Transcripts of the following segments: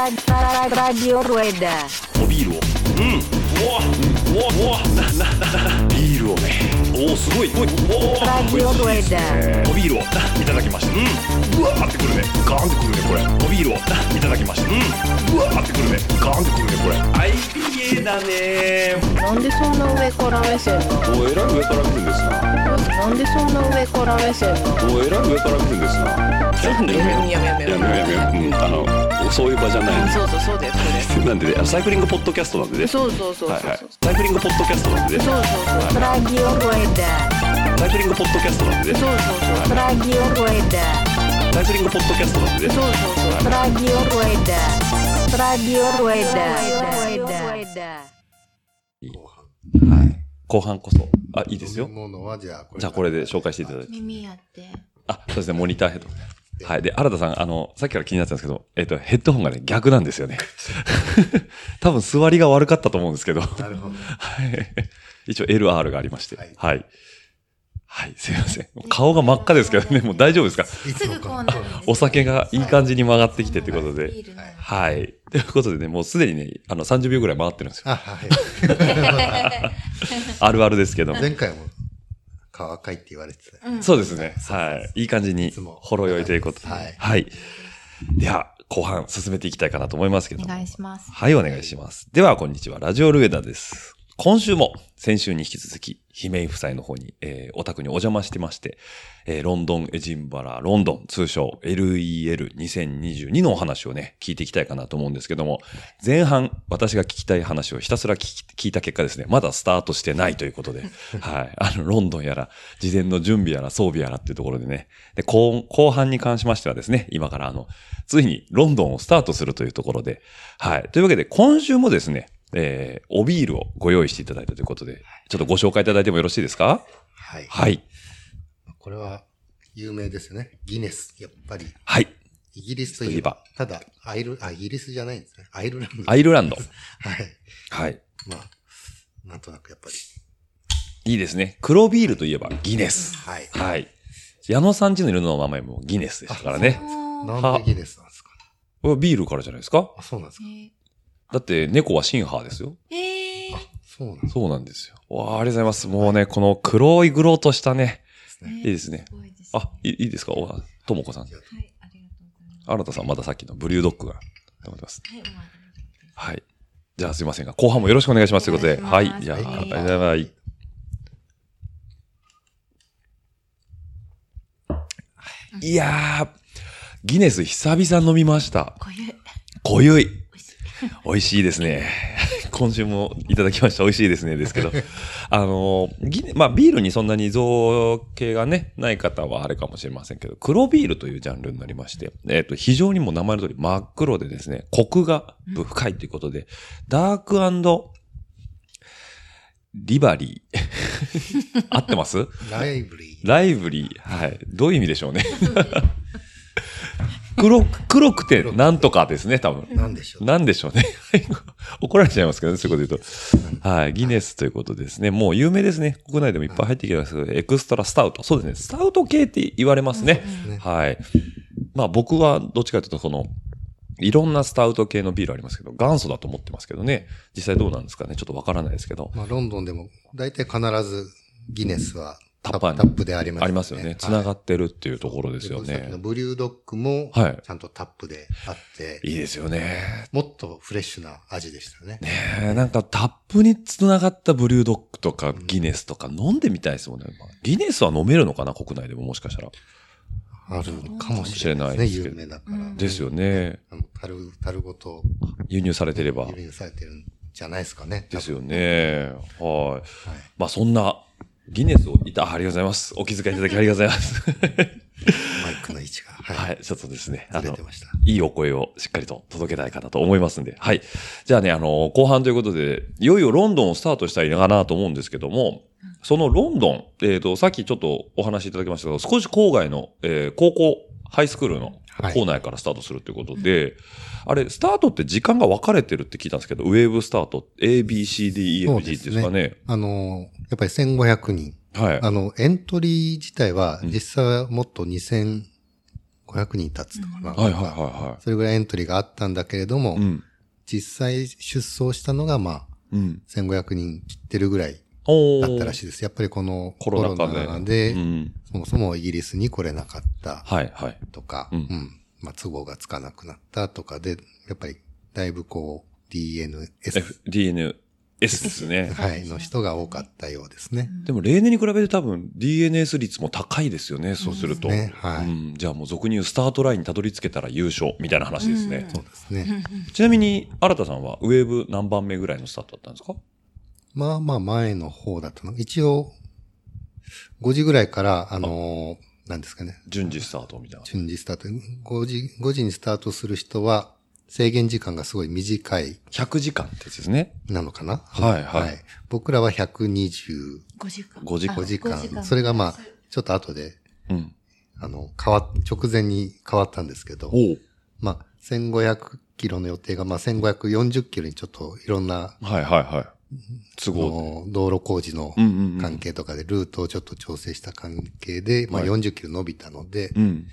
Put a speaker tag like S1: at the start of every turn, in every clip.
S1: Radio Rueda.
S2: おビールをうんうわうわうわななななビールをねおおすごいおいおー
S1: Radio Rueda.
S2: おビールをないただきましたうんうわーってくるねガーンってくるねこれおビールをないただきましたうんうわーってくるねガーンってくるねこれ IPA だね
S3: なんでそんな上から目線なの
S2: おえらい上から来るんですな
S3: なんでそんな上から目線なの
S2: おえらい上から来るんですなちょっとねやめようやめようやめようやめよううんあのそういう場じゃないです
S3: そうそうそうだよそ
S2: なんでねあのサイクリングポッドキャストなんでね
S3: れそうそうそうそう
S2: はい
S3: そう
S2: はいサイクリングポッドキャストなんでね
S3: そうそうそう
S1: Radio Rueda.
S2: サイクリングポッドキャストなんでね
S3: そうそうそう
S1: Radio Rueda.
S2: サイクリングポッドキャストなんでね
S3: そうそうそう
S1: Radio Rueda. Radio Rueda. Radio Rueda.
S4: はい。
S2: 後半こそあいいですよ
S4: 飲み物はじゃあこれ。
S2: じゃあこれで紹介していただき
S5: 耳やって。
S2: あそうですねモニターヘッドはいで新田さんあのさっきから気になってたんですけど、えっとヘッドホンがね逆なんですよね 多分座りが悪かったと思うんですけど
S4: なるほど。
S2: はい一応 LR がありましては
S4: はい
S2: いはい、すいません顔が真っ赤ですけどねもう大丈夫ですか
S5: すぐこうなる んですよ。
S2: お酒がいい感じに曲がってきてってことで、
S5: ビールの
S2: はい。ということでね、もうすでにね、あの、30秒ぐらい回ってるんですよ。
S4: あ、はい。
S2: あるあるですけど。
S4: 前回も顔赤いって言われてたよ。
S2: そうですね。はい。いい感じに
S4: いつも、
S2: ほろ酔いということで。
S4: はい
S2: はい。では、後半進めていきたいかなと思いますけど
S5: お
S2: も。
S5: 願いします。
S2: はい、お願いします。では、こんにちは。ラジオルエダです。今週も、先週に引き続き、姫井夫妻の方に、えーお宅にお邪魔してまして、えーロンドン、エジンバラ、ロンドン、通称 LEL2022 のお話をね、聞いていきたいかなと思うんですけども、前半、私が聞きたい話をひたすら聞き聞いた結果ですね、まだスタートしてないということ で、はい。あの、ロンドンやら、事前の準備やら、装備やらっていうところでね、で、後後半に関しましてはですね、今からあの、ついにロンドンをスタートするというところで、はい。というわけで、今週もですね、えー、おビールをご用意していただいたということで、ちょっとご紹介いただいてもよろしいですか
S4: はい。
S2: はい。
S4: これは有名ですよね。ギネス。やっぱり。
S2: はい。
S4: イギリスといえば。
S2: イ
S4: ただ、アイル、あ、イギリスじゃないんですね。アイルランド。
S2: アイルランド。
S4: はい。
S2: はい。
S4: まあ、なんとなくやっぱり。
S2: いいですね。黒ビールといえばギネス。
S4: はい。
S2: はい。矢野さんちの犬の名前もギネスでしたからね。
S4: なんでギネスなんですか
S2: これビールからじゃないですか
S4: あ、そうなんですか
S2: だって猫はシンハーですよ。
S5: えー、
S4: そうなんで
S2: そうなんですよ。わあ、ありがとうございます。もうね、この黒いグローとしたね。
S4: す
S2: い
S4: ね。
S2: いですね。
S5: すごいですね
S2: あ、いいいいですかおともこさん。
S5: はい、ありがとうございます。
S2: 新田さん、まださっきのブリュードッグが頑張ってます。
S5: はい、まあ、ありがとうございま
S2: はい。じゃあすいませんが、後半もよろしくお願いしますということで。
S5: お
S2: は
S5: 願いし
S2: い。
S5: ます
S2: じゃあ、
S5: はい
S2: ありがとうございますはい。いやー、ギネス久々飲みました。
S5: す。こういう、
S2: 濃ゆい。
S5: 美味しい。
S2: 美味しいですね。 今週もいただきました。美味しいですね。ですけど。あの、ギネまあ、ビールにそんなに造形がね、ない方はあれかもしれませんけど、黒ビールというジャンルになりまして、えっ、と、非常にもう名前の通り真っ黒でですね、コクが深いということで、ダークリバリー。 合ってます
S4: ライブリー。
S2: ライブリー。はい。どういう意味でしょうね。黒く、黒くてなんとかですね、多分。
S4: なんでしょう。
S2: なんでしょうね。 怒られちゃいますけどね、そういうこと言うと。はい、ギネスということですね。もう有名ですね。国内でもいっぱい入ってきてますけど、エクストラスタウト。そうですね。スタウト系って言われますね。
S4: ね
S2: はい。まあ僕はどっちかというと、その、いろんなスタウト系のビールありますけど、元祖だと思ってますけどね。実際どうなんですかね。ちょっとわからないですけど。
S4: まあ、ロンドンでも、大体必ずギネスはタ
S2: タッパー
S4: ッ
S2: に
S4: タップであります
S2: ありますよね。つながってるっていうところですよ
S4: さっき
S2: ね。
S4: のブリュードッグも、
S2: はい
S4: ちゃんとタップであって、
S2: いいですよね。
S4: もっとフレッシュな味でしたね。
S2: えーなんかタップに繋がったブリュードッグとかギネスとか飲んでみたいですもんね。まあギネスは飲めるのかな国内でももしかしたら。
S4: あるかもしれないですね。有名だから。
S2: ですよね。
S4: あの樽、樽ごと
S2: 輸入されてれば。
S4: 輸入されてるんじゃないですかね。
S2: ですよね。はい。
S4: はい
S2: まあそんなギネスをいた、あありがとうございます。お気遣いいただきありがとうございます。
S4: マイクの位置が。は。
S2: はいい。ちょっとですね。あ
S4: ずれ
S2: の
S4: て、ました。
S2: いいお声をしっかりと届けたいかなと思いますんで。はい。じゃあね、あの、後半ということで、いよいよロンドンをスタートしたいかなと思うんですけども、そのロンドン、えっ、と、さっきちょっとお話しいただきましたけど、少し郊外の、えー高校、ハイスクールの
S4: はい
S2: 校内からスタートするということで、あれ、スタートって時間が分かれてるって聞いたんですけど、ウェーブスタート、A, B, C, D, E, F, G ですか
S4: そう
S2: ね。
S4: あの、やっぱり1500人。
S2: はい。
S4: あの、エントリー自体は、実際はもっと2500 500人立つのかな。
S2: はいはいはいは
S4: それぐらいエントリーがあったんだけれど
S2: い。
S4: も、
S2: うん。
S4: 実際出走したのがまあ、
S2: うん。
S4: 1500人切ってるぐらい
S2: お
S4: だったらし
S2: い。
S4: いです。やっぱりこの
S2: コ
S4: コ
S2: ロ
S4: ロ
S2: ナ禍で
S4: ナで、
S2: うん。
S4: そもそもイギリスに来れなかった
S2: はいはい。
S4: とか、
S2: う
S4: うんん、まあ、都合がつかなくなったとかで、やっぱりだいぶこう、DNS、
S2: F、DNS ですね。
S4: はい、の人が多かったようですね。
S2: でも例年に比べて多分 DNS 率も高いですよね、そうすると。
S4: ね、はい、
S2: うん、じゃあもう俗に言うスタートラインにたどり着けたら優勝みたいな話ですね。
S4: そうですね。
S2: ちなみに、新田さんはウェーブ何番目ぐらいのスタートだったんですか
S4: まあまあ前の方だったの。一応、5時ぐらいから、あのー、なんですかね、
S2: 順次スタートみたいな。
S4: 順次スタート。5時、5時にスタートする人は、制限時間がすごい短い
S2: 100時間ってやつですね。
S4: なのかな
S2: はいはい
S4: 僕らは125
S5: 5時間。
S2: 5時間
S5: あ
S4: 時間
S5: 5。
S4: それがまあ、ちょっと後で、
S2: うん。
S4: あの、変わ、直前に変わったんですけど、
S2: おう
S4: まあ、1500キロの予定が、まあ、1540キロにちょっといろんな、
S2: はいはいはい。都
S4: あ
S2: 合
S4: の道路工事の
S2: で。うんうんうん。
S4: 関係とかで、ルートをちょっと調整した関係で、まあ、
S2: はい
S4: 40キロ伸びたので、
S2: うん。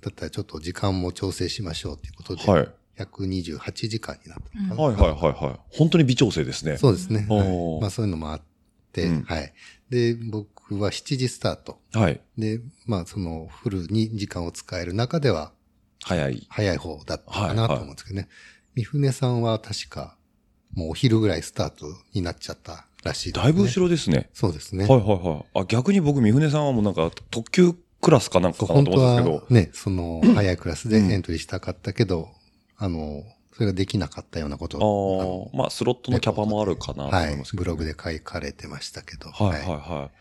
S4: だったらちょっと時間も調整しましょうということで、
S2: はい。
S4: 128時間になったのかな。
S2: はいはいはいはい。本当に微調整ですね。
S4: そうですね。は
S2: おー
S4: い、まあそういうのもあって、
S2: うん
S4: はい。で、僕は7時スタート。
S2: はい。
S4: で、まあそのフルに時間を使える中では
S2: 早い。
S4: 早い方だったかな
S2: はい
S4: と
S2: はい
S4: 思うんですけどね。三船さんは確かもうお昼ぐらいスタートになっちゃったらしいです、
S2: だ
S4: ね。
S2: いぶ後ろですね。
S4: そうですね。
S2: はいはいはい。あ、逆に僕、三船さんはもうなんか特急クラスかなんか
S4: そう
S2: かなと
S4: 本当
S2: 思ったんで
S4: は
S2: すけど。
S4: ね、その早いクラスで
S2: うん
S4: エントリーしたかったけど、あの、それができなかったようなことを、
S2: ああ、まあ、スロットのキャパもあるか
S4: あ
S2: な
S4: の
S2: と
S4: は
S2: 思い
S4: い
S2: ます、けど
S4: ブ。ログで書かれてましたけど。
S2: はいはいはい。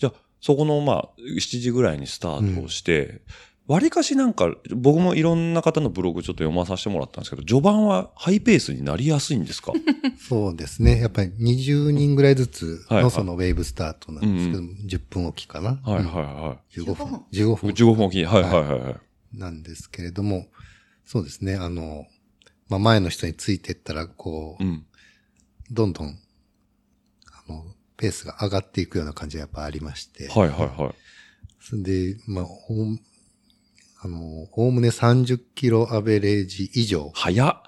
S2: じゃあ、そこの、まあ、7時ぐらいにスタートをして、わりかしなんか、僕もいろんな方のブログちょっと読まさせてもらったんですけど、序盤はハイペースになりやすいん ですか
S4: そうですね。やっぱり20人ぐらいずつ
S2: はいは
S4: の
S2: い
S4: そのウェーブスタートなんですけど、10分おきかな。
S2: はいはい
S4: い。
S2: は
S5: 15
S4: 15分。15
S2: い。
S4: 分。
S2: 15分おきに。はいはいはいはい。
S4: なんですけれども、そうですね。あの、まあ、前の人についてったら、こう
S2: う、ん。
S4: どんどん、あの、ペースが上がっていくような感じがやっぱありまして。
S2: はいはいはい。
S4: それで、まあ、おおむあの、おおむね30キロアベレージ以上、
S2: 早っ。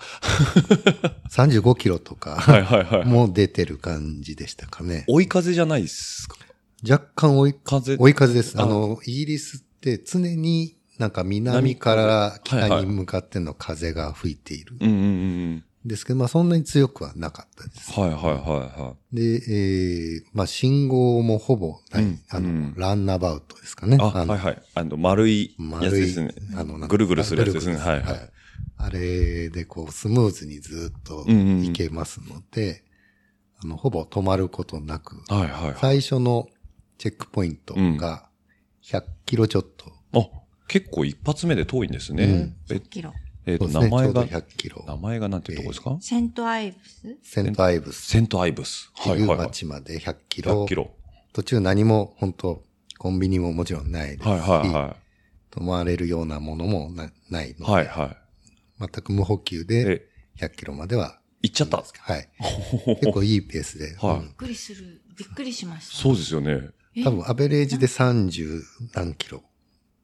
S4: 35キロとか、
S2: はいはいはい。
S4: もう出てる感じでしたかね。
S2: 追い風じゃないっすか。
S4: 若干追い
S2: 風。
S4: 追い風です。
S2: あ
S4: あの、イギリスって常になんか南から
S2: はいは
S4: 北
S2: い
S4: に向かっての風が吹いている。
S2: うんうんうん
S4: ですけど、まあそんなに強くはなかったです。
S2: うん。はいはいはいは
S4: で、えー、まあ信号もほぼない。
S2: うん
S4: あ
S2: うん
S4: の、ランナバウトですかね。
S2: い。あ、
S4: の
S2: はいはい。あの、丸いやつ
S4: 丸
S2: で
S4: い
S2: すね。、
S4: あの、なんか
S2: ぐるぐるするやつですね
S4: ぐ
S2: はい
S4: るぐ
S2: はい
S4: るあれでこう、スムーズにずっと
S2: うんうんうん
S4: いけますので、あの、ほぼ止まることなく、
S2: はいはいはい。
S4: 最初のチェックポイントが100キロちょっと。
S2: あ、結構一発目で遠いんですね。え
S5: キロ。
S2: えっ、
S4: そ
S2: と、
S4: うです
S2: 名
S4: ね
S2: 前が
S4: ちょうど100キロ。
S2: 名前がなんていうとこですか、
S5: セントアイブス
S4: セントアイブス
S2: セントアイブス。
S4: って
S2: はい
S4: い
S2: は
S4: う
S2: い、はい。
S4: 町まで100キロ。
S2: 100キロ。
S4: 途中何も本当コンビニももちろんないですし、
S2: はいはいは
S4: 泊まれるようなものもなないの
S2: い。
S4: で、
S2: はいはい。
S4: 全く無補給で
S2: え、
S4: 100キロまでは。
S2: 行っちゃったんですか
S4: はい。結構いいペースで。
S2: はい
S4: うん
S5: びっくりする。びっくりしました。
S2: そうですよね。
S5: え
S4: 多分アベレージで30何キロ。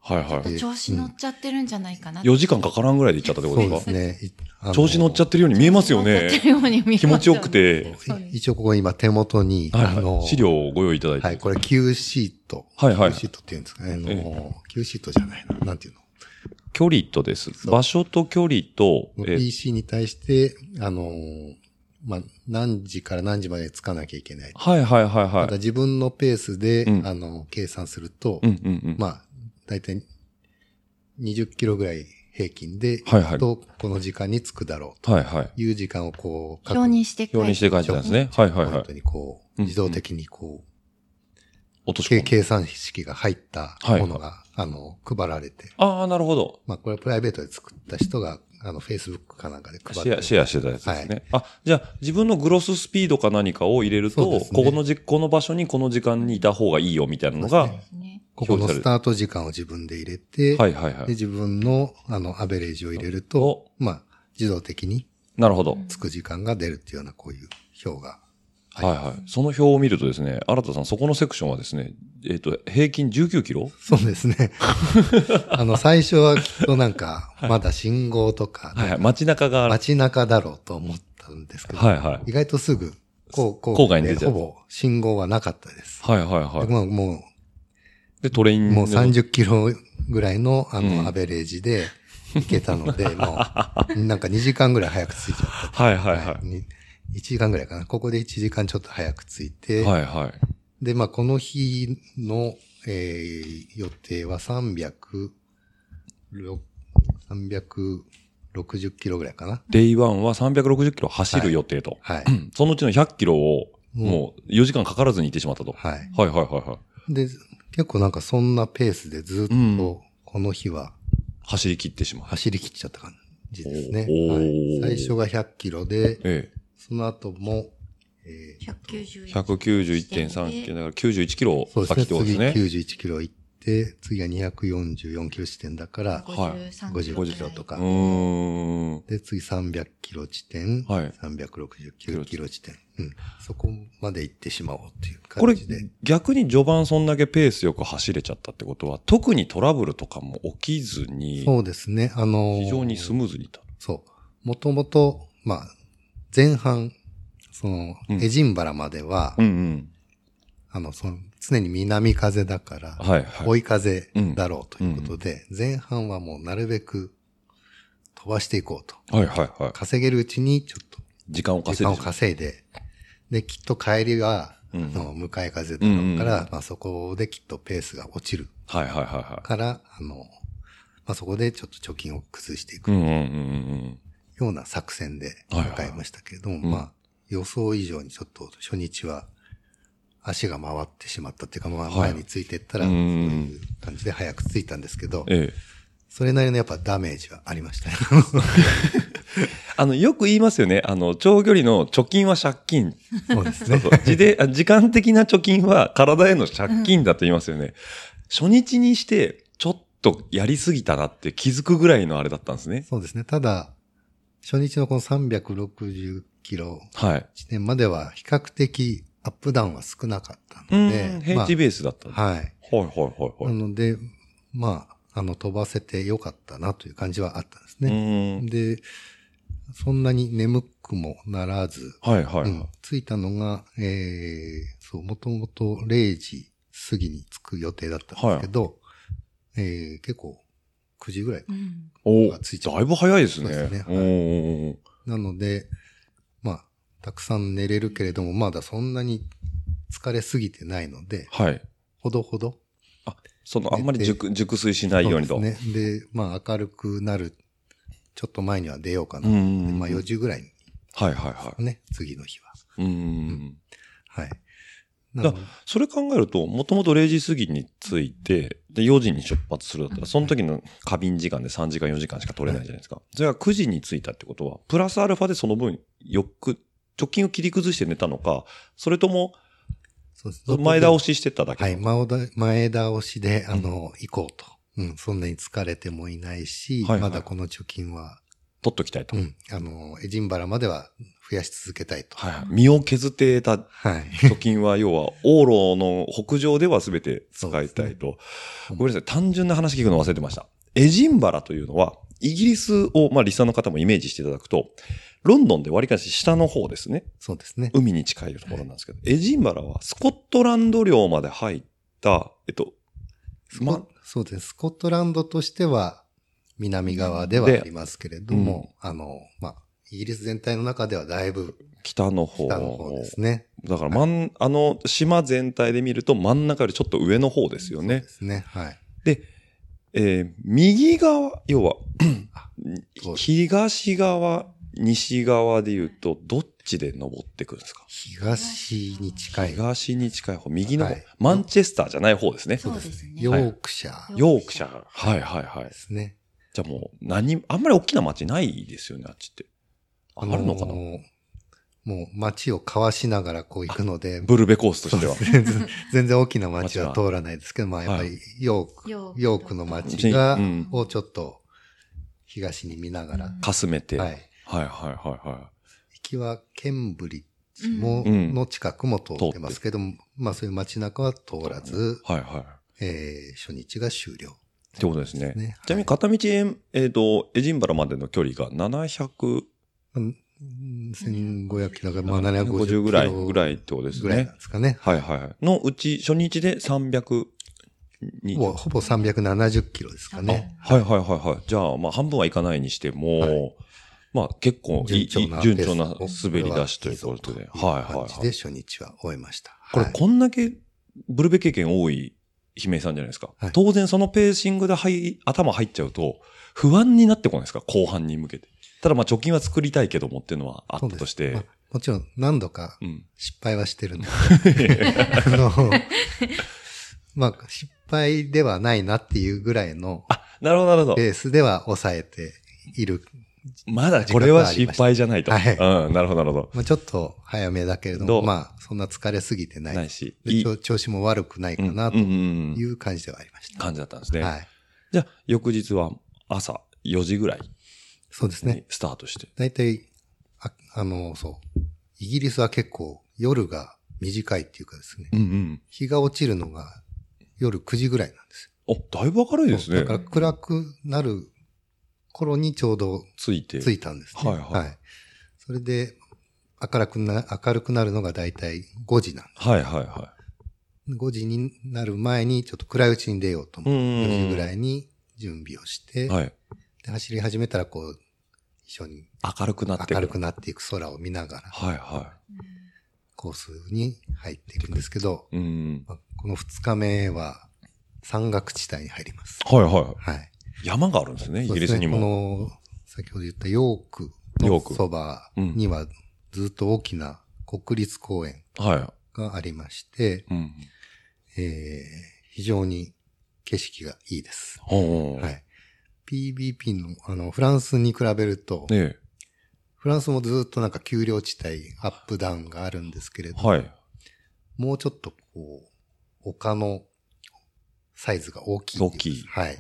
S2: はいはい。
S5: 調子乗っちゃってるんじゃないかな。
S2: 4時間かからんぐらいで行っちゃったってこと
S4: そう
S2: で
S4: ですす
S2: か
S4: ね。いあの
S2: 調子乗っちゃってるように見えますよ
S5: 乗っちゃって
S2: ね。
S5: るよう に見えます
S2: 気持ちよく。て。
S5: そうです
S4: 一応ここ今手元に、
S2: はいはい
S4: あの、
S2: 資料をご用意いただいて。
S4: はい、これ Q シート。
S2: はいはい
S4: Q シートっていうんですかね。あ
S2: え
S4: の、Q シートじゃないな。なんていうの
S2: 距離とです。
S4: そう
S2: 場所と距離と、え
S4: ?PC に対して、あの、まあ、何時から何時までつかなきゃいけない。
S2: はいはいはい
S4: ただ
S2: はい。
S4: 自分のペースで、
S2: うん
S4: あの、計算すると、
S2: うんうんうん。
S4: まあ、だいたい20キロぐらい平均で、
S2: はいはい
S4: と、この時間に着くだろう
S2: はいはい。
S4: という時間をこう、
S5: 表にしてく
S2: 表にして書いてたんですね。はいはい
S4: ポイ
S2: は
S4: ン
S2: い
S4: ト。にこう、
S2: うん
S4: 自動的にこう、
S2: 落とし
S4: け
S2: 込む。
S4: 計算式が入ったものが、あの、配られて、
S2: ああ、なるほど。
S4: まあ、これはプライベートで作った人が、あの、Facebook かなんかで配っ
S2: シ
S4: て
S2: ェア、シェアしてたやつです
S4: は
S2: ね。あ、じゃあ、自分のグロススピードか何かを入れると、
S4: そうです
S2: こ
S4: ね
S2: このじ、この場所にこの時間にいた方がいいよみたいなのが、
S4: そうです
S5: ね。
S4: ここの
S2: 表示
S4: ス
S2: さ
S4: タート時間を自分で入れて、
S2: はいはいは
S4: で、
S2: い。
S4: 自分の、あの、アベレージを入れると、まあ、自動的に
S2: なるほど。
S4: つく時間が出るっていうような、こういう表が
S2: はいはい。その表を見るとですね、新田さん、そこのセクションはですね、えっ、と、平均19キロ
S4: そうですね。 あの、最初はきっとなんか、まだ信号とか、
S2: はいはい。街中が、はい
S4: 街中だろうと思ったんですけど、
S2: はい。
S4: 意外とすぐ、こう、こう、
S2: 郊外に出ちゃう
S4: ほぼ信号はなかったです。
S2: はいはいは
S4: まあも
S2: い。で、トレイ
S4: う、
S2: ン
S4: もう
S2: で乗っ
S4: 30キロぐらいの、あ
S2: うん
S4: の、アベレージで行けたので、も う、なんか2時間ぐらい早く着いちゃった。
S2: はいはいは
S4: に1時間ぐらいかな。ここで1時間ちょっと早く着い
S2: い。
S4: て、
S2: はいはい。
S4: で、まあ、この日の、えー予定は300、360キロぐらいかな。
S2: デイワンは360キロ走る予定と。
S4: はい。
S2: そのうちの100キロを、
S4: うん
S2: もう4時間かからずに行ってしまったと。はい
S4: はい。
S2: はいはいはい。
S4: で、結構なんかそんなペースでず
S2: う
S4: っ
S2: ん
S4: と、この日は
S2: 走り切ってしまう。
S4: 走り切っちゃった感じですね。
S2: おー
S4: はい、最初が100キロで、
S2: え
S4: その後も、えー
S2: え。
S5: 191
S2: 191.3キロ、だから91キロ
S4: そうで
S2: 先って
S4: す
S2: こ
S4: ね。
S2: とで
S4: 次
S2: すね。
S4: 91キロ行って、次が244キロ地点だから、
S5: 53
S4: 50キロとか
S2: うーん。
S4: で、次300キロ地点、
S2: はい
S4: 369キロ地点、うん。そこまで行ってしまおうっていう
S2: こ
S4: 感
S2: れ
S4: じで。、
S2: 逆に序盤そんだけペースよく走れちゃったってことは、特にトラブルとかも起きずに、
S4: そうですね。あのー
S2: 非常にスムーズにいった。
S4: そう。もともと、まあ、前半、その、
S2: うん
S4: エジンバラまでは、
S2: うんうん。
S4: あの、その、常に南風だから、
S2: はいはい。
S4: 追い風だろうということで、前半はもうなるべく飛ばしていこうと。
S2: はいはいはい。
S4: 稼げるうちにちょっと
S2: 時間を稼いで
S4: 時間を
S2: しまう
S4: 稼いで、で、きっと帰りは、
S2: うん
S4: あの、向かい風だろうから、まあそこできっとペースが落ちる
S2: はいはいはいは
S4: から、あの、まあそこでちょっと貯金を崩してい
S2: い。
S4: く
S2: うんう
S4: よ
S2: んうんうん
S4: うな作戦で
S2: はいはい
S4: 向かいましたけれども、
S2: うん
S4: まあ予想以上にちょっと初日は足が回ってしまったっていうか、ま
S2: は
S4: あ
S2: い
S4: 前についていったら、
S2: う
S4: そ
S2: ん
S4: ういう感じで早く着いたんですけど
S2: うん。、ええ。
S4: それなりのやっぱダメージはありまし たね。
S2: あの、よく言いますよね。あの、長距離の貯金は借金。
S4: そうですね。
S2: 時で、あ時間的な貯金は体への借金だと言いますよね。初日にして、ちょっとやりすぎたなって気づくぐらいのあれだったんですね。
S4: そうですね。ただ、初日のこの360キロ
S2: はい。
S4: 地点までは比較的アップダウンは少なかった
S2: う
S4: の
S2: ん、
S4: で、
S2: 平地ベースだったんです。
S4: まあ、はい。
S2: はいはいはいは。
S4: ないので、まあ、あの、飛ばせてよかったなという感じはあったんです
S2: う
S4: ね。
S2: ん。
S4: で、そんなに眠くもならず、
S2: はいはいは
S4: う
S2: い
S4: ん、着いたのが、えー、そう、もともと0時過ぎに着く予定だったんですけど、えー結構9時ぐらい
S5: うん
S2: お
S4: がついちゃう
S2: だいぶ早いですね。
S4: そうですね
S2: おーおー
S4: なので、まあ、たくさん寝れるけれども、まだそんなに疲れすぎてないので、
S2: おーはい。
S4: ほどほど。
S2: その、あんまり熟、熟睡しないようにと。
S4: そうですね。で、まあ、明るくなる、ちょっと前には出ようかな。
S2: うんうんうん
S4: まあ、4時ぐらいに
S2: はいはいは
S4: ね、次の日
S2: い。
S4: は。
S2: うん。
S4: はい。なので
S2: それ考えると、もともと0時過ぎに着いて、で、4時に出発するだったら、その時の過敏時間で3時間4時間しか取れないじゃないですか。それが9時に着いたってことは、プラスアルファでその分、よく、直近を切り崩して寝たのか、それとも、
S4: そうです
S2: 前倒ししてただけ。
S4: はい、前倒前倒しで、あの、行こうと。うん、そんなに疲れてもいないし、
S2: はいはい
S4: まだこの貯金は、
S2: 取っときたいと。
S4: うん、あの、エジンバラまでは増やし続けたいと。
S2: はいはい。身を削って得た
S4: はい。
S2: 貯金は、要は、往路の北上では全て使い
S4: そう
S2: た
S4: で
S2: い
S4: す
S2: と。ごめんなさい、単純な話聞くの忘れてました。エジンバラというのは、イギリスを、まあ、リスナーの方もイメージしていただくと、ロンドンで割りかし下の方ですね。
S4: そうですね。
S2: 海に近いところなんですけど、エジンバラはスコットランド領まで入った、えっと、
S4: スコ
S2: ま、
S4: そうですね。スコットランドとしては、南側ではあ
S2: で
S4: りますけれども、あの、まあ、イギリス全体の中ではだいぶ
S2: 北の方。
S4: 下の方ですね。
S2: だから、まん、あの、島全体で見ると真ん中よりちょっと上の方ですよね
S4: で。すね。はい。
S2: えー右側、要は、
S4: そう
S2: 東側、西側で言うと、どっちで登ってくるんですか
S4: 東に近い。
S2: 東に近い方、右の方、
S4: はい
S2: マンチェスターじゃない方ですね。
S5: そうですね。
S4: ヨークシャーで
S2: ヨークシャー。はいはいはい。
S4: すね。
S2: じゃあもう、何、あんまり大きな町ないですよね、あっちって。ああるのかな
S4: もう街を交わしながらこう行くので、
S2: ブルベコースとしては。
S4: 全 然全然大きな街は通らないですけど、まあやっぱりヨーク、
S5: ヨーク
S4: ヨークの街が、
S2: うん
S4: をちょっと東に見ながら、
S2: かすめて。は
S4: はいい。
S2: はいはいはい。
S4: 行きはケンブリッジも、
S2: うん
S4: の近くも通ってますけども、まあそういう街中は通らず、
S2: はいはい。
S4: えー初日が終了。
S2: ってことですね。
S4: ね
S2: ちなみに片道、えっ、と、エジンバラまでの距離が700、
S4: うん1500キロが、まあ750キ
S2: 750
S4: ロ
S2: ぐらいぐらいってことですね
S4: ぐらいなんですかね。
S2: はいはい。のうち、初日で300に。
S4: もうほぼ370キロですかね。
S2: はいはいはいはい。じゃあ、まあ、半分はいかないにしても、
S4: はい
S2: まあ、結構いい、
S4: 順調な
S2: 順調な
S4: ペースを
S2: 滑り出しということで。はい
S4: 感
S2: は
S4: じ
S2: いは
S4: で
S2: い。
S4: 初日は終えました。
S2: これ、
S4: はい
S2: こんだけ、ブルベ経験多い姫井さんじゃないですか。
S4: はい
S2: 当然、そのペーシングではい頭入っちゃうと、不安になってこないですか後半に向けて。ただ、まあ、貯金は作りたいけどもっていうのはあったとし
S4: そう
S2: て
S4: です。まあもちろん何度か
S2: うん。
S4: 失敗はしてるんで すけどあの、まあ失敗ではないなっていうぐらいの
S2: なるほど、なるほど。
S4: ペースでは抑えている。
S2: まだこれは失敗じゃないと。
S4: はい
S2: うん、なるほど、なるほ
S4: まあちょっと早めだけれど
S2: ど
S4: も、
S2: う
S4: まあそんな疲れすぎてな
S2: ど。
S4: い。
S2: ないし、
S4: で
S2: いい
S4: 調調子も悪くないかなと
S2: うんうん
S4: い
S2: うんうん
S4: う感じではありました。
S2: 感じだったんですね。
S4: はい。
S2: じゃあ、翌日は朝4時ぐらい
S4: そうですね
S2: に。スタートして。
S4: 大体、ああの、そう。イギリスは結構夜が短いっていうかですね。
S2: うんうん。
S4: 日が落ちるのが夜9時ぐらいなんです
S2: お、だいぶ明るい
S4: よ。
S2: ですね
S4: だ。から暗くなる頃にちょうど
S2: ついて。
S4: 着いたんですね。
S2: はいはい
S4: それで、明るくな、明るくなるのが大体5時なんで
S2: はいはいは
S4: す。5時になる前にちょっと暗いうちに出ようと思う。
S2: うんうんうん
S4: 4時ぐらいに準備をして、
S2: い。はい。
S4: で走り始めたらこう、一緒に
S2: 明るくなって
S4: 明るくなっていく空を見ながら、
S2: はいは
S4: コースに入っていくんですけど、
S2: い。うん。
S4: まあこの2日目は山岳地帯に入ります。
S2: はいは
S4: はい。
S2: い。山があるんですね、イギリスにも。
S4: そうですねこの、先ほど言ったヨーク
S2: ヨ
S4: の
S2: ーク
S4: そば
S2: うん
S4: にはずっと大きな国立公園
S2: は
S4: がありまして、
S2: い。うん。
S4: えー非常に景色がいいです。
S2: おうおう
S4: は。い。PBP の、あの、フランスに比べると、
S2: ね
S4: フランスもずっとなんか丘陵地帯、アップダウンがあるんですけれど、
S2: はい。
S4: もうちょっとこう、丘のサイズが大きいってうか。
S2: 大きい
S4: はい。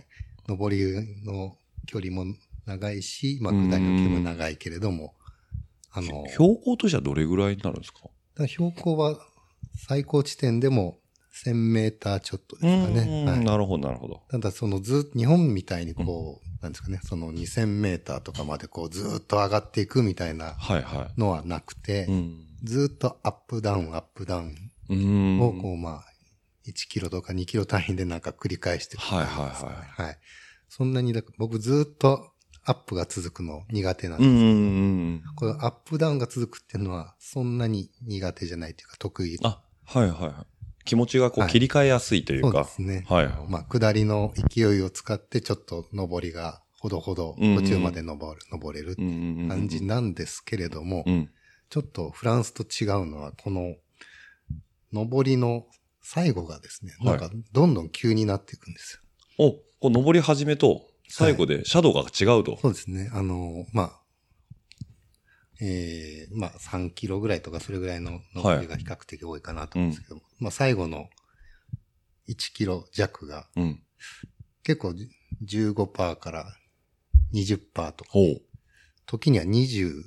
S4: 上りの距離も長いし、まあ、
S2: うーん
S4: 下りの距離も長いけれども、あの、
S2: 標高としてはどれぐらいになるんですか
S4: 標高は最高地点でも1000メーターちょっとですかね。
S2: うん
S4: はい、
S2: なるほど、なるほど。
S4: ただそのずっ日本みたいにこう、なんですかね、その2000メーターとかまでこうずっと上がっていくみたいな
S2: はいは
S4: のはなくて、
S2: い。うん。
S4: ずっとアップダウン、アップダウン
S2: うん。
S4: をこうまあ、1キロとか2キロ単位でなんか繰り返していく
S2: はいはいはい
S4: ですかねはい。そんなにだ、僕ずっとアップが続くの苦手なん
S2: う
S4: で
S2: ん
S4: す。
S2: うんうん。
S4: これアップダウンが続くっていうのはそんなに苦手じゃないというか得意。
S2: あ、はいはい。気持ちがこう
S4: はい
S2: 切り替えやすいという
S4: そう
S2: か。
S4: ですね。
S2: はい。
S4: まあ、下りの勢いを使ってちょっと上りがほどほど途中まで登る、登れる
S2: うんうんうん
S4: 感じなんですけれども、
S2: うん。
S4: ちょっとフランスと違うのはこの上りの最後がですね、
S2: はい
S4: なんかどんどん急になっていくんですよ。
S2: お、こう登り始めと最後でシャドウが違うと。
S4: そうですね。あの、まあ、えー、まあ3キロぐらいとかそれぐらいの
S2: はい
S4: 上りが比較的多いかなと思うんですけども、まあ最後の1キロ弱が
S2: うん。
S4: 結構じ15%から20%とか、
S2: ほう。
S4: 時には20%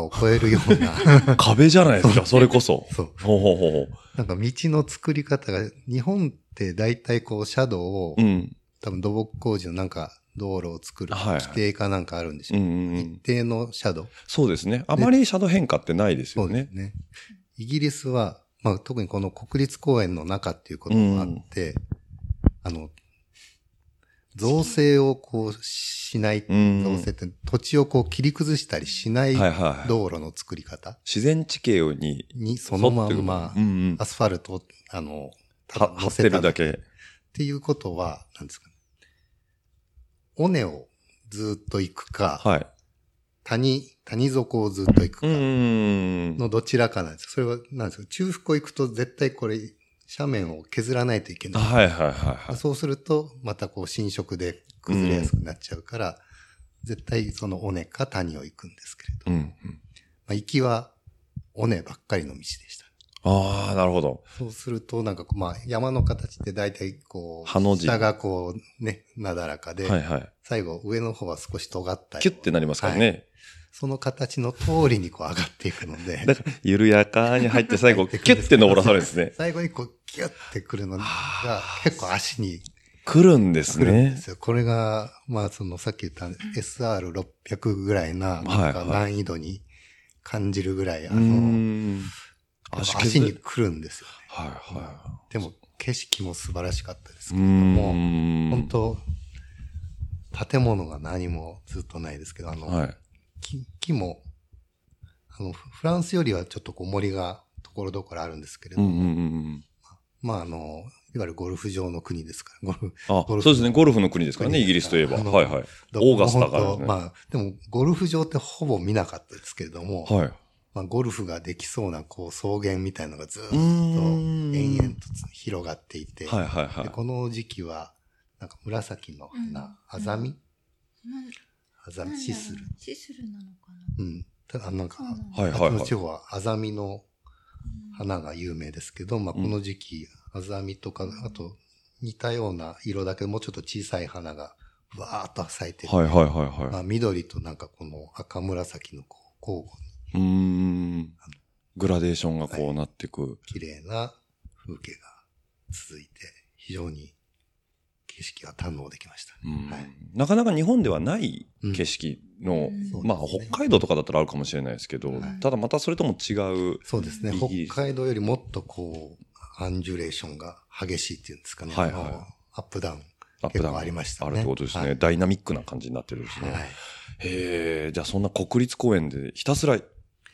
S4: を超えるよ うな、
S2: 壁じゃないですか、それこそ。
S4: そう。
S2: ほうほうほうほう。
S4: なんか道の作り方が、日本って大体こうシャドウを、
S2: うん。
S4: 多分土木工事のなんか道路を作る
S2: はいはい
S4: 規定かなんかあるんでし
S2: う
S4: ょ
S2: ん
S4: う、
S2: うんう
S4: 一
S2: ん。
S4: 定のシャドウ。
S2: そうですね。あまりシャドウ変化ってないです
S4: そ
S2: よ
S4: うで
S2: ね
S4: す。ね。イギリスは、まあ、特にこの国立公園の中っていうこともあって、あの、造成をこうしない、
S2: うん
S4: 造成って土地をこう切り崩したりしない
S2: はいはい
S4: 道路の作り方
S2: 自然地形に。
S4: にそのまんま
S2: うんうん。
S4: アスファルトを、あの、
S2: は張ってるだ
S4: っ
S2: け。
S4: ていうことは、なんですかね。尾根をずっと行くか、
S2: はい。
S4: 谷、谷底をずっと行くか、
S2: うんうんうん。
S4: のどちらかなんですよそれは、なんですか中腹を行くと絶対これ、斜面を削らないといけない。
S2: はいはいはいはい。
S4: そうすると、またこう侵食で崩れやすくなっちゃうから、絶対その尾根か谷を行くんですけれど。
S2: うんうん。
S4: まあ、行きは尾根ばっかりの道でした。
S2: ああ、なるほど。
S4: そうすると、なんかこう、まあ山の形って大体こう、
S2: ハの字
S4: 下がこうね、なだらかで、
S2: はいはい。
S4: 最後上の方は少し尖ったり
S2: キュッてなりますからね。
S4: その形の通りにこう上がっていくので、
S2: だから、緩やかに入って最 後、キュッて登らされるんですね。
S4: 最後にこうギュッてくるのが結構足に
S2: 来るんです
S4: 来るん
S2: ね
S4: で。すよ。これが、まあそのさっき言った SR600 ぐらいななん
S2: は
S4: か
S2: いはい
S4: 難易度に感じるぐらい、あ
S2: うー
S4: の、
S2: ん。
S4: 足
S2: 削
S4: に来るんですよね。
S2: はいは
S4: でも景色も素晴らしかったです
S2: い。う
S4: けれども、
S2: ーん。
S4: 本当建物が何もずっとないですけど、あの、
S2: はい。
S4: 木木も、あの、フフランスよりはちょっとこう森がところどころあるんですけれ
S2: う
S4: ど、
S2: んうんうんうん。
S4: まああの、いわゆるゴルフ場の国ですから、ゴルフ、
S2: あ、
S4: ゴ
S2: そ
S4: ル
S2: う
S4: フ
S2: ですね。ゴルフの国ですからね、イギ
S4: 国で
S2: リ
S4: す
S2: スといえば。
S4: からあの
S2: はいはい。 オーガスタから
S4: 本当
S2: ね。
S4: まあ、でもゴルフ場ってほぼ見なかったですけれども、
S2: はい。
S4: まあゴルフができそうなこう草原みたいなのがずーっと
S2: うーん
S4: 延々と広がっていて、
S2: はいはいは
S4: で
S2: い。
S4: この時期は、なんか紫の花、
S5: う
S4: ア
S5: ん
S4: ザミ
S5: なん
S4: アザミシスル。。
S5: シスルなのかな
S4: うん。ただなん
S5: そ
S4: か
S5: う、なんだ
S2: はいはい
S4: あ
S2: は
S4: っちの
S2: い
S4: 地。方はアザミの花が有名ですけど、まあ、この時期、アザミとか、あと似たような色だけど、もうちょっと小さい花がわーっと咲いてる。
S2: はいはいはい
S4: ま
S2: は
S4: あ、緑となんかこの赤紫のこう交互に
S2: い。うーん。グラデーションがこうなってく。
S4: 綺麗な風景が続いて、非常に景色は堪能できました。
S2: うん
S4: はい
S2: なかなか日本ではない景色の、
S5: うん
S2: まあ
S4: そうですね
S2: 北海道とかだったらあるかもしれないですけど、
S4: はい
S2: ただまたそれとも違う。
S4: そうですね
S2: イギリ。ス
S4: 北海道よりもっとこう、アンジュレーションが激しいっていうんですかね。
S2: はいはい
S4: あのアップダウン。
S2: アップダウン
S4: 結構ありましたね
S2: あるってことですね。
S4: はい
S2: ダイナミックな感じになってるんですね。
S4: はい。
S2: へえ、じゃあそんな国立公園でひたすら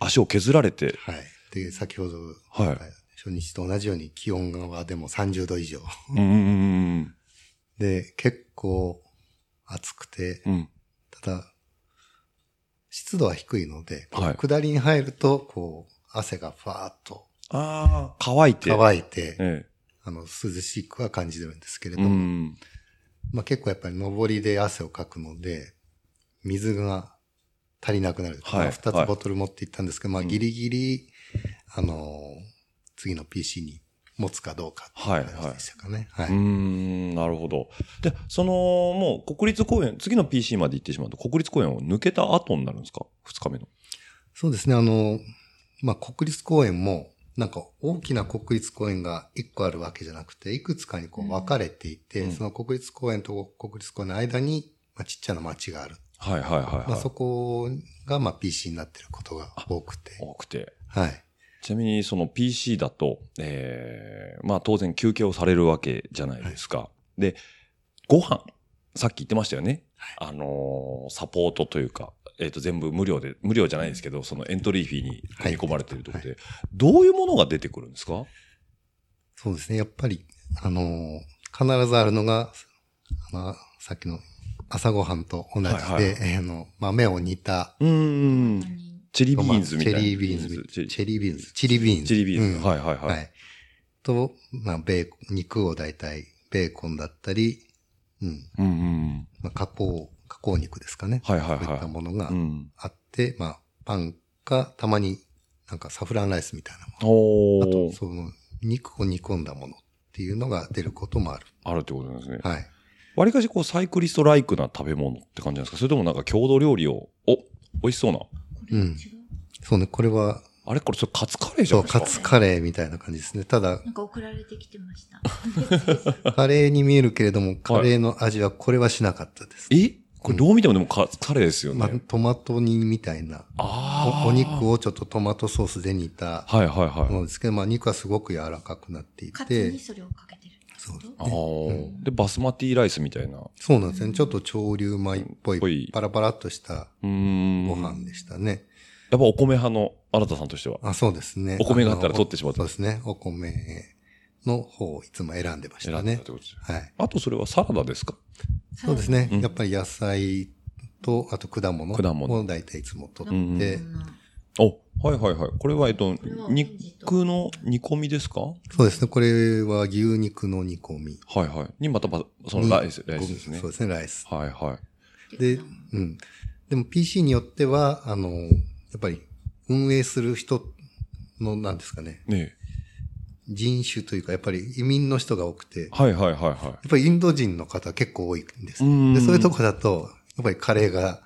S2: 足を削られて、
S4: はい。で、先ほど、
S2: はい
S4: 初日と同じように気温はでも30度以上。
S2: うーん、
S4: で、結構暑くて、
S2: うん、
S4: ただ、湿度は低いので、こう
S2: はい
S4: 下りに入ると、こう、汗がファーッと
S2: ああ、乾いて。い
S4: 乾いて、
S2: え
S4: あの、涼しくは感じるんですけれ
S2: え、う
S4: ど、
S2: ん。
S4: まあ結構やっぱり上りで汗をかくので、水が足りなくなる。
S2: はい
S4: まあ二
S2: はい
S4: つボトル持って行ったんですけど、
S2: うん
S4: まあギリギリ、あのー次の PC に持つかどうかっていう感じでしたかね。は
S2: うーん、なるほど。で、その、もう国立公園、次の PC まで行ってしまうと、国立公園を抜けた後になるんですか二日目の。
S4: そうですね、あの、まあ、国立公園も、なんか大きな国立公園が一個あるわけじゃなくて、いくつかにこう分かれていて、
S2: うん
S4: その国立公園と国立公園の間に、まあ、ちっちゃな町がある。
S2: はいはいはい、はい。
S4: まあ、そこが、まあ、PC になってることが多くて。
S2: 多くて。
S4: はい。
S2: ちなみに、その PC だと、ええまあ当然休憩をされるわけじゃないですか。で、ご飯、さっき言ってましたよね。あのーサポートというか、えっ、と、全部無料で、無料じゃないですけど、そのエントリーフィーに組み込まれてるところで、どういうものが出てくるんですか
S4: そうですね、やっぱり、あのー必ずあるのが、まあ、さっきの朝ごはんと同じで、
S2: はいはい
S4: えーあの、豆を煮た、
S2: うーん。
S5: 何
S2: チェリービーンズみたいな。
S4: チェリービーンズみた
S2: チェ
S4: いな。
S2: リ
S4: チェリービーンズ。チリビーンズ。
S2: チェリービーンズ。
S4: うん
S2: はいはいは。
S4: はいい。と、まあ、ベーコン、肉を大体、ベーコンだったり、うん、
S2: うんうん。
S4: まあ、加工、加工肉ですかね。
S2: はいはい
S4: こういった
S2: は
S4: ものが
S2: い。うん。
S4: あって、まあ、パンか、たまになんかサフランライスみたいなも
S2: お
S4: の。あ
S2: ー
S4: と、。その、肉を煮込んだものっていうのが出ることもある。
S2: あるってことなんですね。
S4: はい。
S2: わりかしこうサイクリストライクな食べ物って感じなんですかそれともなんか郷土料理を、お、美味しそうな。
S5: これ違う
S4: そうね、これは、
S2: あれこれそれカツカレーじゃ
S4: そ
S2: な
S4: う、
S2: いですか
S4: カツカレーみたいな感じですね。ただ、
S5: なんか送られてきてま した。
S4: カレーに見えるけれども、カレーの味はこれはしなかったです。
S2: えこれどう見てもでもカツカレーですよね。
S4: まあ、トマト煮みたいな。
S2: ああ。
S4: おお肉をちょっとトマトソースで煮た
S2: はいはいはい。
S4: ものですけど、まあ肉はすごく柔らかくなってい
S5: カツに
S4: て、
S5: それをかけてるってこと。
S4: そう
S2: ああ。で、バスマティライスみたいな。う
S4: そうなんですね。ちょっと潮流米っぽ
S2: ぽ
S4: い
S2: い、
S4: パラパラっとした
S2: ーん。
S4: ご
S2: やっ
S4: 飯でしたね。
S2: ぱお米派の新田さんとしては。
S4: あ、そうですね。
S2: お米があったら
S4: の
S2: 取ってしまった
S4: そうですね。お米の方をいつも選んでまし
S2: 選んだ
S4: た
S2: って
S4: ね
S2: こ。とですよ。
S4: はい。
S2: あとそれはサラダですか
S4: そうですね。
S2: うん
S4: やっぱり野菜と、あと果物
S2: 果物
S4: を大体いつも取
S5: う
S4: っ
S5: ん。
S4: て、
S2: お、はいはいはい。これはえっと
S5: れは、オレンジと
S2: 肉の煮込みですかは
S4: そうですね。これは牛肉の煮込み。
S2: いはい。にまたばそのライス、ライスですね
S4: そう。ですね、ライス。
S2: はいはい。
S4: で、うん。でも PC によっては、あの、やっぱり運営する人の、なんですかね、
S2: ね
S4: 人種というか、やっぱり移民の人が多くて、や
S2: はいはいはいはい。
S4: っぱりインド人の方結構多いんです。
S2: うん
S4: で、そういうとこだと、っぱりカレーが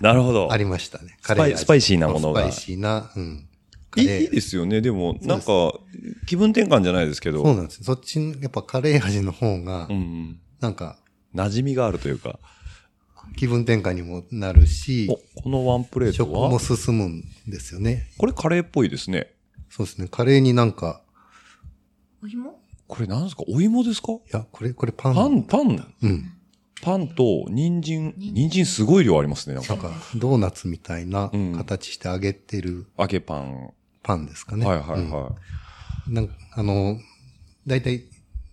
S2: なるほど。
S4: ありましたね。
S2: スパ
S4: カ
S2: イ
S4: レー味
S2: スパイシーなものが
S4: スパイシーな、うん。カ
S2: いい
S4: レー
S2: いいですよね。でも、
S4: す
S2: なんか、気分転換じゃないですけど。
S4: そうなんですよ。そっち、やっぱカレー味の方が
S2: う、ん。
S4: なんか
S2: 馴染みがあるというか。
S4: 気分転換にもなるし、
S2: お、このワンプレート
S4: 食も
S2: は、
S4: 進むんですよね。
S2: これカレーっぽいですね。
S4: そうですね。カレーになんか、
S5: お芋
S2: これなんですかお芋ですか
S4: いや、これ、これパン。
S2: パン、パン、
S4: うん。
S2: パンと人参、
S5: 人参
S2: 人参すごい量ありますね。なん
S4: な
S2: か
S4: ん、か、ドーナツみたいな
S2: うん
S4: 形して揚げてる
S2: 揚げパン。
S4: パンですかね。
S2: はいはいはい。
S4: うんなんかあの、だいたい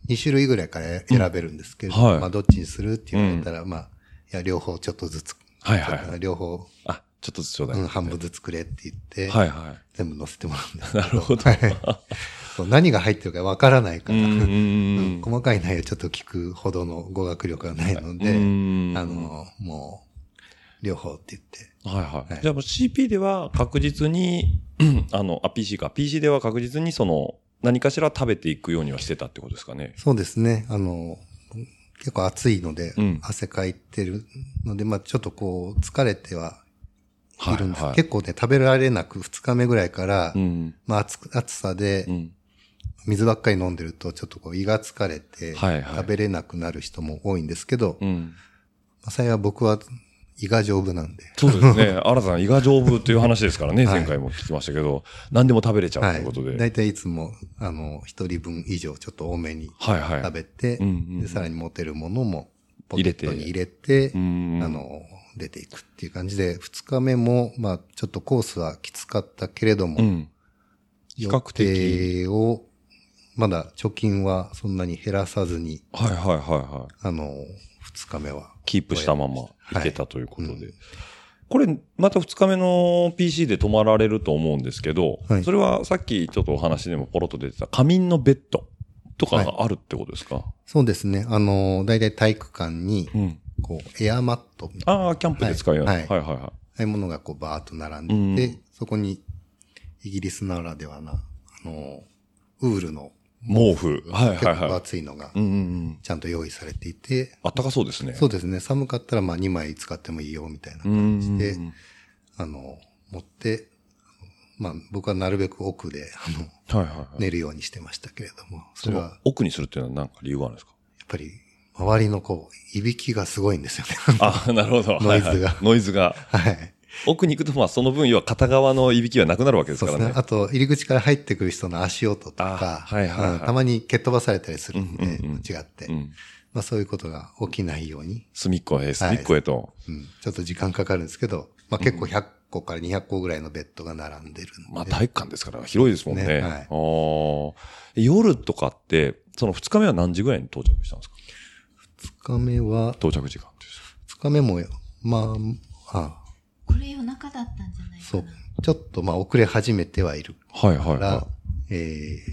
S4: 2種類ぐらいから選べるんですけど、
S2: うんはい
S4: まあ、どっちにするって言われたら、まあ、いや、両方ちょっとずつ、
S2: はいはいはい。
S4: 両方、
S2: あ、ちょっとずつちょうだい。
S4: うん、半分ずつくれって言って、
S2: はいは
S4: 全部乗せてもらうんです
S2: い。なるほど。
S4: そう何が入ってるかわからないか
S2: う
S4: ら、
S2: ん。
S4: 細かい内容ちょっと聞くほどの語学力がないので、
S2: うん
S4: あの、もう、両方って言って、
S2: はいはい。
S4: はい
S2: じゃあもう CP では確実に、 うんあの、あ、PC か。PC では確実にその、何かしら食べていくようにはしてたってことですかね。
S4: そうですね、あの、結構暑いので、
S2: うん
S4: 汗かいてるので、まあちょっとこう、疲れては
S2: はい
S4: るんです、
S2: はい。
S4: 結構ね、食べられなく2日目ぐらいから、
S2: うん。
S4: まあ暑く暑さで
S2: うん。
S4: 水ばっかり飲んでると、ちょっとこう胃が疲れて、
S2: はいはい
S4: 食べれなくなる人も多いんですけど、
S2: うん。
S4: まあ幸い僕は胃が丈夫なんで、
S2: そうです ね。新さん、胃が丈夫という話ですからね、
S4: はい
S2: 前回も聞きましたけど、何でも食べれちゃうということで。
S4: い。大体いつも、あの、一人分以上ちょっと多めに
S2: はいはい。
S4: 食べて、
S2: うんうん
S4: で、さらに持てるものも、ポ
S2: 入
S4: ケ
S2: れ
S4: ッ
S2: て
S4: トに入れて、
S2: うん。
S4: あ、の、出ていくっていう感じで、二日目も、まあ、ちょっとコースはきつかったけれども、
S2: うん。比較的。
S4: 予定を、まだ貯金はそんなに減らさずに、
S2: はいはいはいはい。
S4: あの、二日目は。
S2: キープしたまま
S4: はい
S2: いけたということで。
S4: うん
S2: これ、また2日目の PC で泊まられると思うんですけど、
S4: はい
S2: それはさっきちょっとお話でもポロッと出てた仮眠のベッドとかがあるってことですか、
S4: そうですね。あの、大体体育館に
S2: う、ん。
S4: こう、エアマットみたいな、あ
S2: ああ、キャンプで使うような。は
S4: はいい
S2: は
S4: はい
S2: は
S4: あいうものがこう、バーッと並んでて、
S2: うん
S4: そこに、イギリスならではな、あの、ウールの、
S2: い。毛布。はいはい
S4: 結構
S2: は
S4: 厚いのが
S2: い。う、んうんうん。
S4: ちゃんと用意されていて、
S2: あったかそうですね。
S4: そううですね。寒かったら、まあ、2枚使ってもいいよ、みたいな。
S2: んうんうん。
S4: であの、持って、まあ、僕はなるべく奥で、あの、
S2: はいはいはい。
S4: 寝るようにしてましたけれども、そ
S2: そ
S4: れ
S2: の
S4: は、
S2: 奥にするっていうのは何か理由があるんですか
S4: やっぱり、周りのこう、いびきがすごいんですよね。
S2: ああ、なるほど。
S4: ノイズ
S2: はい
S4: が
S2: はいノイズが。
S4: はい。
S2: 奥に行くと、まあその分、要は片側のいびきはなくなるわけです
S4: そう
S2: か
S4: で
S2: ら
S4: すね
S2: ね。。
S4: あと、入り口から入ってくる人の足音と
S2: あ
S4: か、
S2: はいはいはい
S4: うんたまに蹴っ飛ばされたりするんで、
S2: うんうんうん
S4: 違って、
S2: うん。
S4: まあ、そういうことが起きないように、
S2: 隅っこへ、隅っこへと。
S4: うん、ちょっと時間かかるんですけど、まあ、結構100個から200個ぐらいのベッドが並んでるんで。
S2: まあ体育館ですから広いですもんね。
S4: ねはい
S2: あー夜とかって、その2日目は何時ぐらいに到着したんですか
S4: 2日目は、
S2: 到着時間です。
S4: 2日目も、まあ、あ
S5: これ夜中だったんじゃないかな。
S4: そう。ちょっとまあ遅れ始めてはいる
S2: はいはい
S4: から、
S2: は
S4: えー、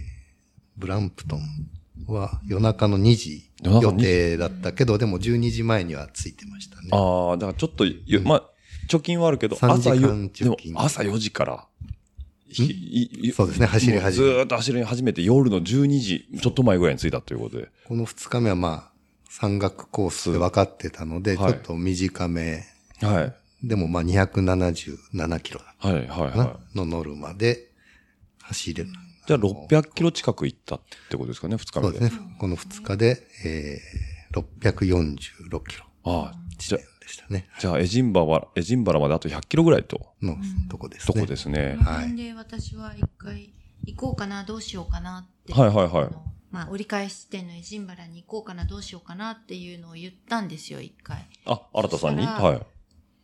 S4: ブランプトンは夜中の2時
S2: 夜中
S4: 予
S2: の2時
S4: 定だったけど、でも12時前には着いてました
S2: い。。
S4: ね
S2: ああ、だからちょっと、ゆまあ、貯金はあるけど、
S4: 3時
S2: 朝
S4: 間
S2: よ
S4: 貯
S2: でも
S4: 金
S2: 朝4時から、ひいい
S4: そうですね走り
S2: もう
S4: 始
S2: ず
S4: め
S2: ーっと走り始めて夜の12時、ちょっと前ぐらいに着いたということで。
S4: この2日目はまあ、山岳コースで分かってたので、
S2: はい
S4: ちょっと短め、
S2: はい。
S4: でもまあ277キロだっ
S2: はいはい
S4: たかな、
S2: は
S4: のノルマで走れる。
S2: い。じゃあ600キロ近く行ったってことですかね、2日
S4: そ
S2: 目
S4: う
S2: で。
S4: ですね。この2日で、えー、646キロ
S2: ああ、じゃあ
S4: でしたね。
S2: じゃあエジンバラ、エジンバラまであと100キロぐらいと、
S4: のとこです
S2: と
S4: ね。
S2: こですね
S5: この。辺で私は一回行こうかな、どうしようかなって。
S2: はいはいはい
S5: あのまあ、折り返し地点のエジンバラに行こうかな、どうしようかなっていうのを言ったんですよ、一回。
S2: あ、新田さんに
S5: そしたら
S2: はい。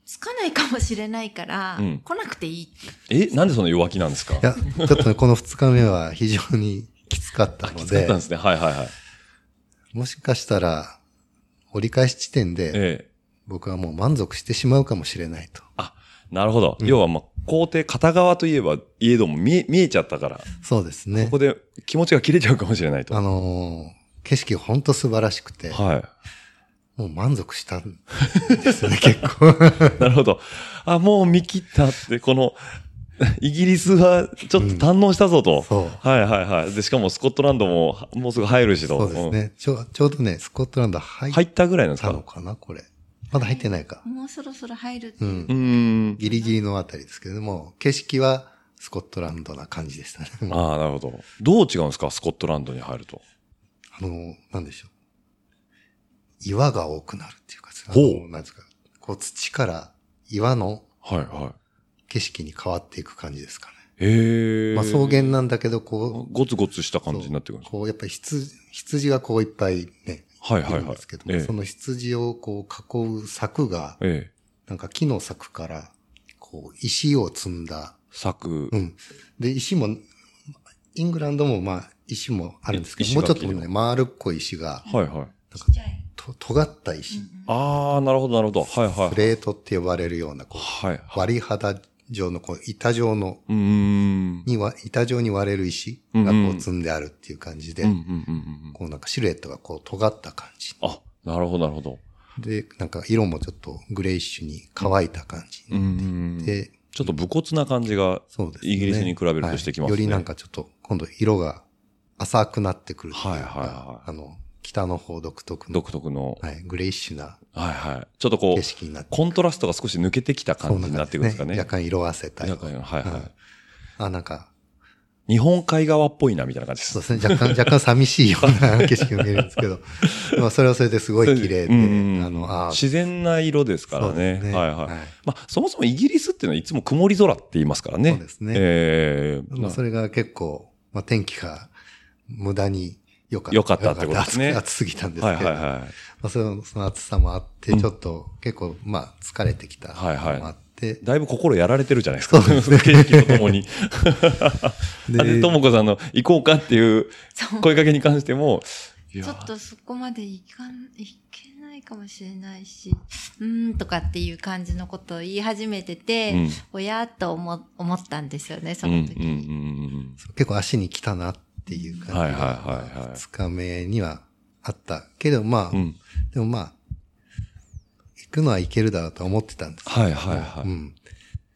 S5: つかないかもしれないから、
S2: うん
S5: 来なくていいって。
S2: え、なんでその弱気なんですか
S4: いや、ちょっとね、この2日目は非常にきつかったの
S2: きつかっ
S4: で
S2: たん、ですね。はいはいはい。
S4: もしかしたら、折り返し地点で、
S2: ええ。
S4: 僕はもう満足してしまうかもしれないと。
S2: あ、なるほど。要は、まあ、工程片側といえば、家ども見え、見えちゃったから、
S4: そうですね
S2: こ。こで気持ちが切れちゃうかもしれないと。
S4: あ
S2: は
S4: のー景色ほんと素晴らしくて、
S2: い。
S4: もう満足したんですよね、結構。
S2: なるほど。あ、もう見切ったって、この、 イギリスはちょっと堪能したぞと。
S4: そう。
S2: はいはいはい。で、しかもスコットランドも、はもうすぐ入るしと。
S4: そうですね。ちょ、ちょうどね、スコットランド
S2: う
S4: 入
S2: ん
S4: っ
S2: 入ったぐらいなんです
S4: た
S2: か
S4: のかな、これ。まだ入ってないか。
S5: もうそろそろ入るって
S4: う
S5: いう、
S4: ん
S2: う。ーん。
S4: ギリギリのあたりですけども、景色はスコットランドな感じでしたね。あ
S2: ああ、なるほど。どう違うんですかスコットランドに入ると。
S4: の、なんでしょう。岩が多くなるっていうか、あ
S2: ほう
S4: のなんですか。こう土から岩の
S2: はいはい。
S4: 景色に変わっていく感じですかね。
S2: へえ。
S4: まあ草原なんだけど、こう、
S2: ゴツゴツした感じになってくるんです
S4: こうやっぱり羊、羊がこういっぱいね、
S2: かはい
S4: い
S2: はい
S4: るん
S2: はい
S4: ですけど。も、
S2: ええ
S4: その羊をこう囲う柵が、
S2: ええ。
S4: なんか木の柵から、こう石を積んだ
S2: 柵
S4: う。ん。で、石も、イングランドもまあ、石もあるんですけど、
S2: 石
S4: も
S2: が
S4: うちょっとね、丸っこい石が、
S2: はいはい。
S5: ちっちゃい、
S4: と、尖った石、
S2: ああ、なるほどなるほど。はいはい
S4: プ。レートって呼ばれるような、こ
S2: はいは
S4: う、割り肌状の、こう、板状の、
S2: い。うーん。
S4: には、板状に割れる石が
S2: うん
S4: こ
S2: うん
S4: う積んであるっていう感じで、
S2: うんうんうんうん。
S4: こうなんかシルエットがこう尖った感じ。
S2: あ、なるほどなるほど。
S4: で、なんか色もちょっとグレイッシュに乾いた感じ
S2: うーん。
S4: で、
S2: ちょっと武骨な感じが、
S4: そうです、
S2: イギリスに比べるとしてきますね
S4: はいよりなんかちょっと、今度色が浅くなってくるっていうか。
S2: はいはいはい
S4: あの、北の方独特の
S2: 独、特の。
S4: はい、グレイッシュな
S2: はいはい。ちょっとこ
S4: 景
S2: う、
S4: 色になって
S2: コントラストが少し抜けてきた感じになってくるんですかね。
S4: 若干色あせたり。
S2: 若干はいはい
S4: あ、なんか、
S2: 日本海側っぽいな、みたいな感じです
S4: そう。ですね、若干、若干寂しいような景色が見えるんですけ ど、まあそれはそれですごい綺麗で、
S2: うんうん
S4: あの、あー
S2: 自然な色ですから
S4: そうで
S2: ね。
S4: すね
S2: はいはい。まあ、そもそもイギリスっていうのはいつも曇り空って言いますからね。
S4: そうですね
S2: ええ
S4: まあそれが結構、まあ、天気が無駄に良かった。
S2: 良かったってことですね
S4: 良かった暑く暑すぎたんですけ
S2: は
S4: ど、
S2: いはいは
S4: まあ、そのその暑さもあって、ちょっと結構、まあ、疲れてきたの
S2: はいはい
S4: もあって
S2: い。、だいぶ心やられてるじゃないですか。
S4: そ うですね
S2: 景気ととも に。
S4: で
S2: で、ともこさんの行こうかっていう
S5: そう
S2: 声かけに関しても、いや
S5: ちょっとそこまでいかん、いけないかもしれないし、うーんとかっていう感じのことを言い始めてて、
S2: うん
S5: 親と思思ったんですよね、
S2: う
S5: そ
S2: んうんうん
S5: の時に。
S2: うん
S4: 結構足に来たなっていう感じ
S2: はいはいはいは
S4: が
S2: い
S4: 2日目にはあったけど、まあ、
S2: うん。うん。
S4: でもまあ、行くのは行けるだろうと思ってたんですけど
S2: はいはいはい。
S4: うん。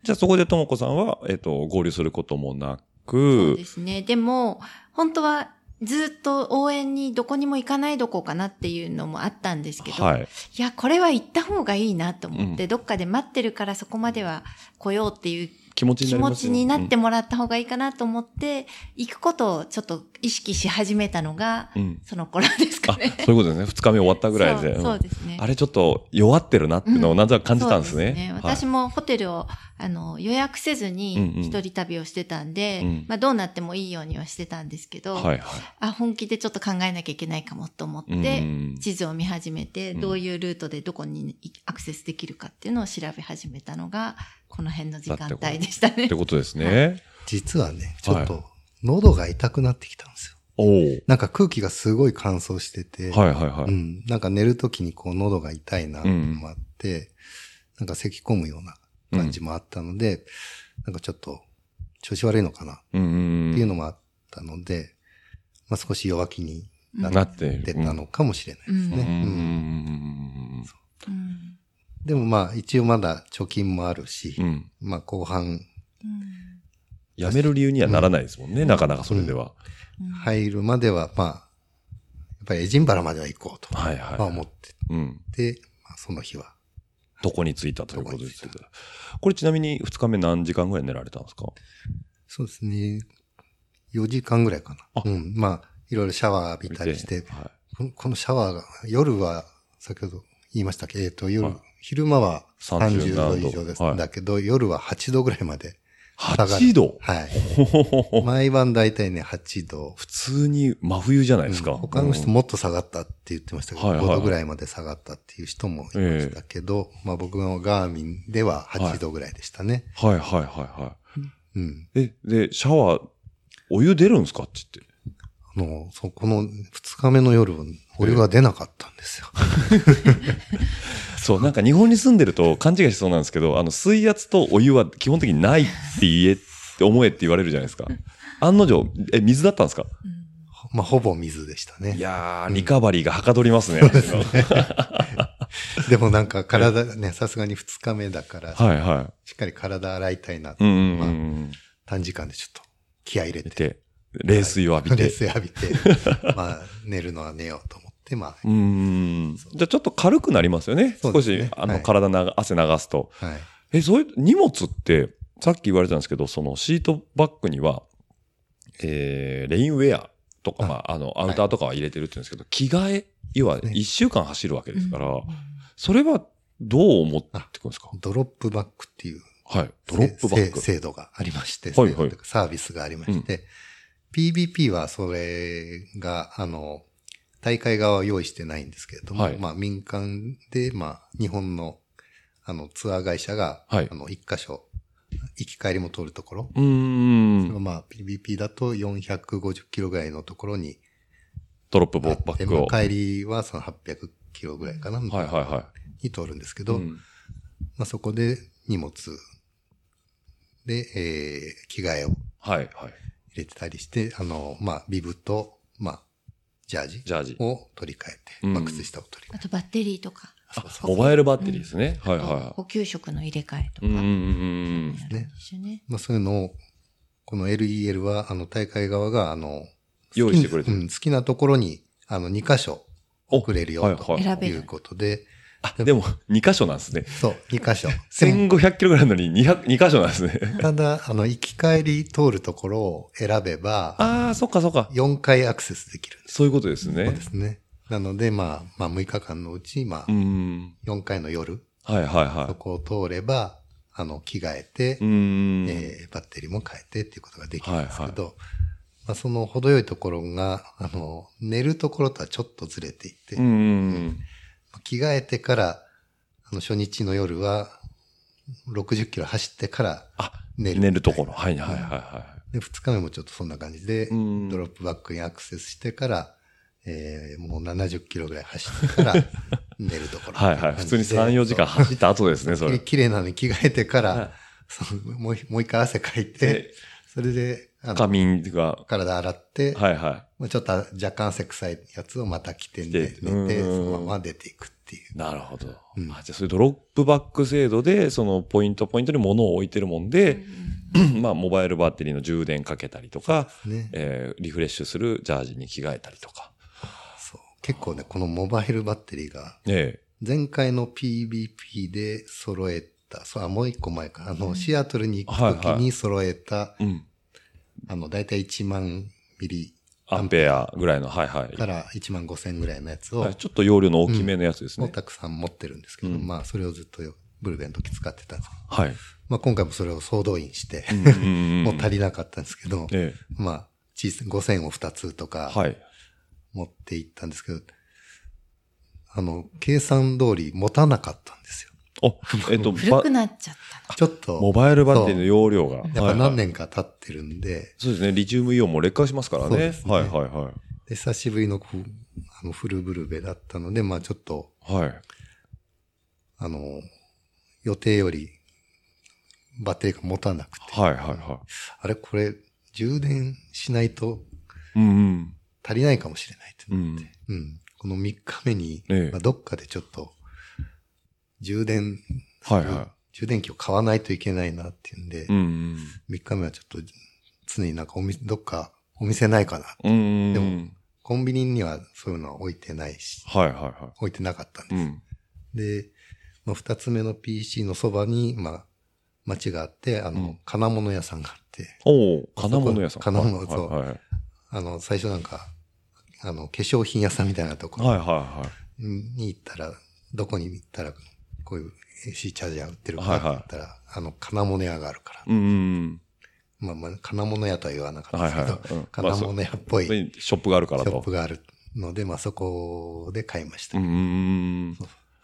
S2: じゃあそこでともこさんは、えっ、と、合流することもな
S5: そう
S2: く
S5: で、すね。でも、本当はずっと応援にどこにも行かないどこうかなっていうのもあったんですけど、、
S2: はいい。
S5: や、これは行った方がいいなと思って、
S2: う
S5: どっかで待ってるからそこまでは来ようっていう
S2: 気持ちに
S5: 気
S2: なり
S5: 持
S2: ます
S5: ち
S2: よ
S5: になってもらった方がいいかなと思って、行くことをちょっと意識し始めたのが、
S2: うんうん
S5: その頃ですか
S2: あ、
S5: ね。
S2: そういうことですね。二日目終わったぐらいで。
S5: そううんそうですね。
S2: あれちょっと弱ってるなっていうのをなんとなく感じたんですね。
S5: そう私もホテルをあの予約せずに
S2: うんうん
S5: 一人旅をしてたんで、
S2: うん
S5: まあ、どうなってもいいようにはしてたんですけど、
S2: はい、はいはい。
S5: あ本気でちょっと考えなきゃいけないかもと思って、
S2: うん
S5: 地図を見始めて、
S2: うん
S5: どういうルートでどこにアクセスできるかっていうのを調べ始めたのがこの辺の時間帯でしたね
S2: って。ことですね。
S4: 実はね、ちょっと、喉が痛くなってきたんですよ。
S2: おお。
S4: なんか空気がすごい乾燥してて、
S2: はいはいは
S4: う
S2: い。
S4: ん。なんか寝るときにこう喉が痛いなっていうのもあって、なんか咳き込むような感じもあったので、なんかちょっと調子悪いのかなっ
S2: うんうん。
S4: ていう
S2: の
S4: のもあったので、まあ少し弱気に
S5: うん
S2: なってる。
S4: 出たのかもしれない。
S5: うん
S2: うん。うんうん
S4: ね
S5: うん
S4: でもまあ一応まだ貯金もあるし、
S2: うんうんうん。
S4: まあ後半
S2: やめる理由にはならないですもんね、なかなかそれでは。
S5: うん
S4: 入るまではまあ、やっぱりエジンバラまでは行こうと、
S2: はいはい
S4: まあ思って
S2: うん。
S4: て、まあ、その日は。
S2: どこに着いたということです
S4: どこに着い。
S2: これちなみに二日目何時間ぐらい寝られたんですか
S4: そうですね。4時間ぐらいか
S2: あ
S4: な。うん。まあ、いろいろシャワー浴びたりして、
S2: は
S4: このこのシャワーが、夜は、先ほど言いましたけど、えっ、と、夜、
S2: はい
S4: 昼間は
S2: 30
S4: 30
S2: 度
S4: 度以上です。
S2: はい
S4: だけど、夜は8度ぐらいまで。
S2: い。8度
S4: はい。
S2: ほほほほ
S4: 毎晩大体ね、8度。
S2: 普通に真冬じゃないですか。
S4: うん他の人もっと下がったって言ってましたけど、
S2: はいはい
S4: 5度ぐらいまで下がったっていう人もいましたけど、まあ僕のガーミンでは8度ぐらいでしたね。
S2: はいはいはいは
S4: うん。
S2: い。え、で、シャワー、お湯出るんですかって言って。
S4: あの、そこの2日目の夜、お湯が出なかったんですよ。
S2: そう、なんか日本に住んでると勘違いしそうなんですけど、あの、水圧とお湯は基本的にないって言え、って思えって言われるじゃないですか。案の定、え、水だったんですか
S4: まあほぼ水でした
S2: い
S4: ね。
S2: やー、リカバリーが はかどりますね。
S4: でもなんか体がね、さすがに2日目だから、
S2: はいは
S4: しっかり体洗いたいなって
S2: い。うんうんうんうん。
S4: 短時間でちょっと気合い入れ
S2: 見
S4: て、
S2: て、冷水を浴びて。
S4: 冷水浴びて、まあ寝るのは寝ようと思っ手前。
S2: うーん。じゃあちょっと軽くなりますよね。
S4: そう
S2: 少
S4: ですね
S2: し、あ
S4: は
S2: の、
S4: い
S2: 体なが、汗流すと。
S4: はい。
S2: え、そういう、荷物って、さっき言われたんですけど、そのシートバッグには、えー、レインウェアとか、
S4: あ
S2: まあ、あの、アウターとかは入れてるって言うんですけど、着替え、要は
S4: そうですね
S2: 1週間走るわけですから、
S5: うん
S2: それはどう思ってくんですか
S4: ドロップバックっていう
S2: はい。ドロップバッ
S4: せ
S2: グ。
S4: 制度がありまして、
S2: はいはい
S4: 制度というかサービスがありまして、PBP はそれが、あの、大会側は用意してないんですけれども、
S2: はい
S4: まあ民間で、まあ日本のあのツアー会社が、
S2: はい
S4: あの一箇所、行き帰りも通るところ、
S2: うーん。
S4: まあ PBP だと450キロぐらいのところに
S2: ドロップ
S4: あ
S2: バ
S4: っ
S2: ッ
S4: て、
S2: グを。
S4: ま
S2: は
S4: あ
S2: い
S4: 帰りはその800キロぐらいかな、
S2: はいは
S4: に通るんですけ
S2: い。
S4: ど、
S2: うん
S4: まあそこで荷物で、えー着替えを
S2: はいはい。
S4: 入れてたりして、あの、まあ、ビブと、まあ、ジャージ
S2: ジャージ。
S4: を取り替えて、
S2: うん
S4: まあ、靴下を取り替
S5: あとバッテリーとか、
S4: えて、そう
S2: モ
S4: そう
S2: バイルバッテリーですね。はいはい
S5: あと
S2: は
S5: 補給食の入れ替えと
S2: い。う
S5: か、
S2: んうん
S5: や
S2: うん
S5: るんですよね。
S4: まあ、そういうのを、この LEL は、あの、大会側が、あの、
S2: 用意してくれてる
S4: うん好きなところに、あの、2箇所
S2: お
S4: 送れるよ、
S2: はいはい
S4: と
S5: 選べ
S4: い
S5: る
S4: うことで、
S2: あ、でも、2箇所なんですね。
S4: そう、2箇所。
S2: 1500キロぐらいなのに200、2箇所なんですね。
S4: ただ、あの、行き帰り通るところを選べば、
S2: ああ、そっかそっか。
S4: 4回アクセスできるんです
S2: そういうことですね
S4: で。すね。なので、まあ、まあ、6日間のうち、ま
S2: う
S4: あ、
S2: ん。
S4: 4回の夜、
S2: はいはいは
S4: そこを通れば、あの、着替えて
S2: い。う、ん。
S4: えーバッテリーも変えてっていうことができるんですけど、まあ、その程よいところが、あの、寝るところとはちょっとずれていて、
S2: うん。
S4: 着替えてから、あの、初日の夜は、60キロ走ってから
S2: あ、
S4: 寝る。
S2: 寝るところ。はいはいはいは
S4: で、2日目もちょっとそんな感じで、
S2: い。うん。
S4: ドロップバックにアクセスしてから、えーもう70キロぐらい走って から寝るところ。
S2: はいはい。普通に3、4時間走った後ですね、そ
S4: そう
S2: れ。
S4: 綺麗なのに着替えてから、
S2: はい
S4: そのもうもう一回汗かいて、
S2: で、
S4: それで、あの
S2: 仮眠が、
S4: 体洗って、
S2: はいは
S4: まあちょっと若干汗臭いやつをまた着て寝
S2: 着
S4: て
S2: て
S4: 寝て、
S2: う
S4: そ
S2: ん
S4: のまま出ていくっていう。
S2: い。なるほど。
S4: うん
S2: あじゃあ、そういうドロップバック制度で、そのポイントポイントに物を置いてるもんで、 まあ、モバイルバッテリーの充電かけたりとか、
S4: ね、
S2: えーリフレッシュするジャージに着替えたりとか。
S4: そう結構ね、このモバイルバッテリーが、
S2: え
S4: 前回の PBP で揃えた、そう、あ、もう一個前か、あの、シアトルに行く
S2: はい
S4: 時
S2: は
S4: に揃えた、
S2: え。うん。
S4: あの、だいたい1万ミリ
S2: アンペアぐらいの、はいはい。
S4: から1万5千ぐらいのやつを、
S2: はい、ちょっと容量の大きめのやつです
S4: もう
S2: ね。
S4: たくさん持ってるんですけど、
S2: うん
S4: まあ、それをずっとブルベの時使ってたんですけど、
S2: はい。
S4: まあ、今回もそれを総動員して、も
S2: も
S4: う足りなかったんですけど、
S2: え
S4: まあ、小さい5000を2つと
S2: え。
S4: か
S2: はい。
S4: 持っていったんですけど、あの、計算通り持たなかったんですよ。
S2: お、えっと、
S5: 古
S2: ば
S5: くなっちゃった
S4: ちょっと、
S2: モバイルバッテリーの容量が。
S4: やっぱ
S2: はいはい
S4: 何年か経ってるんで、
S2: そうですね。リチウムイオンも劣化しますから
S4: そう
S2: ね。
S4: ですね
S2: はいはいは
S4: で久しぶりのこうあのフルブルベだったので、まあちょっと、
S2: い。はい。
S4: あの、予定よりバッテリーが持たなくて、
S2: はいはいは
S4: あれこれ充電しないと
S2: い。うんうん。
S4: 足りないかもしれないって
S2: うん。
S4: うん。この3日目に、
S2: ええ
S4: まあ、どっかでちょっと、充電、
S2: はいは
S4: 充電器を買わないといけないなっていうんで、
S2: い。うん
S4: 3日目はちょっと、常になんかお店、どっかお店ないかな。
S2: うん。うん。
S4: で
S2: で
S4: もコンビニにはそういうのは置いてないし、
S2: はいはいは
S4: 置いてなかったん
S2: い。
S4: で
S2: う
S4: す。
S2: ん。
S4: で、まあ、2つ目の PC のそばに、まあ、町があって、あの、
S2: うん
S4: 金物屋さんがあって、
S2: おお、金物屋さん。
S4: 金物
S2: はい
S4: そう
S2: はいはい。
S4: あの、最初なんか、あの、化粧品屋さんみたいなところ
S2: はいはいはい。
S4: に行ったら、どこに行ったら、こういう AC チャージャー売ってるか
S2: は
S4: ないって
S2: はい
S4: 言ったら、あの、金物屋があるから。
S2: うんうん
S4: まあまあ、金物屋とは言わなか
S2: うん。
S4: った
S2: は
S4: で
S2: い
S4: すけど、
S2: はい。うんまあ
S4: 金
S2: そう
S4: 物屋っぽい
S2: それ
S4: シ
S2: にショップがあるから
S4: ョ
S2: と。
S4: ップがあるので、まあそこで買いました。
S2: うんうんうんうん。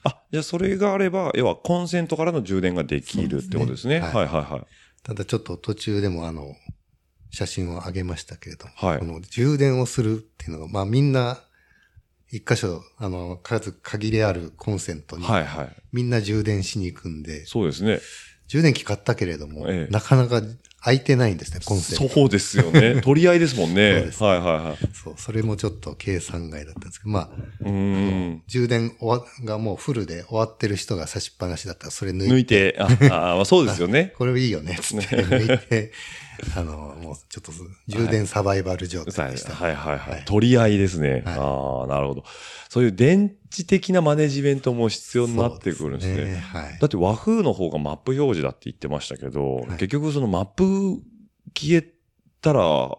S2: あ、じゃあそれがあれば、要はコンセントからの充電ができるってことですね。
S4: そうです
S2: はい
S4: ね
S2: は
S4: ただちょっと途中でもあの、写真を上げましたけれども、
S2: はい
S4: この充電をするっていうのが、まあみんな、一箇所、あの、数限りあるコンセント
S2: い
S4: に、
S2: はい。はいはい。
S4: みんな充電しに行くんで、
S2: そうですね。
S4: 充電器買ったけれども、
S2: ええ
S4: なかなか空いてないんですね、コンセント。
S2: そうですよ ね。取り合いですもん
S4: そう
S2: ね
S4: で。す
S2: はいはいはい。
S4: そう。それもちょっと計算外だったんですけど、まあ、
S2: うーん。
S4: 充電終わがもうフルで終わってる人が差しっぱなしだったら、それ抜いて
S2: 抜いて、ああまあ、そうですよね。
S4: これいいよね、つって抜いて、あの、もうちょっと充電サバイバル状
S2: は
S4: 態
S2: い
S4: でした。
S2: はいはいは。
S4: はいい
S2: 取り合いですね。
S4: はい
S2: ああ、なるほど。そういう電池的なマネジメントも必要になってくるんですね。
S4: そうはい
S2: だ。って和風の方がマップ表示だって言ってましたけど、
S4: い
S2: 結局そのマップ消えたら、あ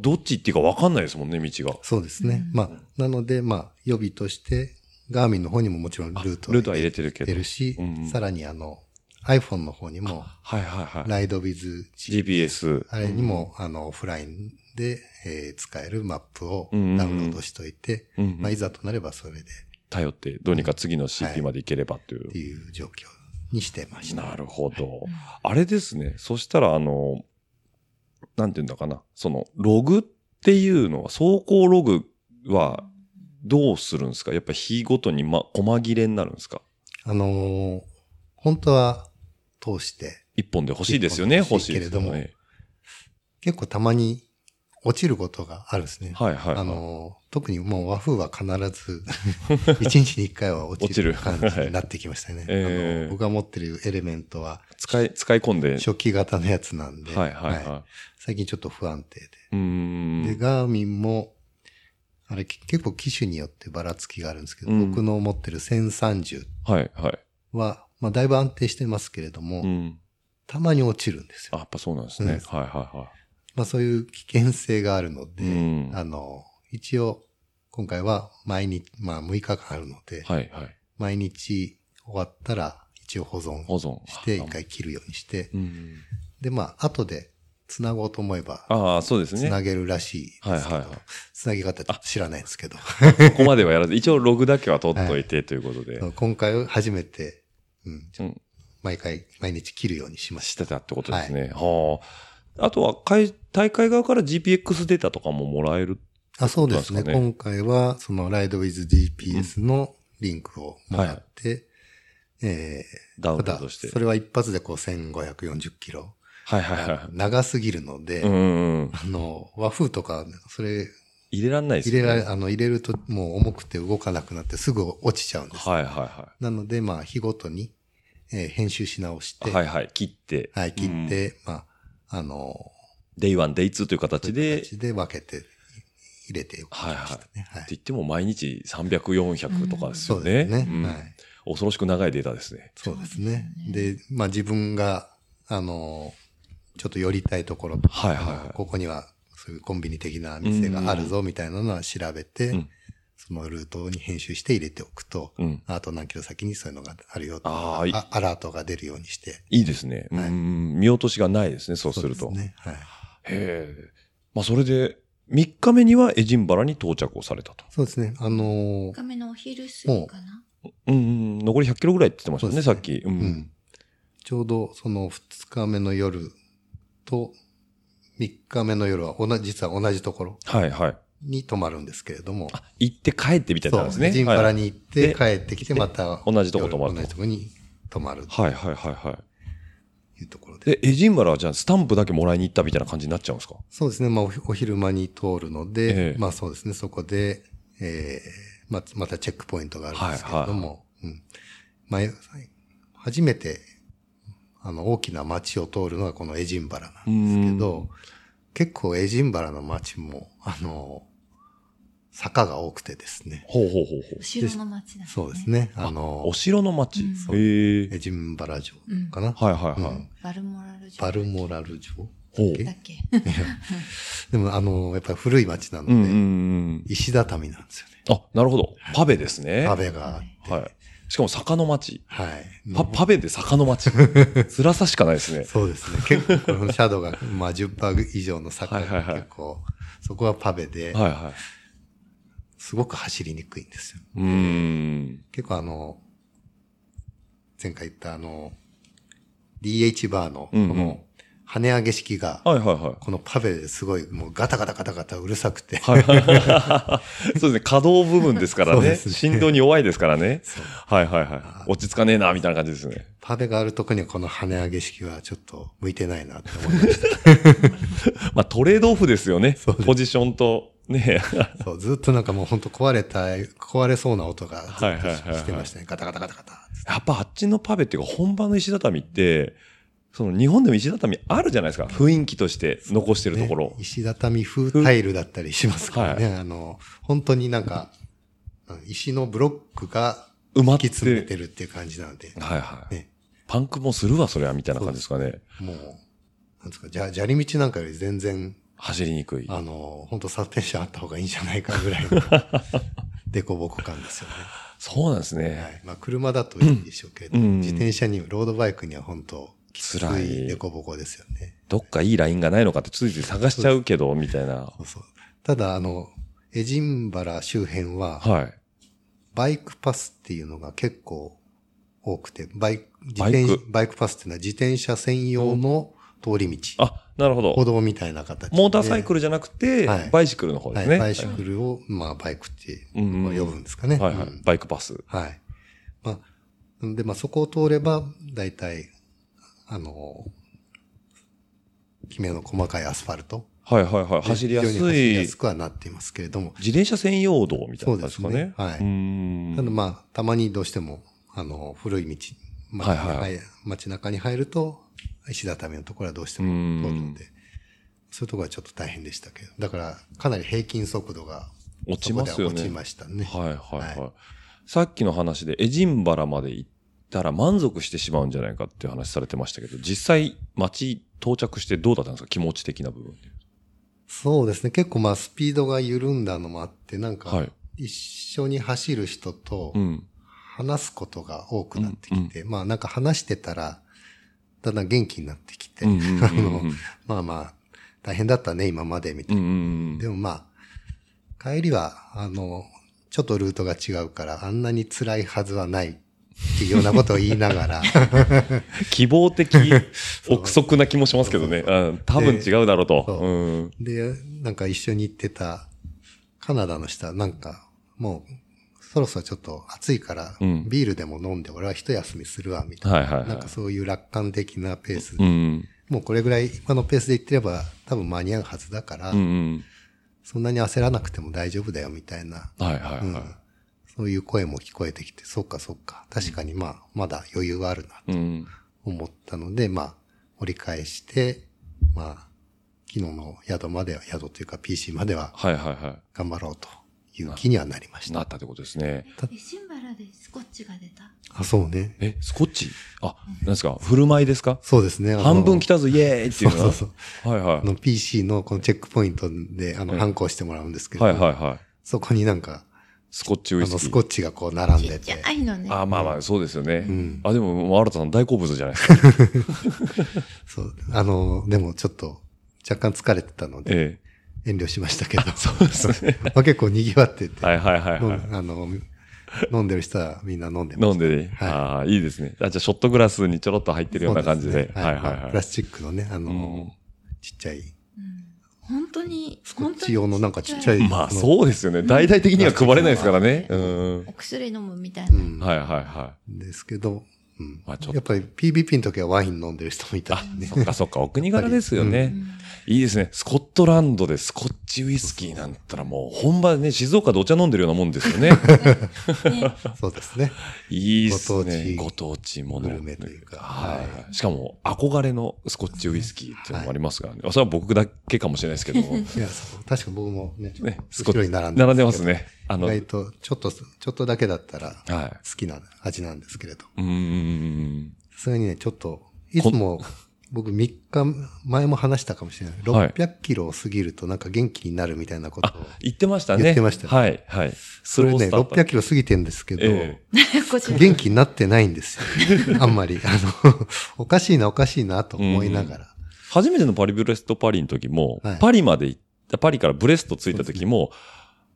S2: どっち行っていいか分かんないですもんね、道が。
S4: そうですね。
S5: うん
S4: まあ、なので、まあ、予備として、ガーミンの方にももちろんル
S2: あ
S4: ート
S2: ルートは入れてるけ
S4: 入
S2: ど
S4: れ。るし
S2: うん、
S4: さらにあの、iPhone の方にも、
S2: はいはいはい。
S4: ライドビズ
S2: GPS。
S4: あれにも、あの、オフラインで、えー使えるマップをダ
S2: う
S4: ウ
S2: んうんうん
S4: ンロードしといて、
S2: うんうん
S4: まあ、いざとなればそれでっ
S2: 頼って、どうにか次の CP まで行ければっていう。
S4: ていう状況にしてました。
S2: なるほど。あれですね。そしたら、あの、なんていうんだかな。その、ログっていうのは、走行ログはどうするんですかやっぱ日ごとに、ま、細切れになるんですか
S4: あのー本当は通して、
S2: 一本で欲しいですよね。
S4: 一本
S2: 欲し
S4: で欲し
S2: いで
S4: いけ
S2: す
S4: れ
S2: よ
S4: ども
S2: ね。
S4: 結構たまに落ちることがあるんですね。
S2: はいはいはい。
S4: あのー特にもう和風は必ず 一日に一回は落ちる
S2: 落ちる
S4: 感じになってきましたね。
S2: ええ
S4: あの僕が持ってるエレメントは
S2: 使い、使い込んで。
S4: 初期型のやつなんで、
S2: はいはい
S4: はい
S2: は
S4: 最近ちょっと不安定で。
S2: い。うー
S4: で、
S2: ん。
S4: ガーミンも、あれけ結構機種によってばらつきがあるんですけど、
S2: うん
S4: 僕の持ってる1030
S2: はいはい。
S4: は、まあだいぶ安定してますけれども、
S2: うん。
S4: たまに落ちるんです
S2: あ、
S4: よ。
S2: やっぱそうなんですね。
S4: うん
S2: はいはいは
S4: まあそういう危険性があるので、
S2: うん
S4: あの、一応今回は毎日、まあ6日間あるので、
S2: い。はいはい。
S4: 毎日終わったら一応保存
S2: 保存。
S4: して、一。回切るようにして
S2: う、ん。
S4: でまあ後で繋ごうと思えば、
S2: ああ、そうですね。
S4: 繋げるらしいですけど、
S2: はいはいはい
S4: 繋ぎ方ちょっと知らないですけど。
S2: ここまではやらず、一応ログだけは取っといてということで、
S4: 今回初めて、うん、ち
S2: う
S4: ょ
S2: ん
S4: 毎回、毎日切るようにしまし。
S2: したてたってことですね。はあ。あとはかい、大会側から GPX データとかももらえる。
S4: あそうですね
S2: そうですかね
S4: 今回は、その、ライドウィズ GPS のリンクをもらって、えー
S2: ダウンロードして
S4: ただそれは一発でこう、1540キロ。
S2: はいはいはい。
S4: 長すぎるので、
S2: うんうんうん。
S4: あの、和風とか、それ、
S2: 入れらんないです
S4: 入れ
S2: ね。
S4: られ、
S2: はい
S4: あの、入れるともう重くて動かなくなってすぐ落ちちゃうんです。
S2: はいは
S4: なので、まあ、日ごとに、えー編集し直し
S2: い。
S4: て、
S2: は
S4: はいい、
S2: はい。切って。
S4: 切っ
S2: うん。
S4: て、まあ、あの、
S2: デイ1、デイ2という形で、って
S4: 形で分けて入れておきましたね。はい
S2: 言っても毎日300、400とかです
S4: そ
S2: よ
S4: う
S2: ね。
S4: ですね、
S2: うん
S4: はい。
S2: 恐ろしく長いデータですね。
S4: そうですね。で、まあ自分が、あの、ちょっと寄りたいところとか、
S2: はいはいはい
S4: あのここにはそういうコンビニ的な店があるぞみたいなのは調べて、
S2: ん
S4: そのルートに編集して入れておくと、
S2: うん
S4: あと何キロ先にそういうのがあるよ
S2: あーいい
S4: あアラートが出るようにして。
S2: いいですね。
S4: はい
S2: うん見落としがないですね、そうすると。
S4: そうですね。はい。
S2: へえ。まあ、それで、3日目にはエジンバラに到着をされたと。
S4: そうですね。あの
S5: 3日目のお昼過ぎかな。
S2: うんうん、残り100キロぐらいって言ってましたね、
S4: そ
S2: さ
S4: う
S2: っ
S4: です
S2: き。うん
S4: うんちょうどその2日目の夜と3日目の夜は同じ、実は同じところ
S2: はいはい。
S4: に泊まるんですけれども、
S2: 行って帰ってみたいなんですね。
S4: ジンバラ
S2: に。
S4: に行って帰
S2: は
S4: ってきてまた
S2: 同じとこ泊まると
S4: 夜同じとこに泊まる
S2: はいはいはいは
S4: というところ
S2: い。
S4: で。
S2: で、エジンバラはじゃあスタンプだけもらいに行ったみたいな感じになっちゃうんですか
S4: そうですね。まあおお昼間に通るので
S2: ええ、
S4: まあそうですね。そこで、えーま、またチェックポイントがあるんですけれども、うんまあ初めて、あの、大きな街を通るのがこのエジンバラなんですけど、結構エジンバラの街も、あの、坂が多くてですね。
S2: ほうほうほうほ
S5: お城の町だ、ね。
S4: そうです。ね。あの
S2: う。お、城の町。
S5: うん
S2: へえ
S4: エ。ジンバラ城かな。
S2: はいはいはい。
S4: うん
S5: バルモラル城
S4: バルモラル城
S2: ほう。
S5: だっけ
S4: でも、あの、やっぱり古い町なので、
S2: うんうんうん。
S4: 石畳なんですよね。
S2: あ、なるほど。パベですね。
S4: 壁があって。
S2: はい。しかも坂の町。
S4: はい。
S2: パ、パベで坂の 町。辛さしかないですね。
S4: そうですね。結構、このシャドウが、まあ、10パー以上の坂
S2: は
S4: が
S2: いはいはい
S4: 結構、そこはパベで、
S2: はいは
S4: すごく走りにくいんですよ。
S2: い。うーん。
S4: 結構あの、前回言ったあの、DH バーの、こ
S2: うんうん
S4: の、跳ね上げ式が、
S2: はいはいはい。
S4: このパフェですごいもうガタガタガタガタうるさくて、
S2: そうですね、可動部分ですから
S4: そう
S2: ね。
S4: ですね
S2: 振動に弱いですからね。
S4: そう
S2: はいはいはい。落ち着かねえな、みたいな感じですね。
S4: パフェがあるとこにはこの跳ね上げ式はちょっと向いてないなって思いまし
S2: まあトレードオフですよね
S4: そう。です
S2: ポジションと。 ね
S4: た。そう、ずっとなんかもう本当壊れた、壊れそうな音がずっと
S2: はいはいはいはい
S4: してましたね。ガタガタガタガタ。
S2: やっぱあっちのパフェっていうか本場の石畳って、その日本でも石畳あるじゃないですか。雰囲気として残してるところ。
S4: ね石畳風タイルだったりしますからね。あの、本当になんか、うん石のブロックが
S2: 埋まっ
S4: 引
S2: て
S4: き詰めてるっていう感じなので、
S2: はいはい。
S4: ね
S2: パンクもするわ、そりゃ、みたいな感じですかね。
S4: もう、なんですか、じゃ砂利道なんかより全然、
S2: 走りにくい。
S4: あの、本当サスペンションあった方がいいんじゃないか ぐらいの、デコボコ感ですよね。
S2: そうなんです
S4: は
S2: ね。
S4: い。まあ、車だといいんでしょうけど、
S2: うん
S4: 自転車に、ロードバイクには本当、きつ
S2: 辛い
S4: いデコボコですよね。
S2: どっかいいラインがないのかってついつい探しちゃうけど、みたいな。
S4: そうそう。ただ、あの、エジンバラ周辺は、
S2: はい。
S4: バイクパスっていうのが結構多くて、バイク、自
S2: バイク
S4: 転バイクパスっていうのは自転車専用の通り道。
S2: あ、なるほど
S4: 歩。道みたいな形で。
S2: モーターサイク
S4: ル
S2: ルじゃなくて、
S4: はい
S2: バイシクルの方ですね。
S4: はい、バイシクルを、まあ、バイクって呼
S2: うんうん
S4: ぶんですかね。。
S2: はいはいう
S4: ん
S2: バイクパス。
S4: はい。まあ、んで、まあ、そこを通れば、大体、あの、きめの細かいアスファルト。
S2: はいはいはい。走りやす
S4: 非常に走り
S2: い
S4: やす。くはなっていますけれども。
S2: 自転車専用道みたいな
S4: そ
S2: 感
S4: う
S2: じ
S4: で
S2: です
S4: す
S2: かね。
S4: ね。は
S2: うー
S4: い。
S2: ん。
S4: ただまあ、たまにどうしても、あの、古い道、街に,、
S2: はいは
S4: 街中に入ると、石畳のところはどうしても通るので、そういうところはちょっと大変でしたけど、だから、かなり平均速度が、
S2: 落ちますよ
S4: そこでは落ち
S2: ね。
S4: ましたね。
S2: はいはい
S4: は
S2: はい。さっきの話で、エジンバラまで行ったら満足してしまうんじゃないかっていう話されてましたけど、実際、街到着してどうだったんですか気持ち的な部分。
S4: そうですね。結構まあ、スピードが緩んだのもあって、なんか、
S2: はい。
S4: 一緒に走る人と
S2: うん。
S4: 話すことが多くなってきて、まあなんか話してたら、だんだん元気になってきて、
S2: うんうんうん
S4: あのまあまあ、大変だったね、今まで、みた
S2: う
S4: い
S2: ん
S4: な。
S2: うんう
S4: で
S2: ん。
S4: もまあ、帰りは、あの、ちょっとルートが違うから、あんなに辛いはずはないっていうようなことを言いながら、
S2: 希望 的、憶測な気もしますけどね。うん多分違うだろうと。
S4: そう
S2: うん。
S4: で、なんか一緒に行ってたカナダの人はなんかもうそろそろちょっと暑いから
S2: うん
S4: ビールでも飲んで俺は一休みするわみたい
S2: はいはい
S4: な。なん
S2: は
S4: かそういう楽観的なペース
S2: い。うん。
S4: もうこれぐらい今のペースで行ってれば多分間に合うはずだから、
S2: うんうん。
S4: そんなに焦らなくても大丈夫だよみたいな、
S2: はいはい
S4: うん
S2: はい。
S4: そういう声も聞こえてきて、そっかそっか。確かにまあ、まだ余裕はあるなと
S2: うん。
S4: 思ったので、まあ、折り返して、まあ、昨日の宿までは、宿というか PC までは
S2: はいはいは
S4: 頑張ろうという気にはなりまし
S2: い。
S4: た。
S2: なったってことですね。
S5: えシンバラでスコッチが出た。
S4: あ、そうね。
S2: え、スコッチあ、なんですか振る舞いですか
S4: そうですね。あの
S2: 半分来たぞ、イエーイっていうの
S4: そう
S2: は。
S4: そう
S2: はいは
S4: あの PC のこのチェックポイントで、あ
S2: う
S4: の、
S2: ん
S4: 反抗してもらうんですけ
S2: い。
S4: ど、
S2: はいはいはい。
S4: そこになんか、
S2: スコッチ
S4: あ
S2: ウイ
S4: の、
S2: スキ
S4: ス
S2: ー
S4: コ。ッチがこう並ん
S5: ち
S4: で
S5: っち
S4: て、
S5: ゃいのね。
S2: あ、まあまあ、そうですよね。
S4: ん
S2: あ、でも、もう新田さん大好物じゃないです か。
S4: そう、あの、でもちょっと、若干疲れてたので、
S2: え
S4: 遠慮しましたけど、
S2: え。そうですね。
S4: まあ結構賑わってて、
S2: はいはいはいはい。
S4: 飲んあの、飲んでる人はみんな飲んでました
S2: 飲んで、ね、
S4: はい
S2: ああ、いいですね。あじゃあ、ショットグラスにちょろっと入ってるような感じで。
S4: そうすね
S2: はいはい
S4: まあ
S2: はい。
S4: プラスチックのね、あの、
S2: うん
S4: ちっちゃい、
S5: 本当に、
S4: スコッチ用のなんかちっちゃ
S5: い。
S4: い。
S2: まあ、
S4: う。
S2: そうですよね。大々的には配れないですからね。うん。
S5: お薬飲むみたいな。
S4: うん
S2: はいはいは
S4: ですけど、うん
S2: まあちょっと
S4: やっぱり PVP の時はワイン飲んでる人もいたし
S2: い。
S4: ね。
S2: そっかそっか、お国柄ですよね。いいですね。スコットランドでスコッチウイスキーなんたらもう本場でね、静岡でお茶飲んでるようなもんですよね。
S4: そうですね。
S2: いいっすね。ご
S4: ご
S2: 当地もの。
S4: グルメというか
S2: は。
S4: はい
S2: しかも、憧れのスコッチウイスキーっていうのもありますからね。それは僕だけかもしれないですけ ども。
S4: いや、そう確か僕もね、
S2: ね、スコ
S4: 後ろ
S2: ッ
S4: に
S2: チ。
S4: 並んで
S2: 並んでますね。あ
S4: 意
S2: の、は
S4: 外
S2: い。
S4: と、ちょっと、ちょっとだけだったら、好
S2: う
S4: きな味なんですけれど。
S2: ーん。
S4: さすがにね、ちょっと、いつも、僕3日前も話したかもしれない。
S2: はい
S4: 600キロを過ぎるとなんか元気になるみたいなことを。
S2: 言ってましたね。
S4: 言ってましたね
S2: はい、はい。
S4: そ
S2: そ
S4: れね、600キロ過ぎてんですけど、
S2: ええ
S4: 元気になってないんです よ。あんまり。あの、おかしいな、おかしいなと思いながら。
S2: 初めてのパリブレストパリの時も
S4: はい、
S2: パリまで行った、パリからブレスト着いた時も、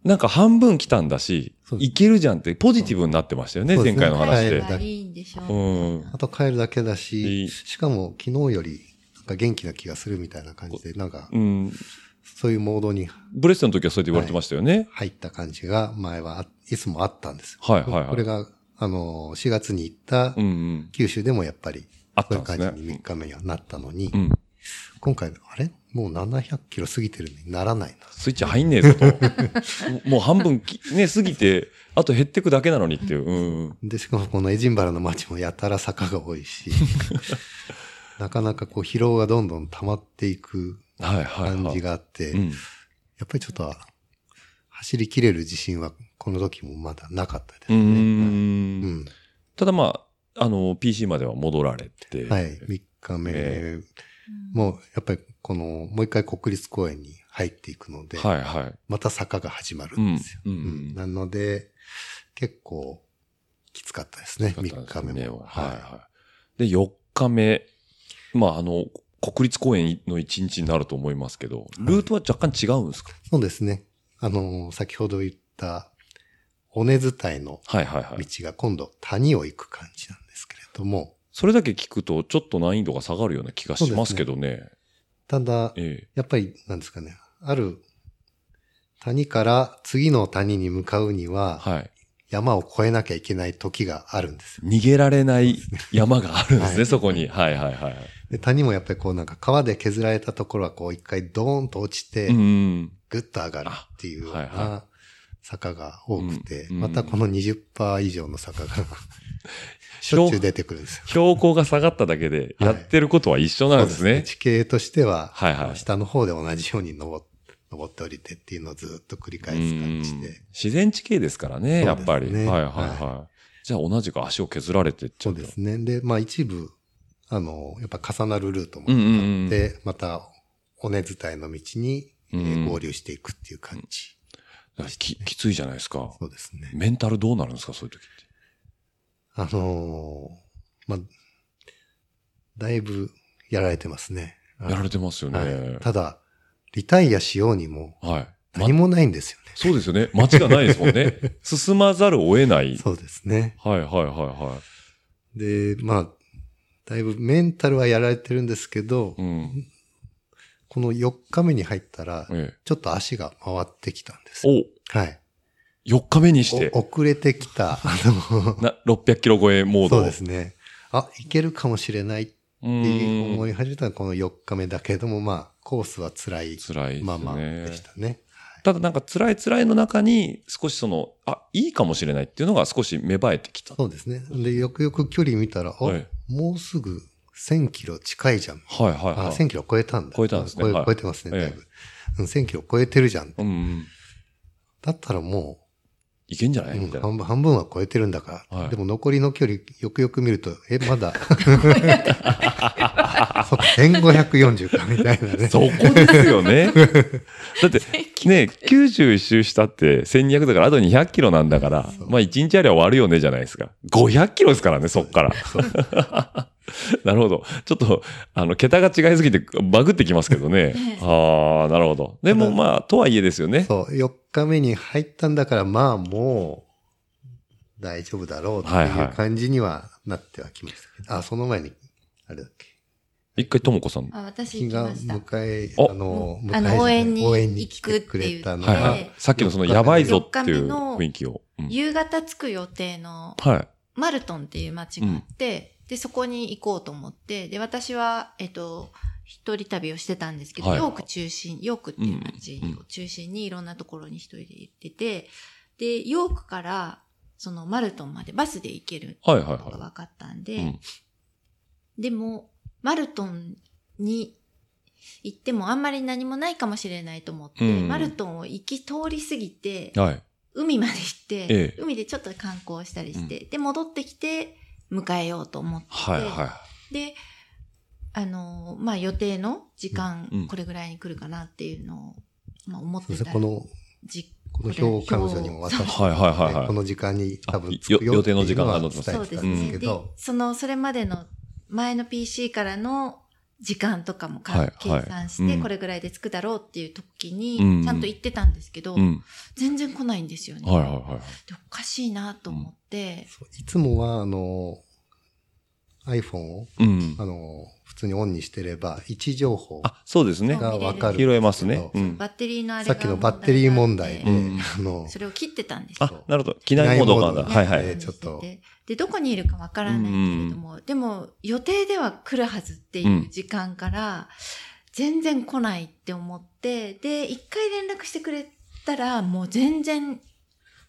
S2: なんか半分来たんだし、
S4: そうです
S2: いけるじゃんってポジティブになってましたよね、
S4: そうで
S2: 前
S4: すね
S2: 回の
S4: はい
S2: 話
S5: 帰れ
S2: で。
S5: ばいいんでしょ
S2: うん。
S4: あと帰るだけだ
S2: いい
S4: し、しかも昨日より、か元気な気がするみたいな感じで、なんか、
S2: うん。
S4: そういうモードに
S2: ブレストの時はそうやって言われてましたよね。
S4: 入った感じが前はあいつもあったんですよ。
S2: はい、はい、はい。
S4: これが、あの、4月に行った
S2: うんうん。
S4: 九州でもやっぱり、
S2: あっ
S4: そう
S2: た
S4: いうん
S2: です
S4: 感
S2: ね
S4: じに3日目にはなったのに、
S2: うん。
S4: 今回、あれもう700キロ過ぎてるのにならないな。
S2: スイッチ入んねえぞ と。もうもう半分きね、過ぎて、あと減ってくだけなのにっていう。うん。
S4: で、しかもこのエジンバラの街もやたら坂が多いし、 なかなかこう疲労がどんどん溜まっていく
S2: はい、はい、はい。
S4: 感じがあって、
S2: うん。
S4: やっぱりちょっとあ走り切れる自信はこの時もまだなかったです
S2: う
S4: ね。
S2: ん
S4: う。ん
S2: ただまあ、あの、PC までは戻られて。
S4: はい。3日目、
S2: え
S4: もうやっぱりこの、もう一回国立公園に入っていくので、
S2: はい、はい。
S4: また坂が始まるんですよ。
S2: うんうん
S4: うんなので、結構きつかったですね、3日目も。
S2: はいはい。で、4日目、まあ、あの、国立公園の一日になると思いますけど、ルートは若干違うんですか、
S4: そうですね。あのー、先ほど言った、尾根伝いの
S2: はい、はいはい
S4: 道。が今度谷を行く感じなんですけれども、
S2: それだけ聞くと、ちょっと難易度が下がるような気がしますけどね。
S4: ただ、
S2: え
S4: やっぱり、なんですかね、ある谷から次の谷に向かうに
S2: え。
S4: は、
S2: はい。
S4: 山を越えなきゃいけない時があるんですよ。
S2: 逃げられない山があるんですね、
S4: はい
S2: そこに。はいはいはい。
S4: で谷もやっぱりこうなんか川で削られたところはこう一回ドーンと落ちて、
S2: うん。
S4: ぐっと上がるっていうよう
S2: あはいは
S4: な坂が多くて、
S2: うん
S4: またこの20%以上の坂がしょっちゅう出てくるんですよ。
S2: 標高が下がっただけで、やってることは一緒なんですね。
S4: 地形としては、
S2: はいはい
S4: 下の方で同じように登登って降りてっていうのをずっと繰り返す感じ
S2: うん
S4: で。
S2: 自然地形ですからね、やっぱり。
S4: そうですね
S2: はいはいはい。
S4: は
S2: じゃあ同じく足を削られてっちゃ
S4: そうう
S2: と
S4: ですね。で、まあ一部、あの、やっぱ重なるルートもあ
S2: うんうんうん
S4: って、また尾根伝いの道に、えー
S2: うん
S4: 合流していくっていう感じ。
S2: ききついじゃないですか。
S4: そうですね。
S2: メンタルどうなるんですか、そういう時って。
S4: あのーまあ、だいぶやられてますね。
S2: やられてますよね。
S4: はいただ、リタイアしようにも
S2: はい。ま
S4: 何もないんですよね。
S2: そうですよね。街がないですもん ね。進まざるを得ない。
S4: そうですね。
S2: はいはいはいは
S4: で、まあ、だいぶメンタルはやられてるんですけど、
S2: い。うん。
S4: この4日目に入ったら、
S2: ええ
S4: ちょっと足が回ってきたんですよ。
S2: お、
S4: はい。
S2: 4日目にして、
S4: お遅れてきた、あの、
S2: な600キロ超えモード。
S4: そうですね。あ、いけるかもしれないって
S2: う
S4: 思
S2: ん。
S4: い始めたのはこの4日目だけれども、まあ、コースは辛い
S2: 辛いですね。
S4: ままでしたね。
S2: ただなんか辛い辛いの中に少しその、あ、いいかもしれないっていうのが少し芽生えてきた。
S4: そうですね。で、よくよく距離見たら、あ、
S2: はい
S4: もうすぐ1000キロ近いじゃん。
S2: はいはい
S4: あ、
S2: はい。
S4: 1000キロ超えたんだ。
S2: 超えたんですね
S4: 超え,、
S2: はい
S4: 超えてますね、だいぶ。
S2: え
S4: うん1000キロ超えてるじゃん。
S2: うんうん。
S4: だったらも
S2: いけんじゃな
S4: う、
S2: いみたいな。
S4: 半分半分は超えてるんだから、
S2: はい
S4: でも残りの距離、よくよく見ると、え、まだ。そうか1540かみたいなね。
S2: そこですよね。だって、ね、91周したって1200だから、あと200キロなんだから、まあ1日ありゃ終わるよねじゃないですか。500キロですからね、そっから。なるほど。ちょっと、あの、桁が違いすぎてバグってきますけどね。ああ、なるほど。でもまあ、とはいえですよね。
S4: そう、4日目に入ったんだから、まあもう、大丈夫だろうって
S2: はいはい
S4: いう感じにはなってはきましたけど。あ、その前に、あれだっけ。
S2: 一回ともこさん。
S5: あ私
S4: 日
S5: 行き
S4: が
S5: ました。
S4: 迎え、
S2: お
S4: あの、
S5: うん
S4: 迎え
S5: あ
S4: じ
S5: の
S4: ゃない
S5: 応援に
S4: 応援に来て
S5: 行くって
S4: く
S5: 言っ
S4: れ
S5: て
S4: たの
S2: はいは
S4: が
S2: い。さっきのそのやばいぞってい
S5: 四日目
S2: う
S5: の
S2: 雰囲気を。うん
S5: 夕方着く予定の
S2: はい。
S5: マルトンっていう町があって、で、そこに行こうと思って、で、私は、えっと、一人旅をしてたんですけど、
S2: はい
S5: ヨーク中心、ヨークっていう町を中心にいろんなところに一人で行ってて、で、ヨークから、そのマルトンまでバスで行ける
S2: はいはい
S5: ことが
S2: は
S5: 分かったんで、
S2: い。うん
S5: でも、マルトンに行ってもあんまり何もないかもしれないと思って、
S2: うん
S5: マルトンを行き通り過ぎて、
S2: はい。
S5: 海まで行って、
S2: ええ
S5: 海でちょっと観光したりして、で、戻ってきて、迎えようと思って、
S2: はいは
S5: で、あのーまあ、予定の時間、
S2: うんうん
S5: これぐらいに来るかなっていうのを、まあ、思っ
S4: そう
S5: て
S4: です
S5: た
S4: ね、この、
S5: じ
S4: この表を彼女にも渡し
S2: い。
S4: て、
S2: はいはいはいはい
S4: こ。の時間に多分
S2: あよ予定の時間が載
S4: の
S2: ってます
S5: そ
S4: 伝
S5: う
S4: えて
S5: です
S4: たん
S5: ね、
S4: ですけ
S5: で
S4: ど、
S5: その、それまでの前の PC からの時間とかもか、
S2: はいはい
S5: 計算して、
S2: うん
S5: これぐらいで着くだろうっていう時
S2: うん
S5: に、ちゃんと行ってたんですけど、
S2: うん。
S5: 全然来ないんですよね。
S2: はいはいはい。
S5: でおかしいなと思って、
S4: そういつもは、あの、 iPhone を、
S2: うん。
S4: あの、普通にオンにしてれば、位置情報
S2: あ、そうですね。
S4: がわかる。
S2: 拾えますね。う
S4: うん
S2: ん。
S5: バッテリーのあれが
S4: さっきのバッテリー問題で、
S5: 問題があっ
S2: うん
S4: あの
S5: て、それを切ってたんですよ
S2: あ、なるほど。機内モードがあるんだ。
S4: 機
S2: はい
S5: 内モード
S2: はい
S4: えー。ちょっと
S5: で、どこにいるかわからないけれども、でも予定では来るはずっていう時間から、全然来ないって思って、で、一回連絡してくれたら、もう全然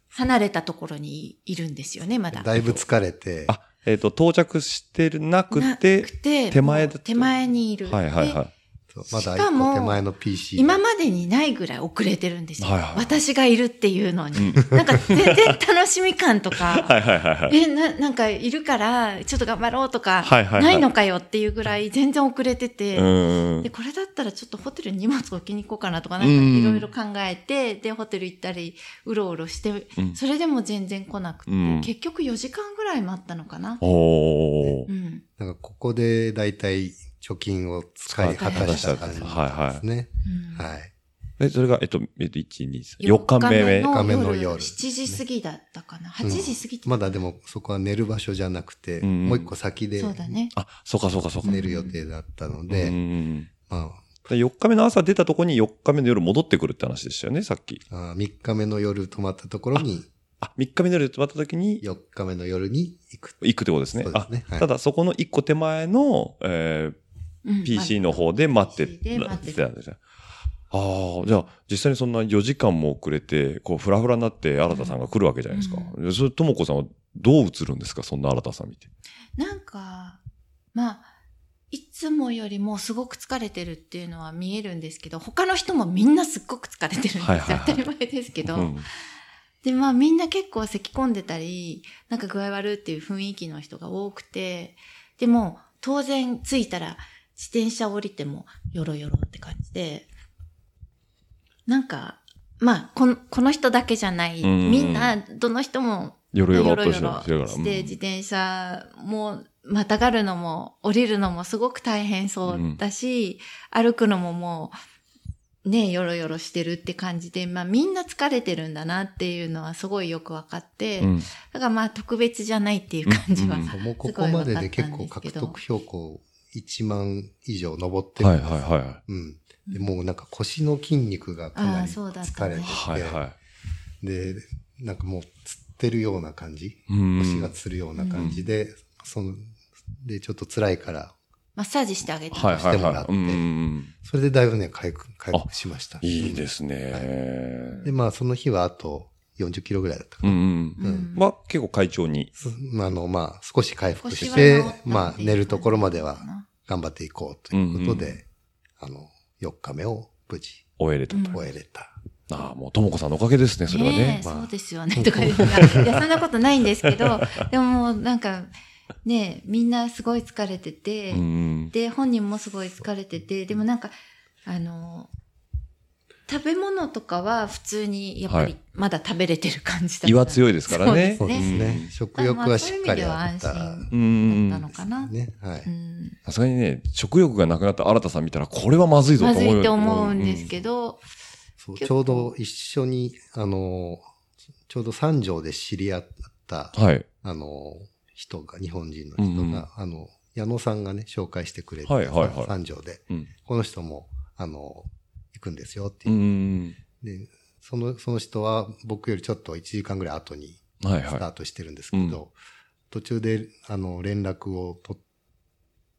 S5: 離れたところにいるんですよね、まだ。
S4: だいぶ疲れて、
S2: あ、えっと、到着してなく
S5: な
S2: て
S5: く、て
S2: 手前だ
S5: もう手前にいる。
S2: はいはい
S5: で
S2: は
S4: そうまだ
S5: しかも
S4: 一個手前の PC で。
S5: 今までにないぐらい遅れてるんですよ。
S2: はいはいはい
S5: 私がいるっていうの
S2: い。う
S5: に。
S2: ん
S5: なんか全然楽しみ感 とか。
S2: はいはいはいはい。
S5: えななんかいるからちょっと頑張ろうとか、
S2: はいはいはい
S5: ないのかよっていうぐらい全然遅れてて、
S2: うん
S5: でこれだったらちょっとホテルに荷物置きに行こうかなとかな
S2: うんん
S5: かいろいろ考えてでホテル行ったりうろうろして
S2: うん。
S5: それでも全然来なくて、
S2: うん
S5: 結局4時間ぐらい待ったのかな、
S2: おー
S5: う。ん、
S4: なんかここでだいたい貯金を使い果たした感じですね。
S2: はいはい
S5: うん
S4: はい。
S2: え、それが、えっと、えっと、1、2、3。4日目目。
S4: 四日目の
S5: 夜
S4: 夜
S5: 7時過ぎだったかな8時過ぎて、
S4: まだでもそこは寝る場所じゃなくて、
S2: うん
S4: もう一個先で
S5: そうだね
S2: あ、そうかそうかそうか。
S4: 寝る予定だったので、
S2: うん
S4: ま
S2: で4日目の朝出たとこに4日目の夜戻ってくるって話でしたよね、さっき。
S4: あ、3日目の夜泊まったところに、
S2: あ、3日目の夜泊まった時に
S4: 4日目の夜に行く。
S2: 行くってことですね。
S4: そうですね
S2: あ、
S4: はい
S2: ただそこの1個手前の、え
S5: うん
S2: ー PC の方で待って、
S5: PC で待って
S2: たんですね。ああ、じゃあ実際にそんな4時間も遅れて、こう、フラフラになって新田さんが来るわけじゃないですか。でそれ、ともこさんはどう映るんですか、そんな新田さん見て。
S5: なんか、まあ、いつもよりもすごく疲れてるっていうのは見えるんですけど、他の人もみんなすっごく疲れてるんですよ。
S2: はいはいはい
S5: 当たり前ですけど。
S2: うん
S5: で、まあみんな結構咳込んでたり、なんか具合悪いっていう雰囲気の人が多くて、でも当然着いたら自転車降りてもよろよろって感じで、なんか、まあこの、この人だけじゃない、
S2: うん
S5: みんな、どの人も
S2: よろよろっとして
S5: よろ
S2: してるから
S5: よろ。し
S2: う
S5: て、
S2: ん
S5: 自転車も、またがるのも、降りるのもすごく大変そうだし、歩くのももう、ね、よろよろしてるって感じで、まあみんな疲れてるんだなっていうのはすごいよくわかって、
S2: うん
S5: だからまあ特別じゃないっていう感じは。
S2: うんうん
S4: そうもうここまでで結構
S5: すごいわ
S4: 獲
S5: か
S4: 得標高1万以上登ってる
S2: は
S4: ん
S2: い
S4: ですよ
S2: はいは
S4: うん。でもうなんか腰の筋肉がかな
S5: ああ
S4: り
S5: そうだっ
S4: 疲
S5: た
S4: れ
S5: ね
S4: て
S2: い。はい
S4: て、
S2: は
S4: で、なんかもうつってるような感じ、
S2: い。うん
S4: 腰がつるような感じで、その、で、ちょっと辛いから、
S5: マッサージしてあげた。
S2: はいはい
S4: してもらっ
S2: はい。
S4: て
S2: うんうん
S4: それでだいぶね、回復、回復しました。
S2: うんいいですね。
S4: で、まあその日はあと40キロぐらいだったか
S2: うん
S4: な。
S2: うん。
S5: う。
S4: うん
S2: まあ結構快調に。
S4: そあの、まあ少し回復
S5: 腰
S4: し
S5: は治ったっていう
S4: て
S5: 感じ、かな
S4: まあ寝るところまでは頑張っていこうということで、あの、4日目を無事
S2: 終えれたと。
S4: 終えれた。
S2: ああ、もうともこさんのおかげですね、それは
S5: ね
S2: ね
S5: え。
S4: まあ
S5: そうですよね、とか言うからいや、そんなことないんですけど、でももうなんか、ねえ、みんなすごい疲れてて、
S2: うん。
S5: で、本人もすごい疲れてて、でもなんか、あの、食べ物とかは普通に、やっぱ
S2: は
S5: り
S2: い
S5: まだ食べれてる感じだった。
S2: 胃は強いですからね。
S5: そうですね
S2: ね。
S4: 食欲はしっかりあっ
S5: まあそういう意
S4: た
S2: う
S5: 味。だった
S2: ん
S5: の。かな。
S4: ね、はい。
S5: うん。
S2: さすがにね、食欲がなくなった新田さん見たら、これはまずいぞ
S5: ま
S2: と
S5: ず
S2: 思う。
S5: いって思うんですけど、
S4: そう
S5: 結
S4: ち
S5: 構
S4: ょうど一緒に、あの、ちょうど三条で知り合った、
S2: うん。はい。
S4: あの、人が、日本人の
S2: うん
S4: 人
S2: うん
S4: が、あの、矢野さんがね、紹介してくれて、
S2: はいはいはい
S4: 三条で、
S2: うん
S4: この人も、あの、行くんですよって
S2: う
S4: いう。
S2: ん。
S4: で、その、その人は僕よりちょっと1時間ぐらい後に
S2: はい
S4: スタ
S2: は
S4: ートしてるんですけど、
S2: うん
S4: 途中で、あの、連絡をと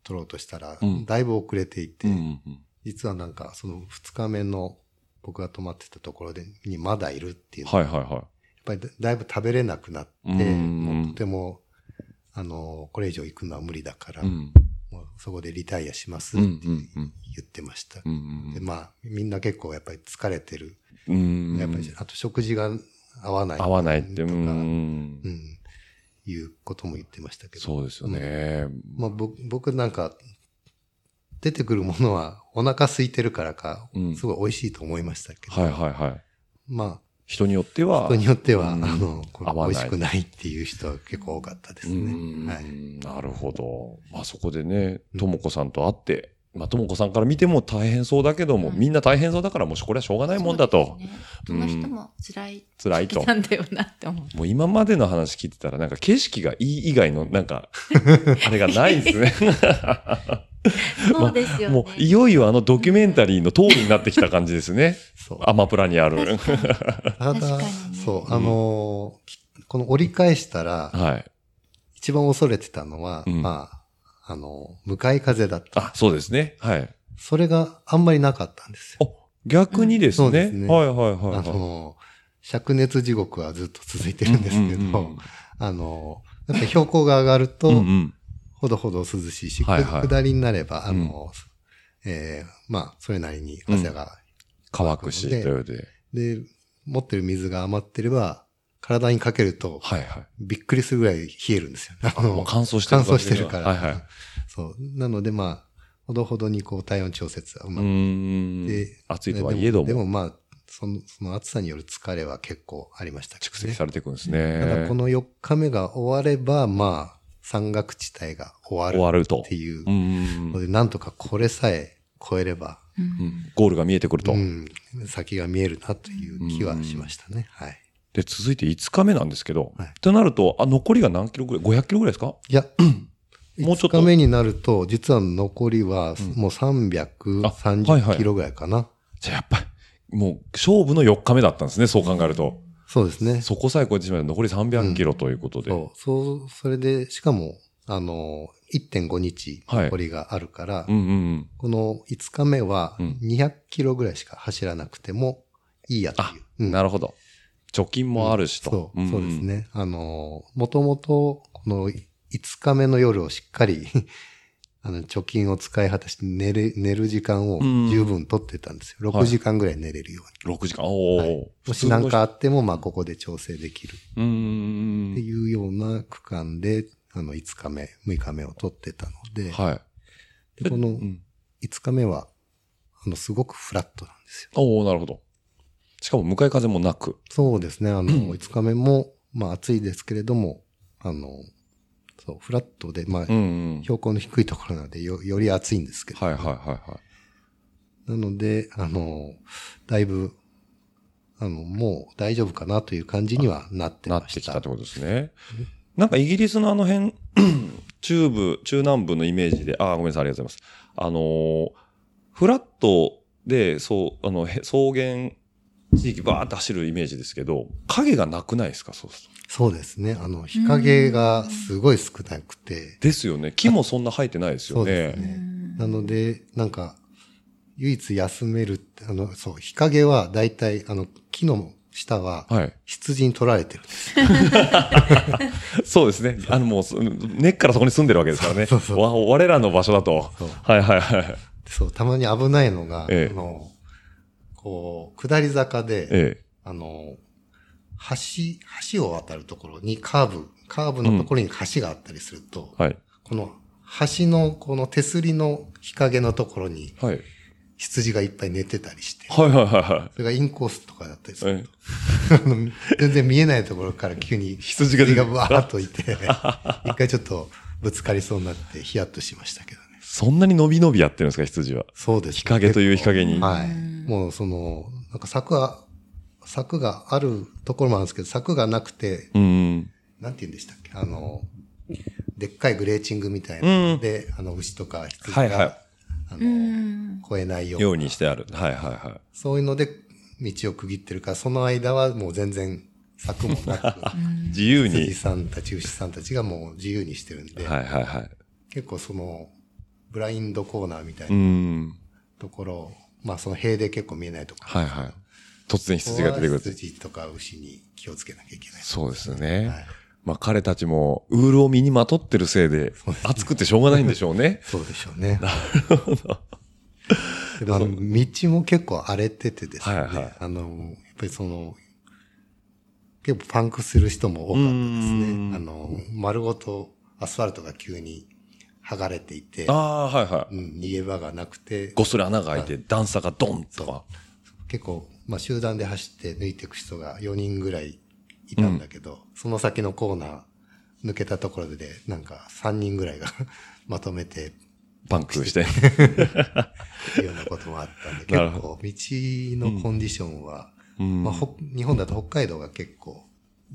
S4: 取ろうとしたら、
S2: うん
S4: だいぶ遅れてい
S2: い。
S4: て、
S2: うんうんうん。
S4: 実はなんか、その2日目の僕が泊まってたところで、にまだいるっていうの
S2: はいはいは
S4: やっぱりだだいぶ食べれなくなって、
S2: うん
S4: もうとても、あの、これ以上行くのは無理だから、
S2: い。うん。
S4: もうそこでリタイアします
S2: う
S4: っ
S2: ん
S4: て
S2: うんうん。
S4: 言ってました。
S2: うん
S4: で、まあ、みんな結構やっぱり疲れてる。
S2: うんうん。
S4: やっぱり、あと食事が合わない。
S2: 合わないって。
S4: と
S2: う
S4: か、うん、
S2: ん。
S4: いうことも言ってましたけど。
S2: そうですよね。
S4: まあ、ぼ僕なんか、出てくるものはお腹空いてるからか
S2: う、ん
S4: すごい美味しいと思いましたけど、
S2: はいはいはい。
S4: ま
S2: 人によって
S4: あ、
S2: は。
S4: 人によっては、
S2: うん
S4: あの、これ
S2: 合わない
S4: 美味しくないっていう人は結構多かったです
S2: う
S4: ね。
S2: ん
S4: はい。
S2: なるほど。まあそこでね、ともこさんと会って、まあ、ともこさんから見ても大変そうだけども、
S5: うん
S2: みんな大変そうだから、もしこれはしょうがないもんだと。
S5: そうですね。その人も辛い
S2: 辛 いと。
S5: なんだよなって思う。
S2: もう今までの話聞いてたら、なんか景色がいい以外の、なん か、あれがないですね。
S5: そうですよね。
S2: もう、いよいよあのドキュメンタリーの通りになってきた感じですね。
S4: そう。
S2: アマプラにある。
S4: た
S5: 確か
S4: だ
S5: にね、
S4: そう、あのーきこの折り返したら、
S2: はい。
S4: 一番恐れてたのは、
S2: うん
S4: まあ、あの、向かい風だった。
S2: あ、そうですね。はい。
S4: それがあんまりなかったんですよ。
S2: 逆にです
S4: うんそうで
S2: ね。
S4: すね
S2: はいはい
S4: あ
S2: はい、はい。
S4: の、灼熱地獄はずっと続いてるんですけど、
S2: うんうんうん
S4: あの、やっぱ標高が上がると、
S2: うんうん
S4: ほどほど涼しいし、
S2: はいはい
S4: 下りになれば、あの、えーまあ、それなりに汗が、
S2: 乾くし、と
S4: で
S2: いうことで。
S4: で、持ってる水が余ってれば、体にかけると、
S2: はいはい。
S4: びっくりするぐらい冷えるんですよね。あ
S2: もう
S4: の
S2: 乾燥して
S4: 乾
S2: る
S4: 燥してるから。
S2: はいはい。
S4: そう。なので、まあ、ほどほどにこう体温調節はう
S2: う
S4: まく
S2: ーん
S4: で。
S2: 暑いとはいえど
S4: で
S2: も、
S4: もまあ、その、その暑さによる疲れは結構ありましたけ
S2: 蓄
S4: どね
S2: 積されていくんですね。
S4: ただこの4日目が終われば、まあ、山岳地帯が終
S2: 終
S4: わ
S2: わ
S4: る
S2: ると
S4: っ。ていう
S2: うーん
S4: ので、なんとかこれさえ超えれば、
S2: うんゴールが見えてくると。
S4: うん、先が見えるなという気はしましたね。はい。
S2: で、続いて5日目なんですけど、
S4: はい
S2: となると、あ、残りが何キロぐらい ?500 キロぐらいですか
S4: いや、
S2: もうちょっと
S4: 5日目になると、実は残りは
S2: ん
S4: もう
S2: あはいはい
S4: 330キロぐらいかな。
S2: じゃあやっぱり、もう勝負の4日目だったんですね、そう考えると。
S4: そうですね。
S2: そこさえ超えてしまえば残り300キロということで。
S4: そう、そう、それで、しかも、あの、1.5日
S2: はい
S4: 残りがあるから、
S2: うんうんうん。
S4: この5日目は
S2: うん
S4: 200キロぐらいしか走らなくてもいいやっていう。うん
S2: なるほど。貯金もあるしと
S4: そ。う、
S2: んん
S4: そうです。ね。あの、もともと、この5日目の夜をしっかり、 あの、貯金を使い果たして寝る、寝る時間を
S2: うん
S4: 十分取ってたんですよ。
S2: はい
S4: 6時間ぐらい寝れるように。
S2: 6時間。おお、
S4: はいもし何かあっても、まあ、ここで調整できる
S2: うーん
S4: っていうような区間で、あの、5日目、6日目を取ってたので、
S2: はい。
S4: でこの
S2: うん
S4: 5日目は、あの、すごくフラットなんですよ。
S2: おおなるほど。しかも向かい風もなく。
S4: そうですね。あの、5日目も、まあ暑いですけれども、あの、そう、フラットで、まあ、
S2: うん、うん。
S4: 標高の低いところなのでよ、より暑いんですけど。
S2: はいはいはいはい。
S4: なので、あの、だいぶ、あの、もう大丈夫かなという感じにはなって
S2: な
S4: ま
S2: っ
S4: して
S2: き
S4: た。
S2: たってことですね。 なんかイギリスのあの辺、 中部、中南部のイメージで、あー、ごめんなさい、ありがとうございます。あのーフラットで、そう、あの、へ草原、地域バーって走るイメージですけど、影がなくないですかそうすると
S4: そうですね。あの、日陰がすごい少なくて、
S2: ですよね。木もそんな生えてないですよ
S4: そうです
S2: ね。
S4: ね。なので、なんか、唯一休めるって、あの、そう、日陰はだいたい、あの、木の下は、
S2: はい。
S4: 羊に取られてるんです。
S2: そうですね。あの、もうそ、根っからそこに住んでるわけですからね。
S4: そうそう
S2: わ我らの場所だと
S4: そう。
S2: はいはいはい。
S4: そう、たまに危ないのが、
S2: ええ
S4: あの、こう、下り坂で、
S2: え
S4: あの、橋、橋を渡るところにカーブ、カーブのところに橋があったりすると、
S2: え。はい。
S4: この橋のこの手すりの日陰のところに
S2: はい。
S4: 羊がいっぱい寝てたりして、
S2: はいはいはいはい。
S4: それがインコースとかだったりす る
S2: ええ
S4: と、全然見えないところから急に
S2: 羊が出て
S4: がバーっといて、 一回ちょっとぶつかりそうになってヒヤッとしましたけどね。
S2: そんなに伸び伸びやってるんですか、羊は。
S4: そうです、ね。
S2: 日陰という日陰に。
S4: はい。もうその、なんか柵は、柵があるところもあるんですけど、柵がなくて、
S2: うん。
S4: なんて言うんでしたっけあの、でっかいグレーチングみたいなので、あの、牛とか羊が、
S2: はいはい
S4: あ
S5: う
S4: の、
S5: ん。
S4: 越えないよう
S2: よ
S4: に。
S2: うにしてある。はいはいは
S4: そういうので、道を区切ってるから、その間はもう全然柵も なく、
S2: い。自由に
S4: 羊。さんたち、牛さんたちがもう自由にしてるんで、
S2: はいはいはい。。
S4: 結構その、ブラインドコーナーみたいうなんところを、まあその塀で結構見えないところ。
S2: はいはい。突然羊が出てくるって。
S4: 羊とか牛に気をつけなきゃいけない。
S2: そうですね。
S4: はい。
S2: まあ彼たちも、ウールを身にまとってるせいで、暑くてしょうがないんでしょうね
S4: そうでしょうね。な るほど。あの、道も結構荒れててですね。
S2: はいはい
S4: あの、やっぱりその、結構パンクする人も多かったで
S2: う
S4: すね
S2: ん。
S4: あの、丸ごとアスファルトが急に剥がれていて、
S2: ああー、はいは
S4: う
S2: い。
S4: ん、逃げ場がなくて、
S2: ごっそり穴が開いて、段差がドンとか。
S4: 結構、まあ、集団で走って抜いていく人が4人ぐらいいたんだけど、その先のコーナー抜けたところで、なんか3人ぐらいがまとめて
S2: パンクして。
S4: ていうようなこともあったんで、
S2: なる
S4: 結構、道のコンディションは、
S2: うん
S4: まあ、
S2: は
S4: ほ日本だと北海道が結構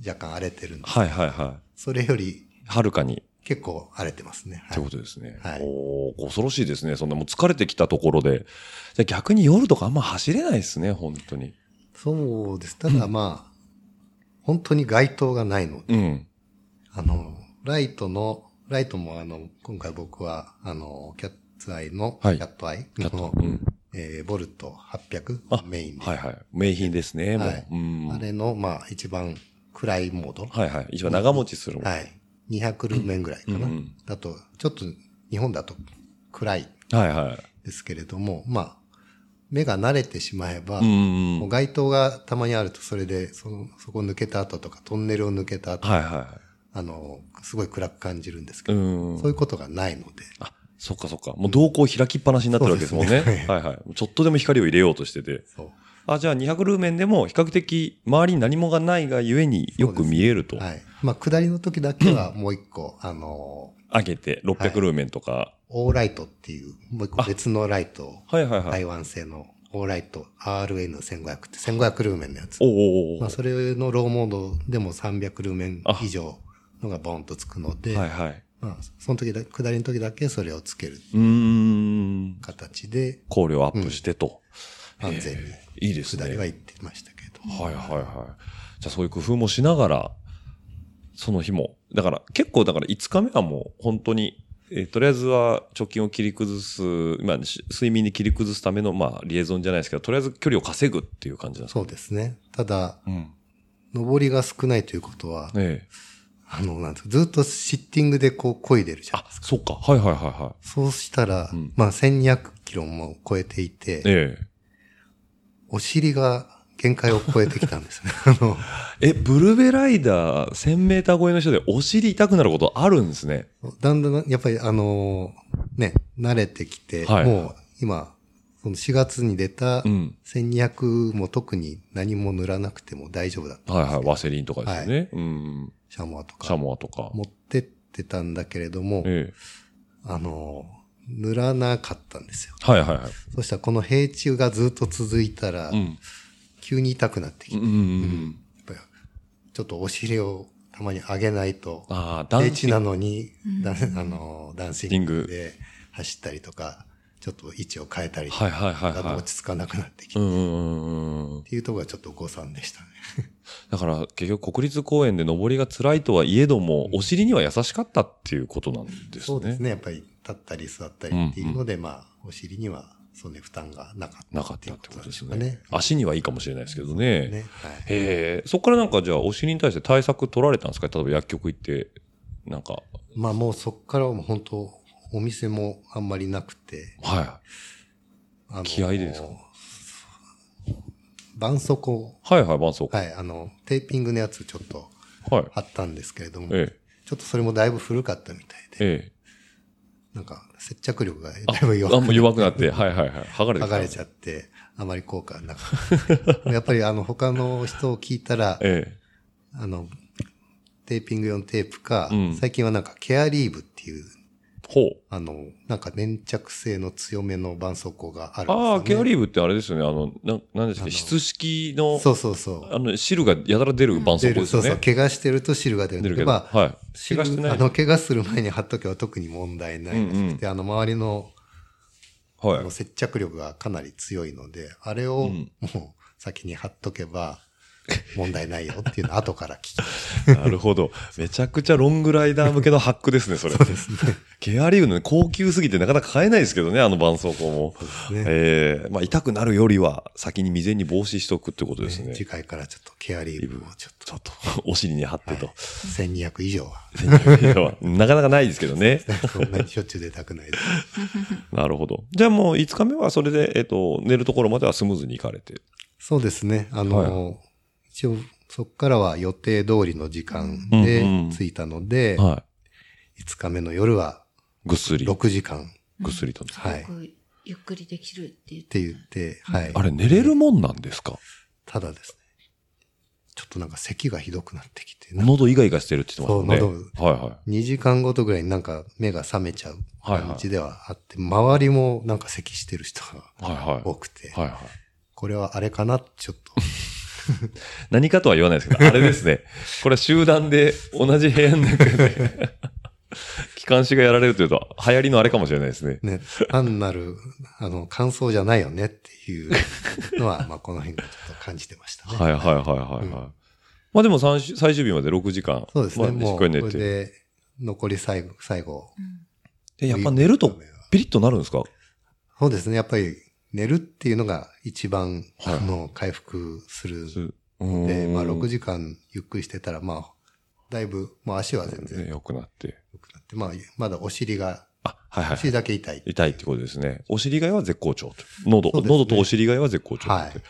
S4: 若干荒れてるんで、
S2: いはいは
S4: それより
S2: い。はるかに
S4: 結構荒れてますね。
S2: ってことですね。
S4: はい
S2: おー恐ろしいですね。そんなもう疲れてきたところで。じゃあ逆に夜とかあんま走れないですね、本当に。
S4: そうです。ただまあ、本当に街灯がないので、
S2: うん。
S4: あの、ライトの、ライトもあの、今回僕は、あの、キャッツアイの、
S2: はい
S4: キャットアイ
S2: キャット
S4: の、
S2: うん
S4: えーボルト800
S2: あ
S4: をメインで、
S2: はいはい。名品ですね、もう。
S4: はい
S2: うん。
S4: あれの、まあ、一番暗いモード、
S2: はいはい。一番長持ちするもん。
S4: はい。200ルーメンぐらいかな。
S2: うんうん
S4: だと、ちょっと日本だと暗い
S2: はいは
S4: ですけれども、まあ、目が慣れてしまえ
S2: い。
S4: ば、
S2: うん
S4: も
S2: う。
S4: うん街灯がたまにあると、それで、その、そこ抜けた後とか、トンネルを抜けた後、
S2: はいは
S4: あの、すごい暗く感じるんです
S2: い。
S4: け
S2: う
S4: ど、
S2: ん。
S4: そういうことがないので、
S2: あ、そっかそっか。もう瞳孔開きっぱなしになってるわけですもんね。
S4: そうですね
S2: はいはい。ちょっとでも光を入れようとしてて。
S4: そう。
S2: あ、じゃあ200ルーメンでも比較的周りに何もがないがゆえによく見えると。
S4: はい。まあ、下りの時だけはもう一個、あの、
S2: 上げて600ルーメンとか。
S4: オーライトっていう、もう一個別のライトを、
S2: はいはいはい。
S4: 台湾製のオーライト RN1500 って1500ルーメンのやつ
S2: お。おおお、
S4: まあ、それのローモードでも300ルーメン以上のがボンとつくので、
S2: はいはい。
S4: まあ、その時だ、下りの時だけそれをつける
S2: うーん。
S4: 形で、
S2: 考慮アップしてと。
S4: 安全に
S2: いいですね。
S4: 下
S2: は
S4: り
S2: い
S4: は
S2: はい
S4: 行ってましたけど。
S2: はい。じゃあそういう工夫もしながら、その日も。だから結構だから5日目はもう本当に、えーとりあえずは貯金を切り崩す、まあし睡眠に切り崩すための、まあリエゾンじゃないですけど、とりあえず距離を稼ぐっていう感じなんですか
S4: そうですね。ただ、
S2: うん。
S4: 上りが少ないということは、
S2: ええ。
S4: あの、なんですかずっとシッティングでこう漕いでるじゃん
S2: あ。、そっか。はいはいはいはい。
S4: そうしたら、
S2: うん
S4: まあ1200キロも超えていて、
S2: え
S4: お尻が限界を超えてきたんで すね。あの、
S2: え。え、ブルベライダー1000メーター超えの人でお尻痛くなることあるんですね。
S4: だんだん、やっぱりあのね、慣れてきて、
S2: はい
S4: もう今、その4月に出た
S2: うん。
S4: 1200も特に何も塗らなくても大丈夫だった。
S2: はいはい。ワセリンとかですよね。うん。
S4: シャモアと
S2: シャ
S4: か。
S2: モアとか。
S4: 持ってってたんだけれども、
S2: ええ。
S4: あの、塗らなかったんですよ。
S2: はいはいはい。
S4: そしたらこの平中がずっと続いたら、
S2: うん。
S4: 急に痛くなってきて、
S2: うんう
S4: や
S2: んうん。
S4: っぱりちょっとお尻をたまに上げないと、
S2: ああ、ダ
S4: 平
S2: ンシ
S4: 地
S2: ング
S4: なのに、ダンあのダンシングで走ったりとか、ちょっと位置を変えたりとか、
S2: はいはいはい
S4: あと
S2: は
S4: 落ち着かなくなってき
S2: い。う
S4: て、
S2: ん
S4: っ
S2: うんうんうん。
S4: ていうところがちょっと誤算でしたね。
S2: だから結局国立公園で登りが辛いとはいえども、お尻には優しかったっていうことなんですね。
S4: そうですね。やっぱり立ったり座ったりっていうので、まあ、お尻にはそんなに負担がなかった。
S2: なかったってことですよ
S4: っていう
S2: ね
S4: こ。と
S2: 足にはいいかもしれないですけど
S4: ね
S2: ね。。
S4: はい。
S2: へえ、そこからなんかじゃあお尻に対して対策取られたんですか例えば薬局行って、なんか、
S4: まあもうそこからはもう本当、お店もあんまりなくて、
S2: は
S4: あの
S2: 気合でですか
S4: 絆創膏、
S2: い。はいはい、絆創膏。
S4: はい、あの、テーピングのやつちょっと
S2: はい。
S4: 貼ったんですけれども、ちょ
S2: え
S4: っとそれもだいぶ古かったみたい
S2: え、
S4: で、
S2: ええ。
S4: なんか接着力がだ
S2: あ
S4: いぶ
S2: あ
S4: 弱
S2: ん
S4: く
S2: ま弱くなって、はいはいはい。剥がれて
S4: 剥
S2: きた
S4: がれちゃって、あまり効果がなか った。やっぱりあの、他の人を聞いたら、
S2: え
S4: あの、テーピング用のテープか、
S2: うん
S4: 最近はなんかケアリーブっていう、
S2: え。ほう。
S4: あの、なんか粘着性の強めの絆創膏があるんですよ、ね。
S2: ああ、ケアリ
S4: ー
S2: ーブってあれですよね。あの、ななんですか、
S4: あの
S2: 質式の、
S4: そうそうそう。
S2: あの、汁がやたら出る絆創
S4: 出
S2: 膏
S4: る、
S2: です
S4: そ
S2: よ
S4: う
S2: ね。
S4: そう。怪我してると汁が出るん
S2: 出る
S4: で
S2: けど。
S4: まあ
S2: はい。
S4: 汁
S2: 怪我してない。
S4: あの、怪我する前に貼っとけば特に問題ないらしくて、あの、周りのあ
S2: はい
S4: の。接着力がかなり強いので、あれを
S2: ん
S4: もう先に貼っとけば問題ないよっていうのを後から聞きまし
S2: なるほど。めちゃくちゃロングライダー向けのハックですね、それ。そうですね。ケアリーブのね高級すぎてなかなか買えないですけどね、あの絆創膏も。
S4: ね
S2: ええまあ痛くなるよりは先に未然に防止しておくってことです
S4: た、
S2: ね。
S4: 次回からちょっとケアリーブをちょっ
S2: ちょっと、お尻に貼ってと。
S4: と、1200以上は、
S2: なかなかないですけどね。
S4: そんなにしょっちゅう出たくないです。
S2: なるほど。じゃあもう5日目はそれで、えっ、と、寝るところまではスムーズに行かれて。
S4: そうですね。あの、一応、そこからは予定通りの時間
S2: う
S4: で
S2: んうん
S4: 着いたので、
S2: は。
S4: 5日目の夜はい
S2: ぐっすり。
S4: 6時間っ
S2: ぐっすりと。
S4: はい
S5: すごくゆっくりできるって言って
S4: て言って、はい。
S2: あれ、寝れるもんなんですか
S4: ただですね、ちょっとなんか咳がひどくなってきて、
S2: 喉イガイガしてるって言ってましたもんね。はいはい。
S4: 2時間ごとぐらいになんか目が覚めちゃう
S2: はいはいう
S4: ちではあって、周りもなんか咳してる人が
S2: はいはい。
S4: 多くて、
S2: はいはい。
S4: これはあれかなちょっと。
S2: 何かとは言わないです けど、あれですね。これ集団で同じ部屋の中で、 気管支がやられるというと、流行りのあれかもしれないですね。
S4: ね、 単なる、あの、感想じゃないよねっていう のは、まあ、この辺ちょっと感じてましたね。
S2: はいはいはいはいはい。
S4: うん
S2: まあでも最終最終日まで6時間。
S4: そうですね、
S2: まあし
S4: も
S2: っ
S4: う、
S2: か
S4: こ
S2: り寝
S4: れ
S2: て。
S4: で、残り最後、最後。
S2: で、やっぱ寝ると、ピリッとなるんですか
S4: そうですね、やっぱり、寝るっていうのが一番、
S2: はい
S4: あの、回復する。
S2: うん
S4: で、まあ、6時間ゆっくりしてたら、まあ、だいぶ、もう足は全然
S2: ね良くなって。
S4: 良くなって、まあ、まだお尻が、
S2: あ、はいは
S4: お
S2: い。
S4: 尻だけ痛い。
S2: 痛いってことですね。お尻以外は絶好調と。喉、
S4: そうですね
S2: 喉とお尻以外は絶好調って、
S4: はい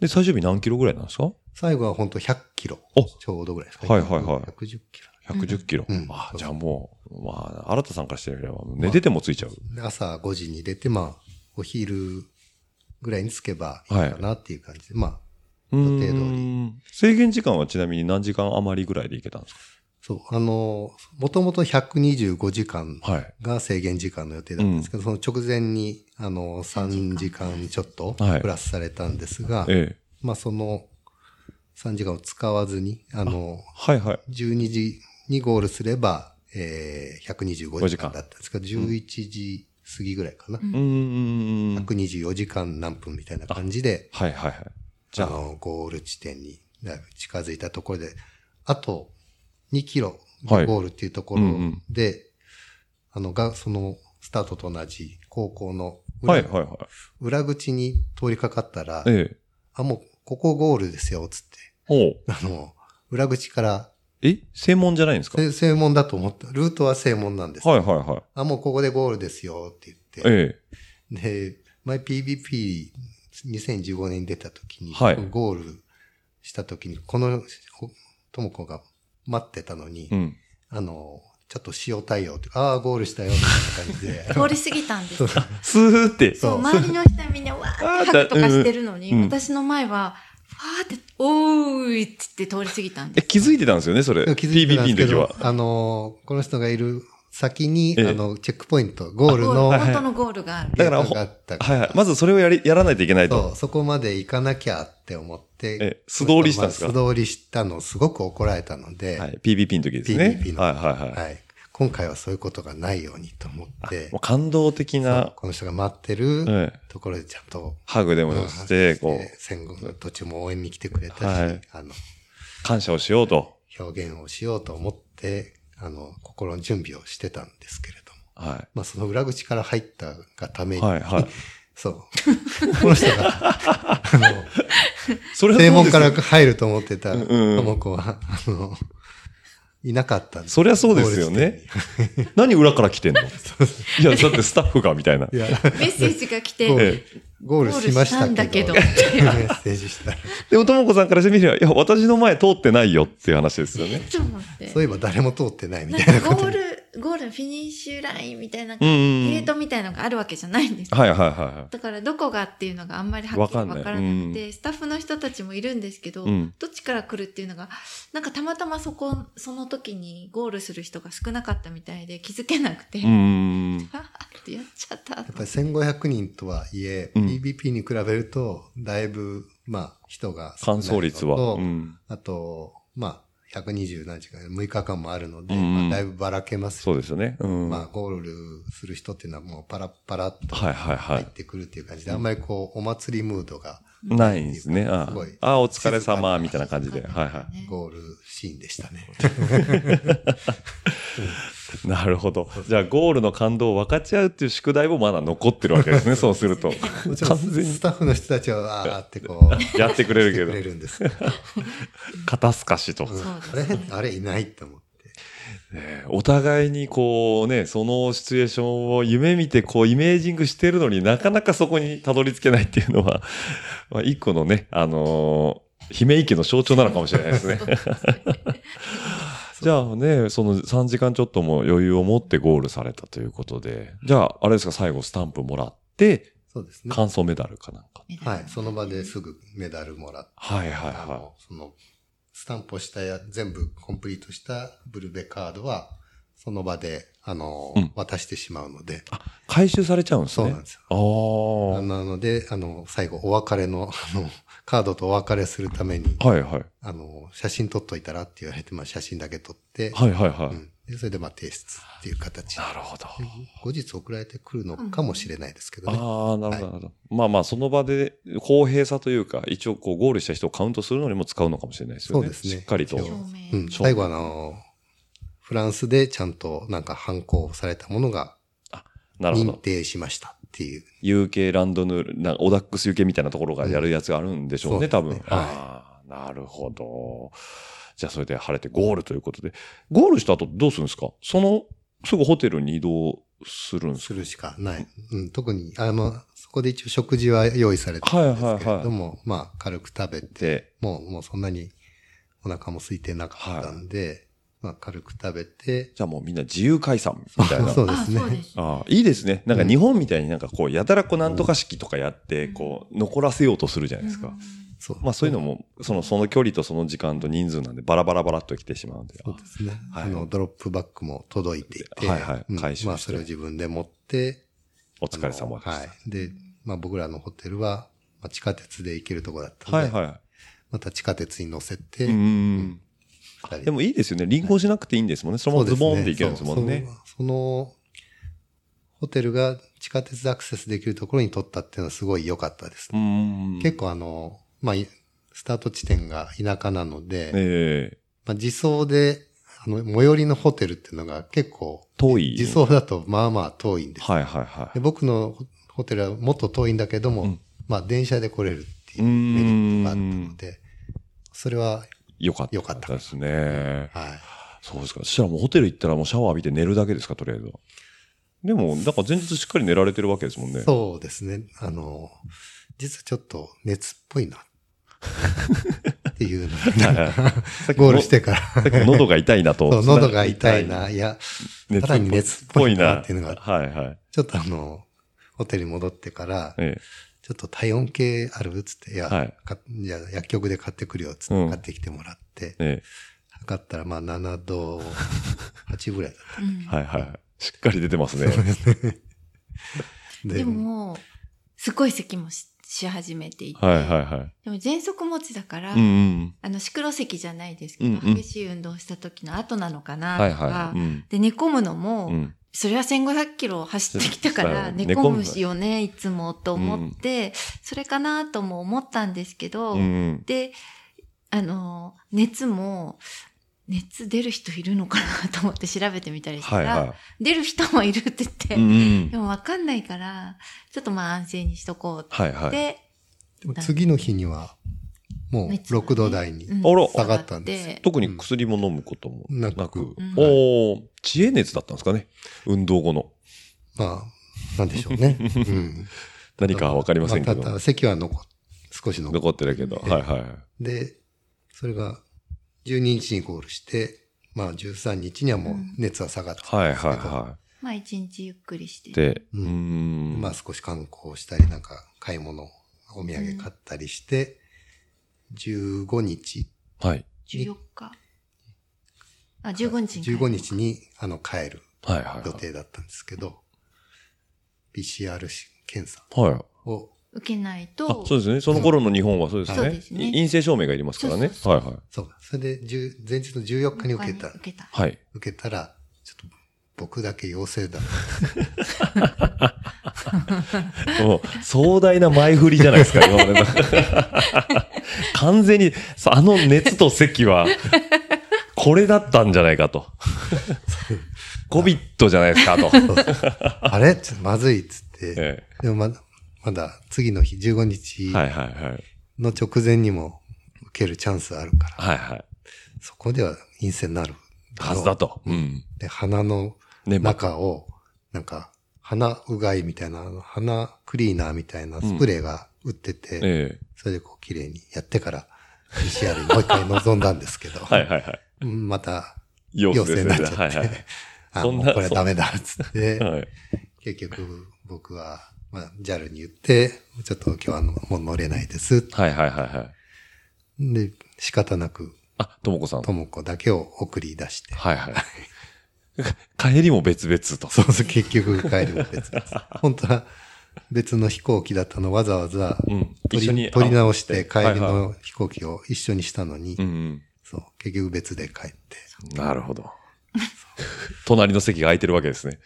S2: で、最終日何キロぐらいなんですか
S4: 最後は本当100キロ
S2: お。
S4: ちょうどぐらいですか
S2: はいはいはい
S4: 110キロ。
S2: ?110 キロ。
S4: うん
S2: あじゃあもう、まあ、新田さんからしてみれば、寝ててもついちゃう。
S4: で朝5時に出て、まあ、お昼ぐらいに着けばいいかなっていう感じで、まあ、
S2: う
S4: 程度に
S2: ん制限時間はちなみに何時間余りぐらいでいけたんです
S4: そう、あの、もともと125時間
S2: かはい。
S4: が制限時間の予定だったんですけど、その直前に、あの、3時間ちょっと
S2: はい
S4: プラスされたんですが、
S2: ええ。
S4: まあ、その3時間を使わずに、あの、
S2: はいはい。
S4: 12時にゴールすれば、えー、125
S2: 5
S4: 時
S2: 時間
S4: 間だったんですけど、11時過ぎぐらいかな。
S2: うーん。
S4: 124時間何分みたいな感じで、
S2: はいはいはい。じゃ
S4: あ
S2: あ、
S4: の、ゴール地点にだいぶ近づいたところで、あと2キロ
S2: はい
S4: ゴールっていうところ
S2: うんうん
S4: で、あの、が、その、スタートと同じ高校の裏,、
S2: はいはいはい。
S4: 裏口に通りかかったら、
S2: ええ。
S4: あ、もう、ここゴールですよ、つって。
S2: おう
S4: あの、裏口から、
S2: え正門じゃないんですか
S4: せ正門だと思った。ルートは正門なんです。
S2: はいはいはい。
S4: あ、もうここでゴールですよ、って言って。
S2: え
S4: で、前 PBP2015 年に出た時に、
S2: はい
S4: ゴールした時に、この、ほともこが待ってたのに、
S2: え。うん。
S4: あの、ちょっと塩対応って、ああ、ゴールしたよ、みたいな感 じで。
S5: 通り過ぎたんですよ
S2: スーって。
S5: そう周りの人はみんなわーって拍とかしてるのに、
S2: うんうん
S5: 私の前はわーって「おーい」っつって通り過ぎたんで
S2: え、気づいてたんですよね、それ。
S4: 気づいてたん
S2: PBP
S4: ですけ
S2: の時
S4: ど
S2: は。、
S4: あの、この人がいる先に、
S2: ええ
S4: あの、チェックポイント、ゴールの
S5: ゴール本当のゴール がある、
S2: だから
S4: ゲートがあったか
S2: はいはい
S4: ら。、
S2: まずそれをやりやらないといけない
S4: そ
S2: と。
S4: う、そこまで行かなきゃって思って、
S2: え素通りしたんですか
S4: まあ素通りしたのをすごく怒られたので、
S2: はい、PBP の時ですね。
S4: PBP の
S2: はいはいはい。
S4: はい。今回はそういうことがないようにと思って
S2: もう、感動的
S4: そう
S2: な、
S4: この人が待ってる
S2: ええ
S4: ところでちゃんと、
S2: ハグでもして、こ
S4: ええ
S2: う、
S4: 戦後の途中も応援に来てくれたし、
S2: はい
S4: あの、
S2: 感謝をしようと。
S4: 表現をしようと思って、あの、心の準備をしてたんですけれども、
S2: は
S4: まあその裏口から入ったがため
S2: い。
S4: に、
S2: はいはい。
S4: そう。この人が、あの、
S2: それは
S4: 正
S2: そう
S4: 門
S2: です
S4: か
S2: よ
S4: ら入ると思ってた、
S2: んうん
S4: とも子は、あの、いなかったんで
S2: そりゃそうですよね。何裏から来てんの いや、だってスタッフが、み たいな。
S4: いや、
S5: メッセージが来
S4: ゴール
S5: て
S2: ええ
S4: ゴールしましたけど、
S5: ゴールしたんだけ
S4: メッセージしたら。
S2: でも、ともこさんからしてみれば、いや、私の前通ってないよっていう話ですよね。
S5: ちょっと待って
S4: そういえば誰も通ってないみたい
S5: な
S4: なんこ
S5: か
S4: と
S5: ゴー
S4: に。
S5: ルゴールフィニッシュラインみたいな
S2: う
S5: ゲ
S2: んうんうん
S5: ートみたいのがあるわけじゃないんですよ
S2: はいはいはいは
S5: だからどこがっていうのがあんまりはっきり
S2: わか
S5: わ
S2: んない
S5: からなくてスタッフの人たちもいるんですけど、
S2: うん
S5: どっちから来るっていうのがなんかたまたまそこその時にゴールする人が少なかったみたいで気づけなくて、
S2: い。うーん。
S5: あーってやっちゃった
S4: やっぱり1500人とはいえ、
S2: うん
S4: PBP に比べると、だいぶ、まあ、人が少ない
S2: 乾燥
S4: のと
S2: 率は。うん。
S4: あと、まあ、120何時間、6日間もあるので、
S2: うん
S4: まあ、だいぶばらけます
S2: そうですよね。うん。
S4: まあ、
S2: は
S4: ゴールする人っていうのはもうパラッパラッ
S2: い
S4: と
S2: はいは
S4: 入っ
S2: い。
S4: てくるっていう感じで、あんまりこう、お祭りムードが
S2: ないんですね。あ
S4: すごい
S2: あああ、お疲れ様、みたいな感じで。はいは
S4: ゴールシーンでしたね。
S2: い。なるほど。じゃあ、ゴールの感動を分かち合うっていう宿題もまだ残ってるわけ ですね。そうすると。
S4: もちろん、
S2: 完全に
S4: スタッフの人たちは、わーってこう、
S2: やってくれるけ
S4: 来て
S2: ど
S4: くれ、るんですけど、
S2: 肩透かしと。
S5: そう
S4: あれあれいないって思って。
S2: ねお互いにこうね、そのシチュエーションを夢見てこうイメージングしてるのになかなかそこにたどり着けないっていうのは、 まあ一個のね、あのー姫池の象徴なのかもしれない ですね。じゃあね、その3時間ちょっとも余裕を持ってゴールされたということで、じゃああれですか、最後スタンプもらって、
S4: そうですね。
S2: 感想メダルかなんか。
S5: メダル
S4: はい、その場ですぐメダルもらって、
S2: はいはいは
S4: あの、その、スタンプをしたや、全部コンプリートしたブルベカードは、その場で、あの、
S2: うん
S4: 渡してしまうので、
S2: 回収されちゃうんです
S4: そう
S2: ね。
S4: なんですよ。
S2: ああ。
S4: なので、あの、最後、お別れの、あの、カードとお別れするために、
S2: はいはい。
S4: あの、写真撮っといたらって言われて、まあ、写真だけ撮って、
S2: はいはいはい。
S4: うん、でそれで、まあ、提出っていう形。
S2: なるほど。
S4: 後日送られてくるのかもしれないですけどね。
S2: ああ、なるほど、なるほど。まあまあ、その場で公平さというか、一応こうゴールした人をカウントするのにも使うのかもしれないですよね。
S4: そうですね
S2: しっかりと。
S4: 一
S5: 証
S4: 応
S5: 明。
S4: うん、
S2: そう
S4: 最後あの、フランスでちゃんとなんか反抗されたものが
S2: なるほ
S4: 認
S2: ど。
S4: 定しましたっていう。
S2: UK ランドヌール、なオダックス UK みたいなところがやるやつがあるんでしょうね、
S4: うん
S2: 多分。
S4: そうですねはい
S2: ああ、なるほど。じゃあ、それで晴れてゴールということで。ゴールした後どうするんですかその、すぐホテルに移動するんです
S4: す
S2: か
S4: るしかない。うん、特に、あの、そこで一応食事は用意されてるんですけれども、まあ、軽く食べて、
S2: で、
S4: もう、もうそんなにお腹も空いてなかったんで、まあ、軽く食べて、
S2: じゃあもうみんな自由解散みたい な。
S4: そうで
S5: あ、
S4: す
S5: そう
S4: ね
S5: で。す。
S2: ああ、いいですね。なんか日本みたいになんかこう、やたらこうなんとか式とかやって、
S5: うん
S2: こう、残らせようとするじゃないですか。
S5: うん
S4: そう
S2: まあそういうのも、その、その距離とその時間と人数なんで、バラバラバラっと来てしまうんで。
S4: そうですね。
S2: はい
S4: あの、ドロップバッグも届いていて、
S2: はいはい
S4: うん
S2: 回収して
S4: まあ、それを自分で持って、
S2: お疲れ様で
S4: あのは
S2: し
S4: い。で、まあ、僕らのホテルは、まあ、地下鉄で行けるとこだっ
S2: た。
S4: たの
S2: は
S4: で、
S2: いは
S4: また地下鉄に乗せて、
S2: い。うん。
S4: 二人
S2: でもいいですよね。輪行しなくていいんですもんね。そのままズボンっていけるんですもんね
S4: そう。そその、ホテルが地下鉄でアクセスできるところに取ったっていうのはすごい良かったです
S2: う
S4: ね。
S2: ん。
S4: 結構あの、まあ、いスタート地点が田舎なので、
S2: ええ
S4: まあ、自走で、あの、最寄りのホテルっていうのが結構、
S2: 遠い。
S4: 自走だとまあまあ遠いんです。
S2: はいはいは
S4: で僕のホホテルはもっと遠いんだけども、
S2: うん
S4: まあ電車で来れるっていう
S2: うーん
S4: メリットがあったので、それは、
S2: い。よかった。
S4: よかった
S2: ですね。
S4: はい。
S2: そうですか。そしたらもうホテル行ったらもうシャワー浴びて寝るだけですか、とりあえずは。でも、なんか前日しっかり寝られてるわけですもんね。
S4: そうですね。あの、実はちょっと熱っぽいな。っていうのがなんか
S2: さっきの
S4: ゴールしてから。
S2: さっきの喉が痛いなと。
S4: そう喉が痛いな。いや、
S2: 熱っぽい。
S4: さらに熱っぽいなっていうのが
S2: はいはい。
S4: ちょっとあの、ホテルに戻ってから、
S2: ええ
S4: ちょっと体温計あるつって、いや、
S2: はい
S4: かいや薬局で買ってくるよ、つって
S2: うん
S4: 買ってきてもらって、
S2: え
S4: 測ったらまあ7度8ぐらいだっ
S5: うん
S2: えはいはい。しっかり出てますね。
S4: た。
S5: でももう、すごい咳もしし始めていて、
S2: はいはいはい。
S5: でも喘息持ちだから、
S2: うんうん。
S5: あの、シクロ咳じゃないですけど、
S2: うんうん
S5: 激しい運動した時の後なのかなとか、
S2: はいはい。うん。
S5: で、寝込むのも、
S2: うん
S5: それは1500キロ走ってきたか
S2: そ
S5: ら、
S2: う
S5: 寝
S2: 寝込
S5: 込
S2: む
S5: むしよね、いつもと思って、それかなとも思ったんですけど、
S2: うんうん。
S5: で、あの、熱も、熱出る人いるのかなと思って調べてみたりした
S2: はい
S5: ら、
S2: は
S5: 出る人もいるって言って、
S2: い。うんう
S5: で
S2: ん。
S5: もわかんないから、ちょっとまあ安静にしとこう
S2: はい
S5: っ
S2: はい。
S5: て、
S4: でも次の日には、もう
S5: 熱がね
S4: 6度台に。
S5: うん
S2: あら
S4: 下がったんです
S5: 下がって
S2: 特に薬も飲むこともな
S4: な
S2: く。
S4: く
S5: うん
S2: おー、知恵熱だったんですかね。運動後の。
S4: まあ、なんでしょう ね。うん。
S2: 何かはわかりませんけ
S4: あた
S2: ど
S4: だ。席は残っ、少し残っ
S2: 残ってるけど。
S4: うん
S2: はいはい。
S4: で、それが12日にゴールして、まあ13日にはもう熱は下がってたん
S2: はい
S4: ですけ
S2: はい
S4: ど
S2: は
S5: まあ一日ゆっくりして。
S2: い。で、う
S4: うん
S2: ん。
S4: まあ少し観光したり、なんか買い物、お土産買ったりして、15日、
S2: はい。
S5: 14日。あ、15日に帰る。
S4: 15日にあの帰る
S2: はいはい
S4: 予
S2: は
S4: 定だったんですけど、PCR し検査
S2: い。はい。
S4: を
S5: 受けない
S2: あ
S5: と、
S2: そうですね。その頃の日本はそうです
S5: そう
S2: ね
S5: です。ね
S2: い陰性証明がいりますからね。はいはい。
S4: そう。それで、10前日の14日に受けた。
S5: 受けた。
S2: はい。
S4: 受けたら、ちょっと僕だけ陽性だ。
S2: もう壮大な前振りじゃないですか、今まで の。完全に、そうあの熱と咳は、これだったんじゃないかと。コビットじゃないですかと。
S4: あれちょっとまずいっつって。
S2: え
S4: でもまだ、まだ次の日、15日
S2: えはいはいはい。
S4: の直前にも受けるチャンスあるから、
S2: はいはい。
S4: そこでは陰性になる。
S2: はずだと。うん。
S4: で、鼻の
S2: ね、ま
S4: 中を、なんか、鼻うがいみたいな、あの鼻クリーナーみたいなスプレーが売ってて、
S2: ええ
S4: それでこう綺麗にやってから、PCR にもう一回臨んだんですけど、
S2: はいはいはい。
S4: うんまた
S2: 陽
S4: 陽
S2: 性で
S4: 性
S2: すね。
S4: になっち
S2: は
S4: ゃ
S2: いは
S4: っ
S2: い。
S4: て、あ、
S2: そんな
S4: もうこれダメだっつって、
S2: はい
S4: 結局僕は、まあ、JAL に言って、ちょっと今日はあのもう乗れないです。
S2: はいはいはいはい。
S4: で、仕方なく
S2: あ、ともこさん。
S4: ともこだけを送り出して。
S2: はいはい。 帰りも別々と。
S4: そうそう、結局帰るも別 々。本当は別の飛行機だったのわざわざ
S2: うん
S4: 取り,、
S2: 一緒に
S4: 取り直して
S2: あ
S4: 帰り
S2: はい
S4: の飛行機を一緒にしたのに、
S2: うんうん。
S4: そう、結局別で帰って。
S2: なるほど。 隣の席が空いてるわけですね。、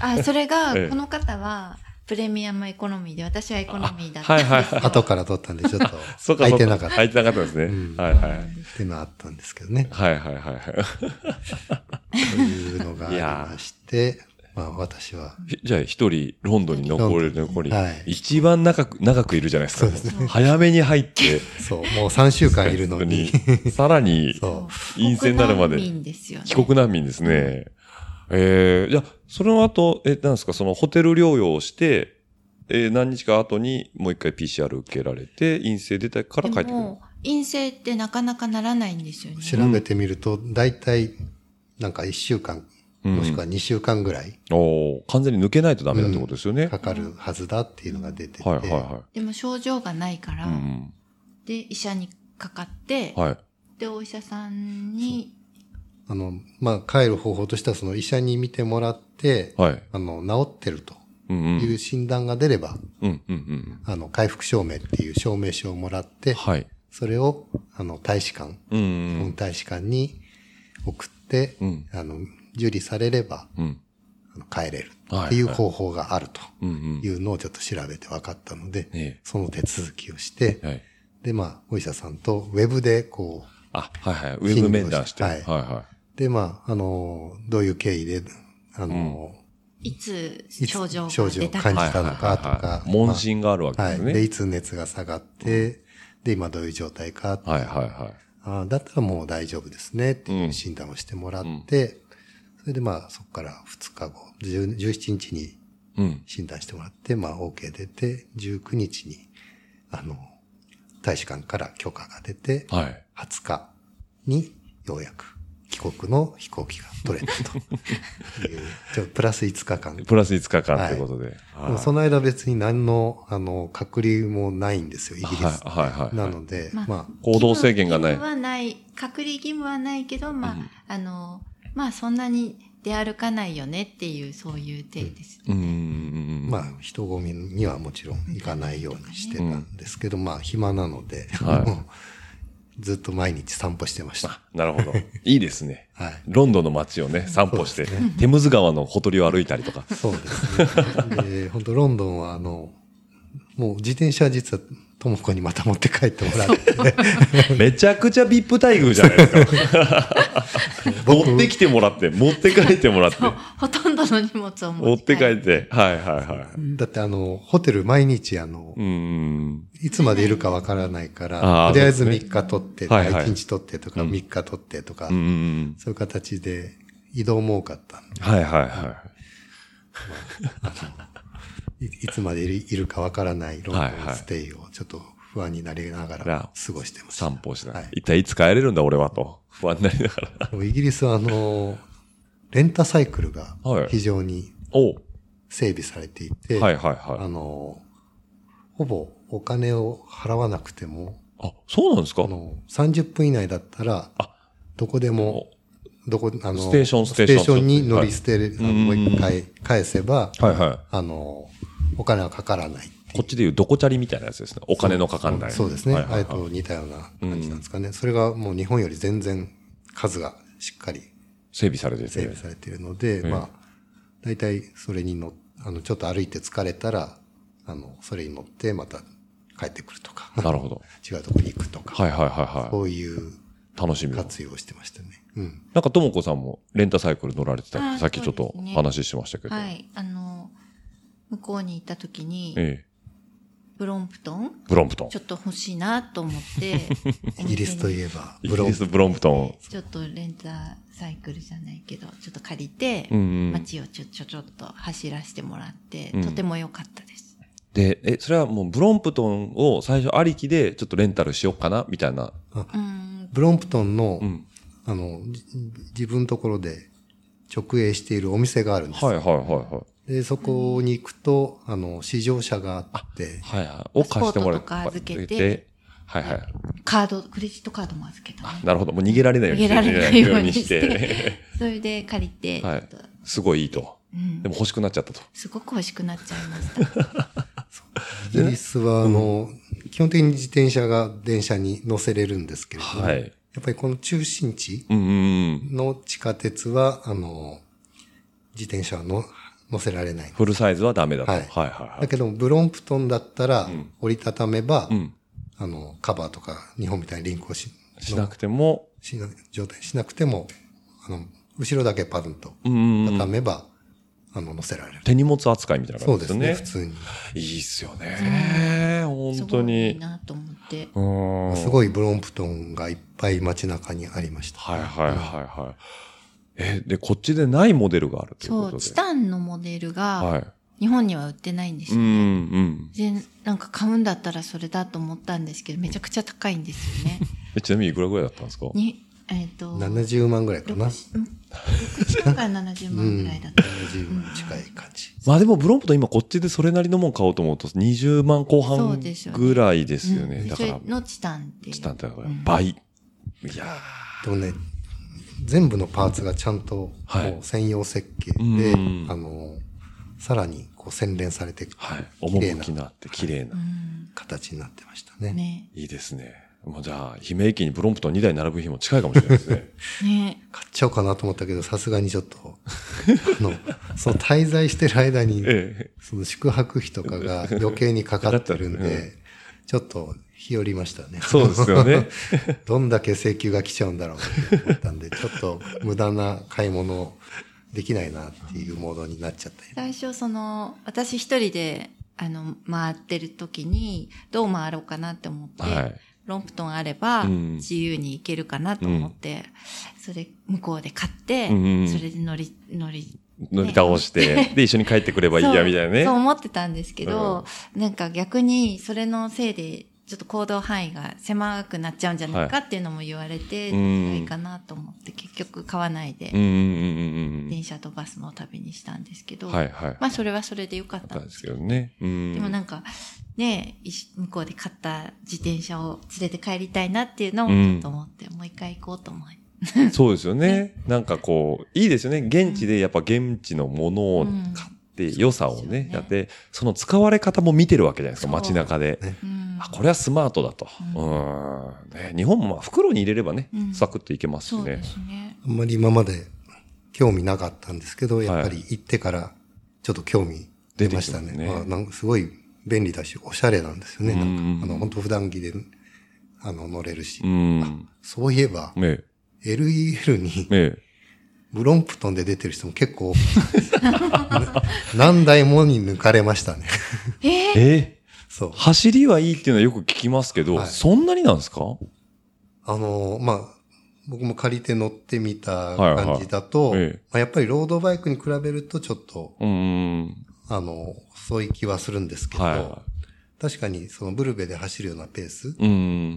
S5: あ、それが
S2: ええ
S5: この方は、プレミアムエコノミーで、私はエコノミーだった
S2: は
S5: ん
S2: い
S5: ですよ。
S2: はいはい。
S4: 後から取ったんでちょっと
S2: そうか
S4: 空
S2: そう
S4: いて
S2: か
S4: なかった
S2: 空
S4: っ
S2: いてなかったですね。
S4: ん
S2: はいはい。
S4: ていうのはあったんですけどね。
S2: はいはいはいは
S4: というのがありまして、まあ私は、
S2: い。じゃあ一人ロンドンに残る残り、
S4: はい
S2: 一番長く、長くいるじゃないですか。
S4: そうですね
S2: 早めに入って、
S4: そう、もう3週間いるのに、
S2: さらに
S4: そ
S2: 陰性になるまで。
S5: 国難民ですよね。
S2: 帰国難民ですね。えー、じゃあ、その後、え、なんですか、そのホテル療養をして、えー何日か後にもう一回 PCR 受けられて、陰性出たから帰って
S5: で
S2: くる。
S5: も、陰性ってなかなかならないんですよね。
S4: う、調べてみると、大体、なんか1週間、
S2: うん
S4: もしくは2週間ぐらい
S2: おー完全に抜けないとダメだってことですよね。
S4: かかるはずだっていうのが出てて、
S2: はいはいは
S5: でも症状がないから、
S2: い。うん
S5: で、医者にかかって、
S2: うん。はい。
S5: で、お医者さんに、
S4: あの、まあ帰る方法としては、その医者に診てもらって、
S2: はい。
S4: あの、治ってると
S2: うんう
S4: い
S2: ん。
S4: う診断が出れば、
S2: うんうんうん。
S4: あの、回復証明っていう証明書をもらって、
S2: はい。
S4: それを、あの、大使館、
S2: うん
S4: 日
S2: う
S4: 本
S2: ん。
S4: 大使館に送って、
S2: うん
S4: あの、受理されれば、
S2: うん。
S4: あの帰れる
S2: はい
S4: っていう方法があると
S2: うんうん。
S4: いうのをちょっと調べて分かったので、
S2: え
S4: その手続きをして、
S2: え。はい。
S4: で、まあ、お医者さんとウェブでこう、
S2: あ、はいはい。ウェブ面談して。は
S4: はいい
S2: は
S4: で、まあ、あの、どういう経緯で、あの、
S5: いつ
S4: いつ
S5: 症状
S4: 症
S5: が
S4: 状
S5: 出
S4: を
S5: た
S4: 感
S5: か
S2: い。は
S4: じ
S2: い
S4: たのかと
S2: はいはい
S4: か
S2: は、い問診があるわけ
S4: ま
S2: で
S4: あはい。
S2: す
S4: で、
S2: ね。
S4: いつ熱が下がって、で、今どういう状態か、
S2: はいはいはい。
S4: あーだったらもう大丈夫ですねっていう診断をしてもらって、それでまあ、そこから2日後、10 17日に
S2: うん。
S4: 診断してもらって、まあ、OK 出て、19日に、あの、大使館から許可が出て、
S2: はい。
S4: 20日にようやく帰国の飛行機が取れた という、ちょプラス5日間。
S2: プラス5日間ということで。はい
S4: もうその間別に何の、あの、隔離もないんですよ、イギリス。
S2: はいはいはい。
S4: なので、
S5: まあ
S4: まあ、
S2: 行動制限がない
S5: 義。務はない。隔離義務はないけど、まあ、
S2: うん
S5: あの、まあそんなに出歩かないよねっていう、そういう体です。
S2: うんうんうん。
S4: まあ、人混みにはもちろん行かないようにしてたんですけど、まあ、暇なので、
S2: はい
S4: もうずっと毎日散歩してました。
S2: なるほ ど。いいですね。
S4: はい。
S2: ロンドンの街をね、散歩して、テムズ川のほとりを歩いたりとか。
S4: そうですね。 で、本当ロンドンはあの、もう自転車は実はともこにまた持って帰ってもらって、
S2: めちゃくちゃ VIP 待遇じゃない ですか。持ってきてもらって、持って帰ってもらって、
S5: そうほとんどの荷物を
S2: 持
S5: 持
S2: っ
S5: ってて
S2: 帰
S5: 帰
S2: っ
S5: る。
S2: て。はいはいはい。
S4: だってあの、ホテル毎日あの
S2: う、ん。
S4: いつまでいるかわからないから、
S2: あー
S4: とりあえず
S2: そうですね
S4: 3日取って、
S2: はいはい
S4: 1日取ってとか、3日取ってとか、
S2: うんうん。
S4: そういう形で移動も多かったんで
S2: はいはいはい
S4: いつまでいるいるかわからないロンド
S2: はい
S4: ン
S2: は
S4: の
S2: い
S4: ステイをちょっと不安になりなが
S2: い。ら
S4: ら、過ごしてました。
S2: 散歩をしながら
S4: はい
S2: 一体いつ帰れるんだ俺はと。不安になりながら。
S4: でもイギリスはあの、レンタサイクルが
S2: はい
S4: 非常に
S2: おう
S4: 整備されていて、
S2: はいはいは
S4: あ
S2: い。
S4: の、ほぼお金を払わなくても、
S2: あ、そうなんですか
S4: あの、30分以内だったら
S2: あ、
S4: どこでも、どこ、あの、
S2: ステーションステーション
S4: に乗り捨てる、あの
S2: うん
S4: もう一回返せば、
S2: はいはい。
S4: あの、お金はかからないってい
S2: こ
S4: う。
S2: っちでいうどこチャリみたいなやつですね。お金のかかんない。
S4: そうそうですね。
S2: はいは
S4: あ
S2: い
S4: れ
S2: はい
S4: と似たような感じなんですかね。それがもう日本より全然数がしっかり
S2: 整備されて
S4: 整
S2: て
S4: 備。されているので、まあ、大体それに乗っあの、ちょっと歩いて疲れたら、あの、それに乗ってまた帰ってくるとか。
S2: なるほど。
S4: 違うとこに行くとか、
S2: はいはいはい
S4: こ
S2: は
S4: ういう
S2: い。楽しみだ。
S4: 活用をしてましたね。うん。
S2: なんかともこさんもレンタサイクル乗られてたっ
S5: あ
S2: てさっきちょっと
S5: そうですね
S2: 話しましたけど。
S5: はい。あの、向こうに行った時に、
S2: ええ。
S5: ブロンプトン
S2: ブロンプトン
S5: ちょ。っと欲しいなと思って、
S4: イギリスとい
S5: え
S4: えば、
S2: イ
S4: ブ
S2: ギ
S4: ロ
S2: リ
S4: ン
S2: スブロンプトン。
S5: ちょっとレンタサイクルじゃないけど、ちょっと借りて、
S2: うんうん。
S5: 街をちょちょちょっと走らせてもらって、
S2: うん
S5: とても良かったです。
S2: で、え、それはもうブロンプトンを最初ありきでちょっとレンタルしようかなみたいな。
S5: うーん。
S4: ブロンプトンの、
S2: うん。
S4: あの、じ自分のところで直営しているお店があるんですよ。
S2: はいはいはいは
S4: で、そこに行くと、あの、試乗車があって
S2: い。、はいはい。を貸してもら
S5: パスポートとか預けて
S2: 預けはいはい。
S5: カード、クレジットカードも預けたのね、
S2: なるほど。もう逃げられないように
S5: 逃げられないように
S2: 逃げられないように して。
S5: それで借りて、
S2: はい
S5: ちょっと
S2: すごいいいと。
S5: うん
S2: でも欲しくなっちゃったと。
S5: すごく欲しくなっちゃいました。
S4: イギリスは、あの、基本的に自転車が電車に乗せれるんですけれども、
S2: はい
S4: やっぱりこの中心地
S2: うんうんうん。
S4: の地下鉄は、あの、自転車はの乗せられない。
S2: フルサイズはダメだと。は
S4: はいい
S2: はいは
S4: だ
S2: い。
S4: けど、ブロンプトンだったら、折りたためば、
S2: うん。
S4: あの、カバーとか、日本みたいにリンクをし
S2: しなくても、
S4: しな状態しなくても、あの、後ろだけパズンと
S2: うんうんうん。
S4: 畳めば、あの、乗せられる。
S2: 手荷物扱いみたいな
S4: そ
S2: 感
S4: う
S2: じ
S4: で
S2: です
S4: す
S2: ね。
S4: ね、普通に。
S2: いいっすよね。本当
S5: すごい
S2: に。
S5: なと思って。
S2: うーん。
S4: すごいブロンプトンがいっぱい街中にありました。
S2: はいはいはいはい。え、で、こっちでないモデルがあるというこ
S5: そ
S2: と
S5: う、
S2: で。
S5: チタンのモデル
S2: は
S5: が、
S2: い。
S5: 日本には売ってないんです
S2: うん
S5: よ。
S2: うん。
S5: で、なんか買うんだったらそれだと思ったんですけど、めちゃくちゃ高いんです よね。
S2: えちなみにいくらぐらいだったんですか
S5: に、えっ、と、
S4: 70万ぐらいかな。
S5: 60から70万ぐらいだった。
S4: 70万近い感じ。
S2: まあでもブロンプトン今こっちでそれなりのもん買おうと思うと20万後
S5: そ
S2: 半
S5: うですよね
S2: ぐらいですよ
S5: う
S2: ね。
S5: ん
S2: だ
S5: そ
S2: か
S5: れ
S2: ら、
S5: のチタンっていう。
S2: チタンってだから倍。いや
S4: でもね、全部のパーツがちゃんとも
S2: はいう
S4: 専用設計
S2: うん
S4: で、
S2: うん
S4: あの、さらにこう洗練されていく
S2: ーはい。
S4: 綺麗な
S2: 趣があって綺麗な
S5: う。ん。
S4: 形になってましたね。
S5: ね。
S2: いいですね。もうじゃあ、姫駅にブロンプトン2台並ぶ日も近いかもしれないです ね。
S5: ね。
S4: 買っちゃおうかなと思ったけど、さすがにちょっと、あの、 その滞在してる間に、
S2: え
S4: その宿泊費とかが余計にかかってるん
S2: かかっ
S4: で、
S2: たう
S4: ちょっと日和りましたね。
S2: そうですよね。
S4: どんだけ請求が来ちゃうんだろうって思ったんで、ちょっと無駄な買い物できないなっていうモードになっちゃったり。
S5: 最初その、私一人で、あの、回ってる時に、どう回ろうかなって思って、
S2: はい
S5: ロンプトンあれば、
S2: うん
S5: 自由に行けるかなと思って、それ、向こうで買って、
S2: うんうん
S5: それで乗り、乗り、
S2: え乗り倒して、 で、一緒に帰ってくればいいや、みたいなね。
S5: そう思ってたんですけど、なんか逆にそれのせいで、ちょっと行動範囲が狭くなっちゃうんじゃないかっていうのも言われて、
S2: う
S5: ど
S2: ん
S5: うがいいかなと思って、結局買わないで
S2: うん、うんうんうんうん
S5: 電車とバスの旅にしたんですけど、
S2: はいはい。
S5: まあそれはそれでよかっ
S2: あ
S5: た
S2: っ
S5: ん
S2: たん
S5: で
S2: ですす
S5: け
S2: け
S5: ど、
S2: どね。うん。
S5: でもなんか、ねえ、一緒向こうで買った自転車を連れて帰りたいなっていうのを
S2: う
S5: ち
S2: ん
S5: ょっと思って、もう一回行こうと思い
S2: そうですよね。なんかこう、いいですよね。現地でやっぱ現地のものを買って、良さを
S5: そうです
S2: ね
S5: よね、
S2: やって、その使われ方も見てるわけじゃないですか、
S5: そう
S2: 街中で。
S5: うん
S2: あ、これはスマートだと。う。
S5: うん
S2: ね日本もまあ袋に入れればね
S5: う、ん
S2: サクッといけますし
S5: そうで
S2: ね。
S5: すね。
S4: あんまり今まで興味なかったんですけど、やっぱり行ってからちょっと興味出ましたね。
S2: 出てきてますね
S4: まあなんかすごい便利だし、おしゃれなんですよね。
S2: うん
S4: なんか、あの、本当普段着で、あの、乗れるし。
S2: うん。
S4: そういえば、
S2: ね
S4: LEL に
S2: え、ねえ。
S4: ブロンプトンで出てる人も結構、 何台もに抜かれましたね。
S5: えー
S2: え
S4: そう。
S2: 走りはいいっていうのはよく聞きますけど、
S4: はい
S2: そんなになんですか
S4: あのーまあ、僕も借りて乗ってみた
S2: はいはい
S4: 感じだと、
S2: ええ
S4: まあ、やっぱりロードバイクに比べるとちょっと、
S2: うーん。
S4: あの、遅い気はするんですけど、
S2: はいは
S4: 確かにそのブルベで走るようなペース、
S2: い。うー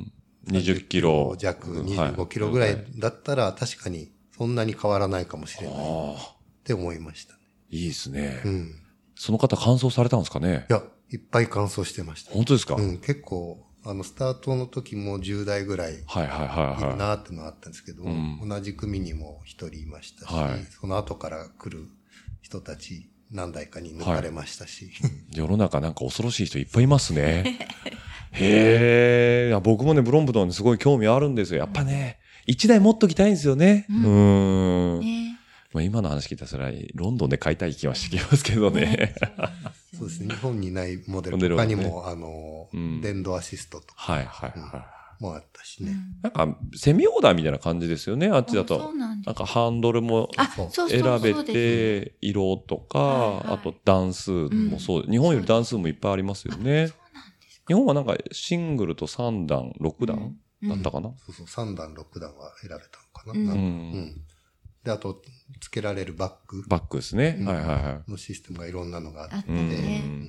S2: ん。20キロ。
S4: 弱、
S2: うん
S4: 25キロぐらいだったら、確かにそんなに変わらないかもしれないっ
S2: ああ、
S4: て思いましたね。
S2: いいですね。
S4: うん。
S2: その方完走されたんですかね
S4: いや、いっぱい乾燥してました。
S2: 本当ですか、
S4: うん、結構、あの、スタートの時も10台ぐらい
S2: はいはい
S4: い
S2: はい
S4: る
S2: は
S4: なーってのはあったんですけど、
S2: うん
S4: 同じ組にも一人いましたし、
S2: はい
S4: その後から来る人たち何台かに抜かれましたし、
S2: い。世の中なんか恐ろしい人いっぱいいますね。へえいや。僕もね、ブロンブドンにすごい興味あるんですよ。やっぱね、一台持っときたいんですよね。う
S5: うん
S2: ーん。
S5: ね
S2: まあ、今の話聞いたらそれはロンドンで買いたい気はしてきますけどね。
S4: そうですね、日本にないモデル
S2: モデル
S4: 他
S2: はね
S4: にも、あの、
S2: うん
S4: 電動アシストとか
S2: はいはいはい。
S4: もあったし
S5: う
S4: ね。
S5: ん
S2: なんか、セミオーダーみたいな感じですよね、あっちだ
S5: あそ
S2: と
S5: う。なんだ
S2: なんかハンドルも
S5: あ、そうそう
S2: 選
S5: そう
S2: べ
S5: です
S2: て、色と
S5: は
S2: か、
S5: いはい
S2: あと段数もそう、日本より段数もいっぱいありますよね。日本はなんかシングルと3段、6段
S5: うん
S2: だったかな、
S4: そうそう、3段、6段は選べたのかな。
S5: うん
S4: なんか
S2: うん
S4: うんで、あと、付けられるバッグ
S2: バックですね。
S4: うん
S2: はいはいは
S4: のシステムがいろんなのがあって
S5: あった
S2: い。うん
S5: ね
S2: う。
S4: うんん
S5: うん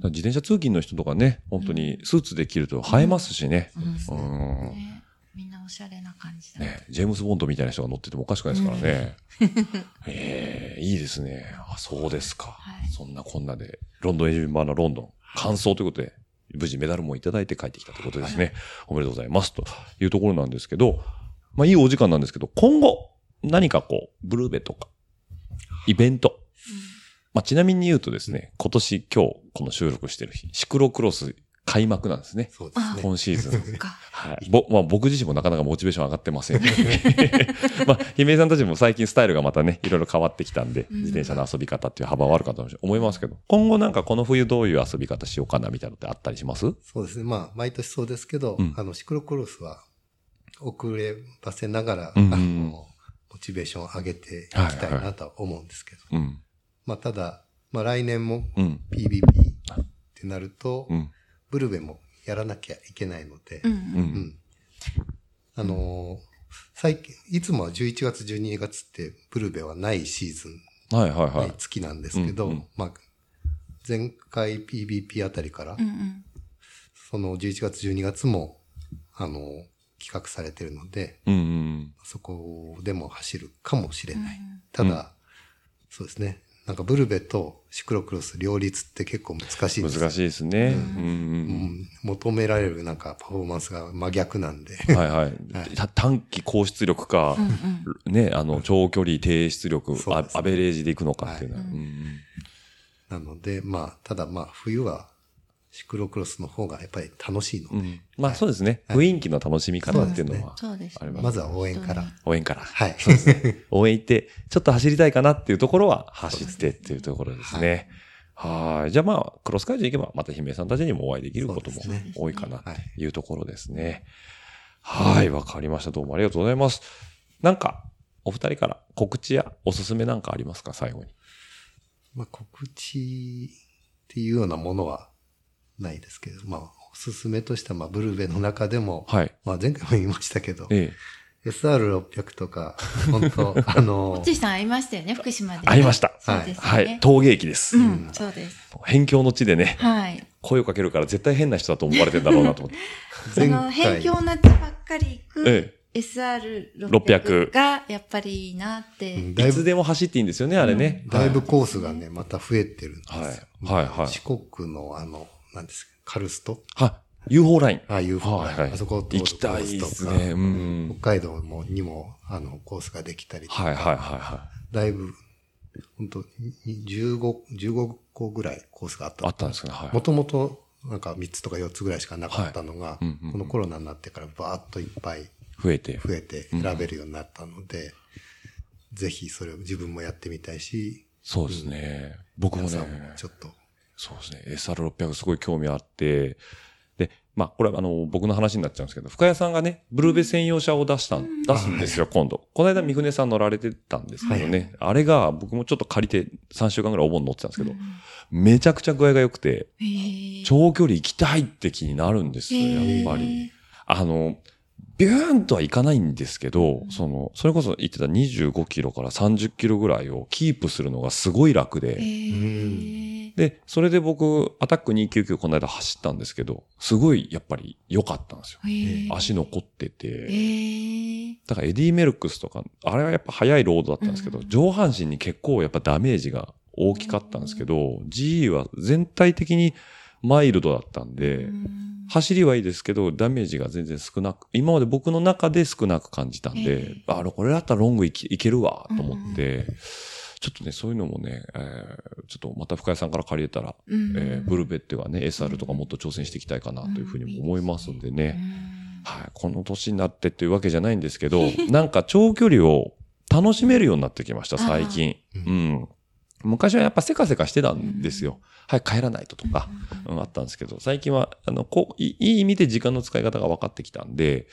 S2: 自転車通勤の人とかね、本当にスーツで着ると映えますしね。
S5: うん
S2: うん
S5: ねみんなおしゃれな感じだ。
S2: ね、ジェームズ・ボンドみたいな人が乗っててもおかしくないですからね。ええいいですね。あ、そうですか、
S5: はい
S2: そんなこんなで、ロンドンエジンバーのロンドン、完走ということで、無事メダルもいただいて帰ってきたということですね。おめでとうございます。というところなんですけど、まあいいお時間なんですけど、今後、何かこう、ブルーベとか、イベント。まあちなみに言うとですね、今年今日、この収録してる日、シクロクロス開幕なんですね。
S4: そうですね。
S2: 今シーズン。
S5: か。
S2: はい。ぼ、まあ僕自身もなかなかモチベーション上がってません。まあ、姫井さんたちも最近スタイルがまたね、いろいろ変わってきたんで、
S5: うん
S2: 自転車の遊び方っていう幅はあるかと思いますけど、今後なんかこの冬どういう遊び方しようかなみたいなのってあったりします
S4: そうですね。まあ、毎年そうですけど、
S2: うん
S4: あの、シクロクロスは、遅ればせながら、
S2: うんうん
S4: あの、モチベーションを上げていきたいなとは思うんですけど。
S2: うん。
S4: まあ、ただ、まあ、来年も
S2: うん。
S4: PBP ってなると、
S2: うん。
S4: ブルベもやらなきゃいけないので、
S5: う。
S2: うん。
S4: うんんあのー最近、いつもは11月、12月ってブルベはないシーズン、
S2: はいはいは
S4: ない
S2: い。
S4: 月なんですけど、
S2: うんうん
S4: まあ、前回 PBP あたりから、
S5: うんうん。
S4: その11月、12月も、あのー企画されてるので、
S2: うんうん。
S4: そこでも走るかもしれない。ただ、そうですね。なんかブルベとシクロクロス両立って結構難しいんです
S2: 難しいですね。うん
S4: う。ん求められるなんかパフォーマンスが真逆なんで。
S2: うんはいはい。た短期高出力か
S5: う、んうん。
S2: ね、あの、長距離低出力、
S4: そう
S2: あ
S4: ですね
S2: アベレージでいくのかっていうのは。
S5: はい
S2: うん
S4: なので、まあ、ただまあ、冬はシクロクロスの方がやっぱり楽しいの
S2: う
S4: で、
S2: ん。まあそうですね。雰囲気の楽しみ方っていうのは、
S5: そうです
S2: あれ
S5: ね。
S2: は
S4: まずは応援から。
S2: 応援から。
S4: はい。
S2: 応援行って、ちょっと走りたいかなっていうところは走ってっていうところですね。はい。じゃあまあ、クロス会場行けば、また姫井さんたちにもお会いできることも
S4: そうですね
S2: 多いかなって
S4: はい
S2: いうところですね。はい。わかりました。どうもありがとうございます。なんか、お二人から告知やおすすめなんかありますか最後に。
S4: まあ、告知っていうようなものはないですけど、まあ、おすすめとしては、まあ、ブルベの中でも、
S2: はい。
S4: まあ、前回も言いましたけど、
S2: ええ。
S4: SR600 とか、本当あの
S5: おち、いさん会いましたよね、福島で。
S2: 会いました
S5: そうですね。
S2: はい。陶芸機です。
S5: うん、そうです。
S2: 辺境の地でね、
S5: はい。
S2: 声をかけるから絶対変な人だと思われてんだろうなと思って。
S5: その、辺境な地ばっかり行く
S2: え
S5: SR600 がやっぱりいいなって。
S4: うんだ
S2: え。
S4: い
S2: いつ
S4: ぶ、
S2: でも走っていいんですよね、あれね。
S4: だいぶコースがね、また増えてるんですよ。
S2: はい。はい。はい。
S4: 四国のあの、なんですか、カルスト
S2: はい。UFO ライン。
S4: ああいう、
S2: はいはい
S4: あそこを通る
S2: 行きたいです
S4: コース
S2: ね。う
S4: とか
S2: ん。
S4: 北海道もにも、あの、コースができたりとか、
S2: はいはいはいは
S4: だいぶ、本当15、15個ぐらいコースがあっ
S2: い。あ
S4: た
S2: っ。たんですかね。はい。
S4: もともと、なんか3つとか4つぐらいしかなかったのが、
S2: いうんうんうん
S4: このコロナになってからバーッといっぱい
S2: 増えて。
S4: 増えて選べるようになったので、ぜひそれを自分もやってみたいし、
S2: そうですね。僕も
S4: 皆
S2: ね
S4: さん、もちょっと、
S2: そうですね。SR600 すごい興味あって、で、まあ、これはあの、僕の話になっちゃうんですけど、深谷さんがね、ブルーベ専用車を出したん、出すんですよ、今度。この間、三船さん乗られてたんですけどね、あれが僕もちょっと借りて3週間ぐらいお盆乗ってたんですけど、めちゃくちゃ具合が良くて、
S5: へー
S2: 長距離行きたいって気になるんですよ、やっぱり。。あの、ビューンとはいかないんですけど、その、それこそ言ってた25キロから30キロぐらいをキープするのがすごい楽
S5: へー
S2: で、
S5: へー
S2: で、それで僕、アタック299この間走ったんですけど、すごいやっぱり良かったんですよ。
S5: へー
S2: 足残って
S5: へ
S2: て、
S5: ー
S2: だからエディ・メルクスとか、あれはやっぱ速いロードだったんですけど、
S5: うん
S2: 上半身に結構やっぱダメージが大きかったんですけど、GE は全体的にマイルドだったんで、
S5: うん
S2: 走りはいいですけど、ダメージが全然少なく、今まで僕の中で少なく感じたんで、
S5: ええ
S2: あの、これだったらロングいけいけるわ、と思って、ちょっとね、そういうのもね、えーちょっとまた深谷さんから借りれたら、
S5: うん
S2: えーブルベっていうかね、SR とかもっと挑戦していきたいかなというふうにも思いますんでね、
S5: うん
S2: はい、この年になってっていうわけじゃないんですけど、 なんか長距離を楽しめるようになってきました、最近。う。
S4: うん
S2: 昔はやっぱせかせかしてたんですよ。早く帰らないととか、うんあったんですけど、最近は、あの、こう、いいい意味で時間の使い方が分かってきたんで、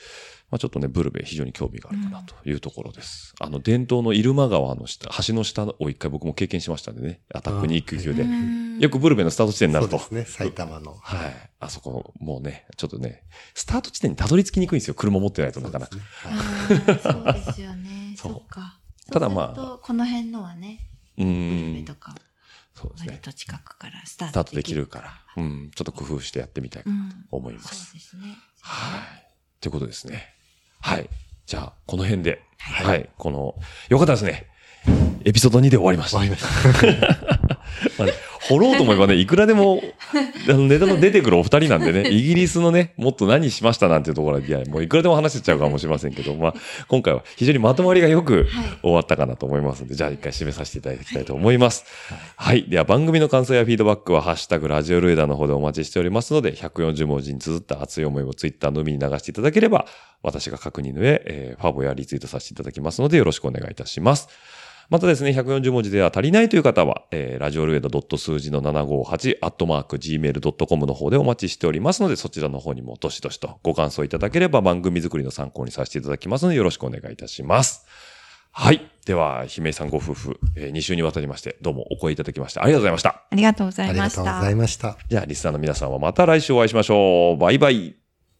S2: まあちょっとね、ブルベ非常に興味があるかなというところです。あの、伝統の入間川の下、橋の下を一回僕も経験しましたんでね、アタックに行く級で
S5: う。ん
S2: よくブルベのスタート地点にな
S4: そ
S2: る
S4: う
S2: と
S4: で。すね、埼玉の。
S2: はい。あそこ、もうね、ちょっとね、スタート地点にたどり着きにくいんですよ。車持ってないとなかなか。
S5: あーそうですよね。
S2: そう
S5: そうか。
S2: ただまあ
S5: そうするとこの辺のはね、
S2: う
S5: ブルベ
S2: ん
S5: と。か、
S2: そうです
S5: 割
S2: ね。
S5: と近くからスタ
S2: スター
S5: ー
S2: ト
S5: ト
S2: で
S5: で
S2: き
S5: き
S2: る
S5: る
S2: か
S5: からら。。
S2: うん。ちょっと工夫してやってみたい
S5: うん。
S2: と思いま
S5: そ
S2: す
S5: う。ですね。
S2: はい。ということですね。はい。じゃあ、この辺で。はい。この、よかったですね。エピソード2で終わりました。
S4: わかりました。
S2: まあね掘ろうと思えばね、いくらでも、あのネタの出てくるお二人なんでね、イギリスのね、もっと何しましたなんていうところは、いや、もういくらでも話せちゃうかもしれませんけど、まあ、今回は非常にまとまりがよく
S5: はい
S2: 終わったかなと思いますので、じゃあ一回締めさせていただきたいと思います。はい。では番組の感想やフィードバックは、ハッシュタグラジオルエダの方でお待ちしておりますので、140文字に綴った熱い思いをツイッターの海に流していただければ、私が確認の上、えーファボやリツイートさせていただきますので、よろしくお願いいたします。またですね、140文字では足りないという方は、えー、ラジオルエダ数字の758、アットマーク、gmail.com の方でお待ちしておりますので、そちらの方にもどしどしとご感想いただければ番組作りの参考にさせていただきますので、よろしくお願いいたします。はい。では、姫井さんご夫婦、え2週にわたりまして、どうもお声いただきましてありがとうございました。
S6: ありがとうござ
S4: あ
S6: い
S4: り
S6: ま
S4: が
S6: し
S4: とうご
S6: た
S4: ざ。いました。
S2: じゃあ、リスナーの皆さんはまた来週お会いしましょう。バイバイ。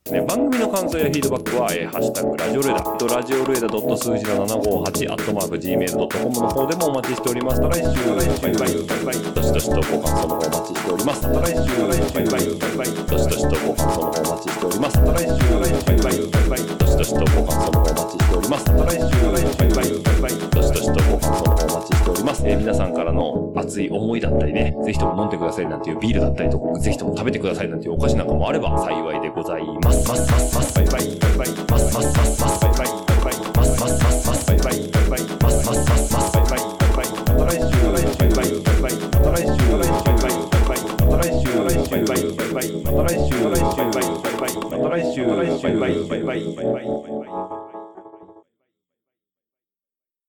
S2: ね、番組の感想やフィードバックは、えーハッシュタグラジオルエダ、えっとラジオルエダ数字の758、アットマーク、gmail.com の方でもお待ちしております。また来週、バイバイ、バイバイ、どしどしとご感想の方お待ちしております。また来週、バイバイ、バイバイ、どしどしとご感想の方お待ちしております。また来週、バイバイ、バイバイ、どしどしとご感想の方お待ちしております。また来週、バイバイ、バイバイ、どしどしとご感想の方お待ちしております。えー皆さんからの熱い思いだったりね、ぜひとも飲んでくださいなんていうビールだったりとか、ぜひとも食べてくださいなんていうお菓子なんかもあれば幸いでございます。ますますますバイバイバイバイますますますますバイバイバイバイますますますますバイバイバイバイますますますますバイバイバイバイまた来週バイバイバイバイまた来週バイバイバイバイまた来週バイバイバイバイまた来週バイバイバイバイまた来週バイバイバイバイバイバイバイバイ